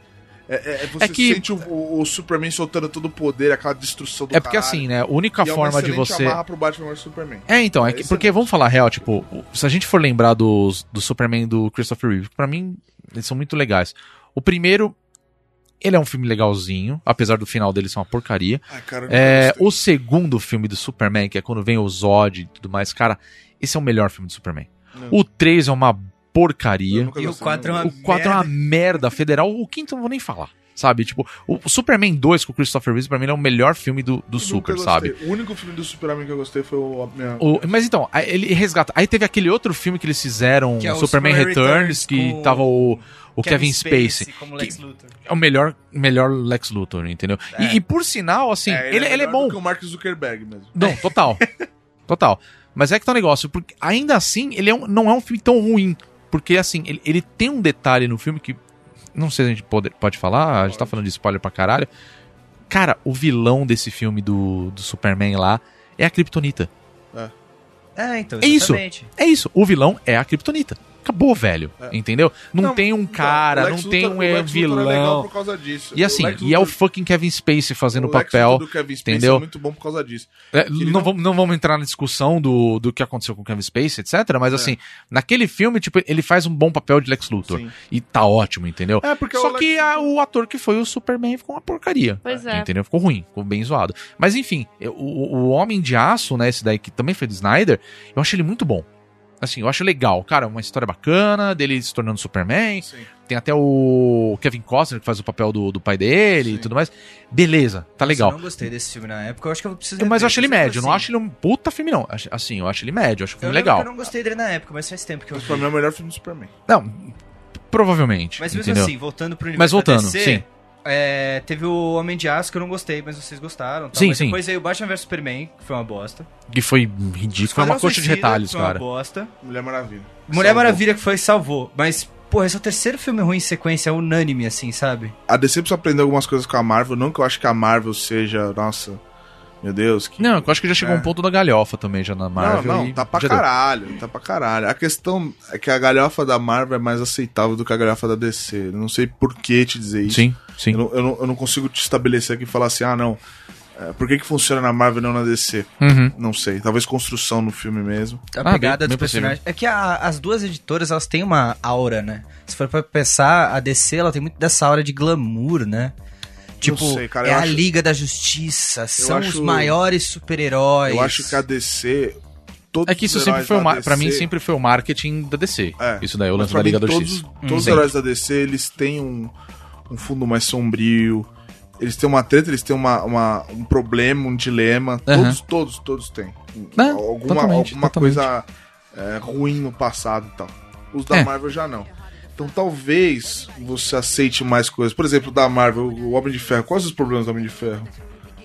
S5: É, é- você
S2: É que-
S5: sente o, o- o Superman soltando todo o poder, aquela destruição do
S2: É porque
S5: caralho.
S2: assim, né, a única
S5: E é uma
S2: forma de
S5: excelente
S2: você...
S5: amarra pro Batman vs Superman.
S2: É, então, é que,
S5: Excelente.
S2: porque vamos falar a real, tipo, o- se a gente for lembrar dos, do Superman do Christopher Reeve, que pra mim eles são muito legais. O primeiro, ele é um filme legalzinho, apesar do final dele ser uma porcaria.
S5: Ai, cara, eu não
S2: É,
S5: gostei.
S2: o segundo filme do Superman, que é quando vem o Zod e tudo mais, cara, esse é o melhor filme do Superman.
S5: Não.
S2: O 3 é uma
S5: Eu
S2: porcaria.
S5: nunca
S3: E o
S5: gostei,
S3: 4 é
S5: não.
S3: uma
S2: O 4 é uma merda federal. O quinto eu não vou nem falar. Sabe? Tipo, o o Superman 2 com o Christopher Reeve, pra mim, ele é o melhor filme do, do
S5: Eu nunca
S2: Super,
S5: gostei.
S2: sabe?
S5: O único filme do Superman que eu gostei foi o. a minha-
S2: O- mas então, aí ele resgata. Aí teve aquele outro filme que eles fizeram,
S3: Que é o
S2: Superman
S3: Superman
S2: Returns,
S3: Returns
S2: que
S3: com
S2: tava o, o Kevin, Spacey.
S3: como Lex Luthor.
S2: É o melhor, melhor Lex Luthor, entendeu? E- E, por sinal, assim, ele, ele é,
S5: melhor
S2: bom.
S5: do que o Mark Zuckerberg mesmo.
S2: Não, total. total. Mas é que tá um negócio, porque ainda assim, ele é um- não é um filme tão ruim. Porque, assim, ele, ele tem um detalhe no filme que. Não sei se a gente pode, pode falar, a gente tá falando de spoiler pra caralho. Cara, o vilão desse filme do, do Superman lá é a Kryptonita.
S3: É, então,
S2: É isso.
S3: exatamente.
S2: É isso, o vilão é a Kryptonita. acabou, velho. Entendeu? Não, tem um cara,
S5: então, o
S2: não
S5: Lex
S2: tem
S5: Luthor-
S2: um
S5: o Lex
S2: é,
S5: Luthor É legal
S2: vilão.
S5: por causa disso.
S2: E assim,
S5: O Lex
S2: e é o
S5: Luthor-
S2: fucking Kevin Spacey fazendo
S5: o Lex
S2: papel.
S5: Luthor do Kevin Spacey
S2: entendeu?
S5: É muito bom por causa disso.
S2: É,
S5: ele
S2: não,
S5: não-
S2: Vamos, não vamos entrar na discussão do, do que aconteceu com o Kevin Spacey, etc.
S5: É.
S2: Mas assim, naquele filme, tipo, ele faz um bom papel de Lex Luthor.
S5: Sim.
S2: E tá ótimo, entendeu?
S5: É, porque
S2: Só
S5: o Lex
S2: que a- o ator que foi o Superman ficou uma porcaria.
S4: Pois é.
S2: Entendeu? Ficou ruim, ficou bem zoado. Mas enfim, eu- o, o Homem de Aço, né, esse daí que também foi do Snyder, eu acho ele muito bom. Assim, eu acho legal, cara, uma história bacana dele se tornando Superman.
S5: Sim.
S2: Tem até o Kevin Costner que faz o papel do, do pai dele e
S5: Sim. é
S2: tudo mais. Beleza, tá
S3: Eu
S2: legal.
S3: não gostei desse filme na época, eu acho que eu preciso
S2: Mas eu acho ele
S3: rever,
S2: médio, eu não
S3: assim.
S2: acho ele um puta filme, não. Acho- Assim, eu acho ele médio, eu acho um
S3: Eu
S2: filme
S3: lembro
S2: legal.
S3: que Eu não gostei dele na época, mas faz tempo que eu
S5: Mas pra
S3: vi.
S5: mim é o melhor filme do Superman.
S2: Não, provavelmente.
S3: Mas mesmo
S2: entendeu?
S3: assim, voltando pro universo
S2: Mas voltando,
S3: da DC,
S2: sim.
S3: é, teve o Homem de Aço que eu não gostei, mas vocês gostaram. tal.
S2: Sim,
S3: mas
S2: sim.
S3: Depois veio o Batman vs Superman, que foi uma bosta.
S2: Que foi ridículo. Foi uma
S3: Esquadrão
S2: coxa de
S3: Suicida,
S2: retalhos,
S3: que
S5: é
S3: foi uma
S2: cara. é um
S3: bosta.
S5: Mulher Maravilha.
S3: Mulher
S5: Salvou.
S3: Maravilha que foi salvou, mas porra, esse é o terceiro filme ruim em sequência unânime assim, sabe?
S5: A DC precisa aprender algumas coisas com a Marvel. Não que eu acho que a Marvel seja, nossa, meu Deus. Que...
S2: Não, eu acho que já chegou
S5: É.
S2: um ponto da galhofa também, já na Marvel.
S5: não,
S2: e
S5: não, tá pra
S2: já deu.
S5: caralho, tá pra caralho. A questão é que a galhofa da Marvel é mais aceitável do que a galhofa da DC. Eu não sei por que te dizer isso.
S2: Sim, sim.
S5: Eu não, eu não- eu não consigo te estabelecer aqui e falar assim, ah, não, é, por que que funciona na Marvel e não na DC?
S2: Uhum.
S5: Não sei, talvez construção no filme mesmo.
S3: A
S2: Ah,
S3: pegada
S2: bem- bem
S3: dos personagens. É que a- as duas editoras, elas têm uma aura, né? Se for pra pensar, a DC, ela tem muito dessa aura de glamour, né? Tipo,
S5: sei, cara,
S3: é
S5: eu
S3: a
S5: acho-
S3: Liga da Justiça, são os
S5: acho-
S3: maiores super-heróis.
S5: Eu acho que a DC... Todos
S2: É que isso
S5: os
S2: sempre
S5: heróis
S2: foi o
S5: da
S2: mar... pra
S5: DC
S2: mim sempre foi o marketing da DC.
S5: É.
S2: Isso daí, o
S5: Mas
S2: lance
S5: pra
S2: da
S5: mim,
S2: Liga da Uhum.
S5: todos,
S2: Justiça.
S5: Todos os
S2: Sempre.
S5: heróis da DC, eles têm um, um fundo mais sombrio, eles têm uma treta, eles têm uma, uma- um problema, um dilema.
S2: Aham.
S5: Todos, todos, todos têm.
S2: É,
S5: alguma
S2: totalmente,
S5: alguma
S2: totalmente.
S5: coisa é, ruim no passado e tal. Os da
S2: É.
S5: Marvel já não. Então talvez você aceite mais coisas. Por exemplo, da Marvel, o Homem de Ferro. Quais os problemas do Homem de Ferro?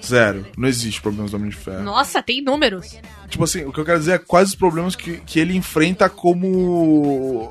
S5: Zero. Não existe problemas do Homem de Ferro.
S4: Nossa, tem números.
S5: Tipo assim, o que eu quero dizer é quais os problemas que, que ele enfrenta como.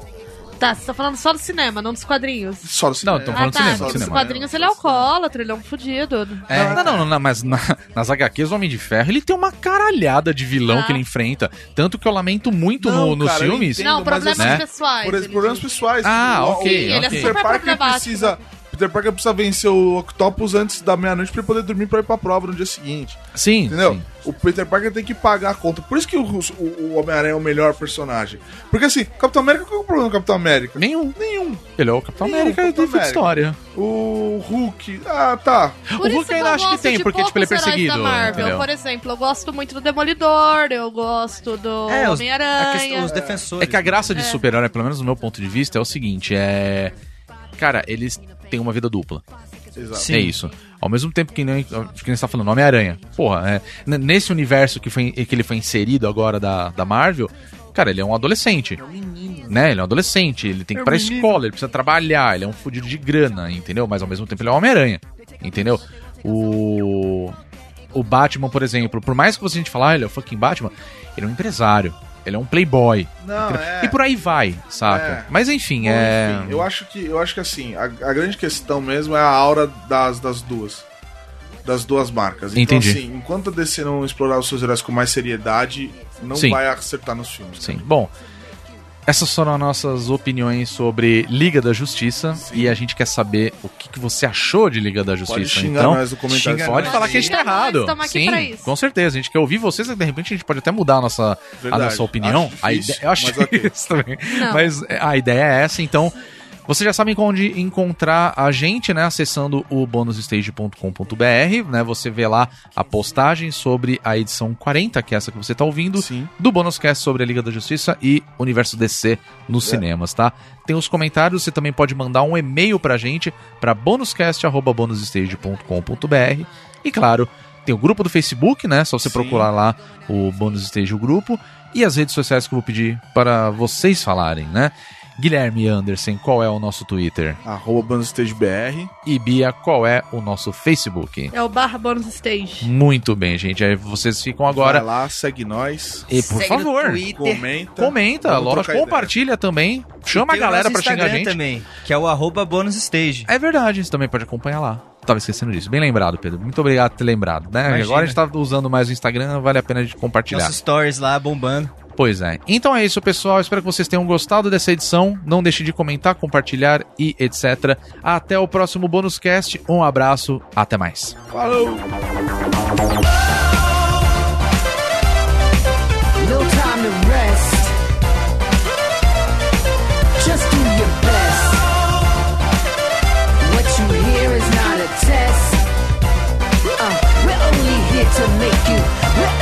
S4: Tá, você tá falando só do cinema, não dos quadrinhos.
S5: Só no cinema.
S2: Não, tô
S4: Ah,
S2: falando do
S4: tá.
S2: cinema,
S4: Dos
S2: do
S4: nos
S2: cinema.
S4: quadrinhos ele é alcoólatra, ele é um fudido.
S3: É,
S2: não, não, não, não, mas na- nas HQs, o Homem de Ferro, ele tem uma caralhada de vilão
S4: Ah.
S2: que ele enfrenta. Tanto que eu lamento muito
S5: Não,
S2: no- nos
S5: cara, eu
S2: filmes.
S5: entendo,
S4: Não,
S5: mas
S4: problemas
S2: assim,
S4: pessoais.
S5: Por
S4: ele
S5: esses problemas
S4: diz.
S5: pessoais.
S2: Ah,
S5: O-
S2: ok,
S5: o-
S2: Sim, ele é
S5: o
S4: super
S5: Peter Parker
S4: problemático.
S5: precisa. Peter Parker precisa vencer o Octopus antes da meia-noite pra ele poder dormir pra ir pra prova no dia seguinte.
S2: Sim,
S5: Entendeu?
S2: sim.
S5: O Peter Parker tem que pagar a conta. Por isso que o, o- o Homem-Aranha é o melhor personagem. Porque assim, Capitão América, qual é o problema do Capitão América?
S2: Nenhum. Nenhum. Ele é o Capitão
S5: Nenhum,
S2: América
S5: Capitão
S2: do fim de
S5: América.
S2: história.
S5: O Hulk. Ah, tá.
S4: Por
S2: o
S4: isso
S2: Hulk ainda
S4: eu
S2: acho que
S4: gosto
S2: tem,
S4: de
S2: porque tipo, ele é
S4: poucos heróis da
S2: perseguido.
S4: Marvel,
S2: entendeu?
S4: Por exemplo, eu gosto muito do Demolidor, eu gosto do
S3: É, os, a questão-
S4: Homem-Aranha.
S3: os defensores.
S2: É que a graça de super-herói, pelo menos no meu ponto de vista, é o seguinte, é... Cara, eles têm uma vida dupla.
S5: Exato.
S3: Sim.
S2: É isso. Ao mesmo tempo que nem, que nem você tá falando, Homem-Aranha. Porra, é, n- nesse universo que, foi, que ele foi inserido agora da, da Marvel, cara, ele é um adolescente. Né? Ele é um adolescente, ele tem que ir pra escola, ele precisa trabalhar, ele é um fudido de grana, entendeu? Mas ao mesmo tempo ele é um Homem-Aranha, entendeu? O. O Batman, por exemplo, por mais que você a gente fale, ah, ele é o fucking Batman, ele é um empresário, ele é um playboy.
S5: Não,
S2: entendeu?
S5: é.
S2: E por aí vai, saca?
S5: É.
S2: Mas enfim,
S5: Bom,
S2: é.
S5: enfim, eu acho que eu acho que assim, a, a grande questão mesmo é a aura das, das duas. Das duas marcas. Então,
S2: Entendi.
S5: assim, enquanto a DC não explorar os seus heróis com mais seriedade, não
S2: Sim.
S5: vai acertar nos filmes. né?
S2: Sim. Bom, essas foram as nossas opiniões sobre Liga da Justiça. E a gente quer saber o que, que você achou de Liga da
S5: Pode
S2: Justiça,
S5: xingar
S2: então.
S5: nós no comentário.
S3: xinga
S2: Pode
S3: nós
S2: falar
S3: aí.
S2: que a gente tá
S4: Xinga nós,
S2: errado.
S4: tamo aqui pra
S2: Sim,
S4: isso.
S2: com certeza. A gente quer ouvir vocês, de repente a gente pode até mudar a nossa, a
S5: Verdade.
S2: nossa opinião.
S5: Acho
S2: a
S5: difícil,
S2: ideia, eu acho
S5: mas ok.
S2: isso também.
S4: Não.
S2: Mas é, a ideia é essa, então. Vocês já sabem onde encontrar a gente, né? Acessando o bonusstage.com.br, né? Você vê lá a postagem sobre a edição 40, que é essa que você tá ouvindo
S5: Sim.
S2: do Bonuscast sobre a Liga da Justiça e Universo DC nos cinemas, tá? Tem os comentários, você também pode mandar um e-mail pra gente pra bonuscast@bonusstage.com.br e claro, tem o grupo do Facebook, né? Só você
S5: Sim.
S2: procurar lá o Bonus Stage o grupo e as redes sociais que eu vou pedir para vocês falarem, né? Guilherme Anderson, qual é o nosso Twitter?
S5: Arroba BandStageBR.
S2: E Bia, qual é o nosso Facebook?
S4: É o barra bônus stage.
S2: Muito bem, gente. Aí vocês ficam agora.
S5: Vai lá, segue nós.
S2: E por
S3: Segue no
S2: favor,
S3: Twitter.
S5: Comenta.
S2: Comenta,
S5: Vamos
S2: lógico.
S5: trocar ideia.
S2: Compartilha também. Chama a
S3: Tem o
S2: galera pra
S3: nosso
S2: xingar a
S3: Instagram
S2: gente.
S3: também, que é o arroba bônus stage.
S2: É verdade, você também pode acompanhar lá. Tava esquecendo disso. Bem lembrado, Pedro. Muito obrigado por ter lembrado, né?
S3: Imagina.
S2: Agora a gente tá usando mais o Instagram, vale a pena a gente compartilhar.
S3: Nossos stories lá bombando.
S2: Pois é. Então é isso, pessoal. Espero que vocês tenham gostado dessa edição. Não deixe de comentar, compartilhar e etc. Até o próximo Bônus Cast. Um abraço, até mais.
S6: No time to rest. Just do your best. What you hear is not a test. Uh, we're only here to make you. We're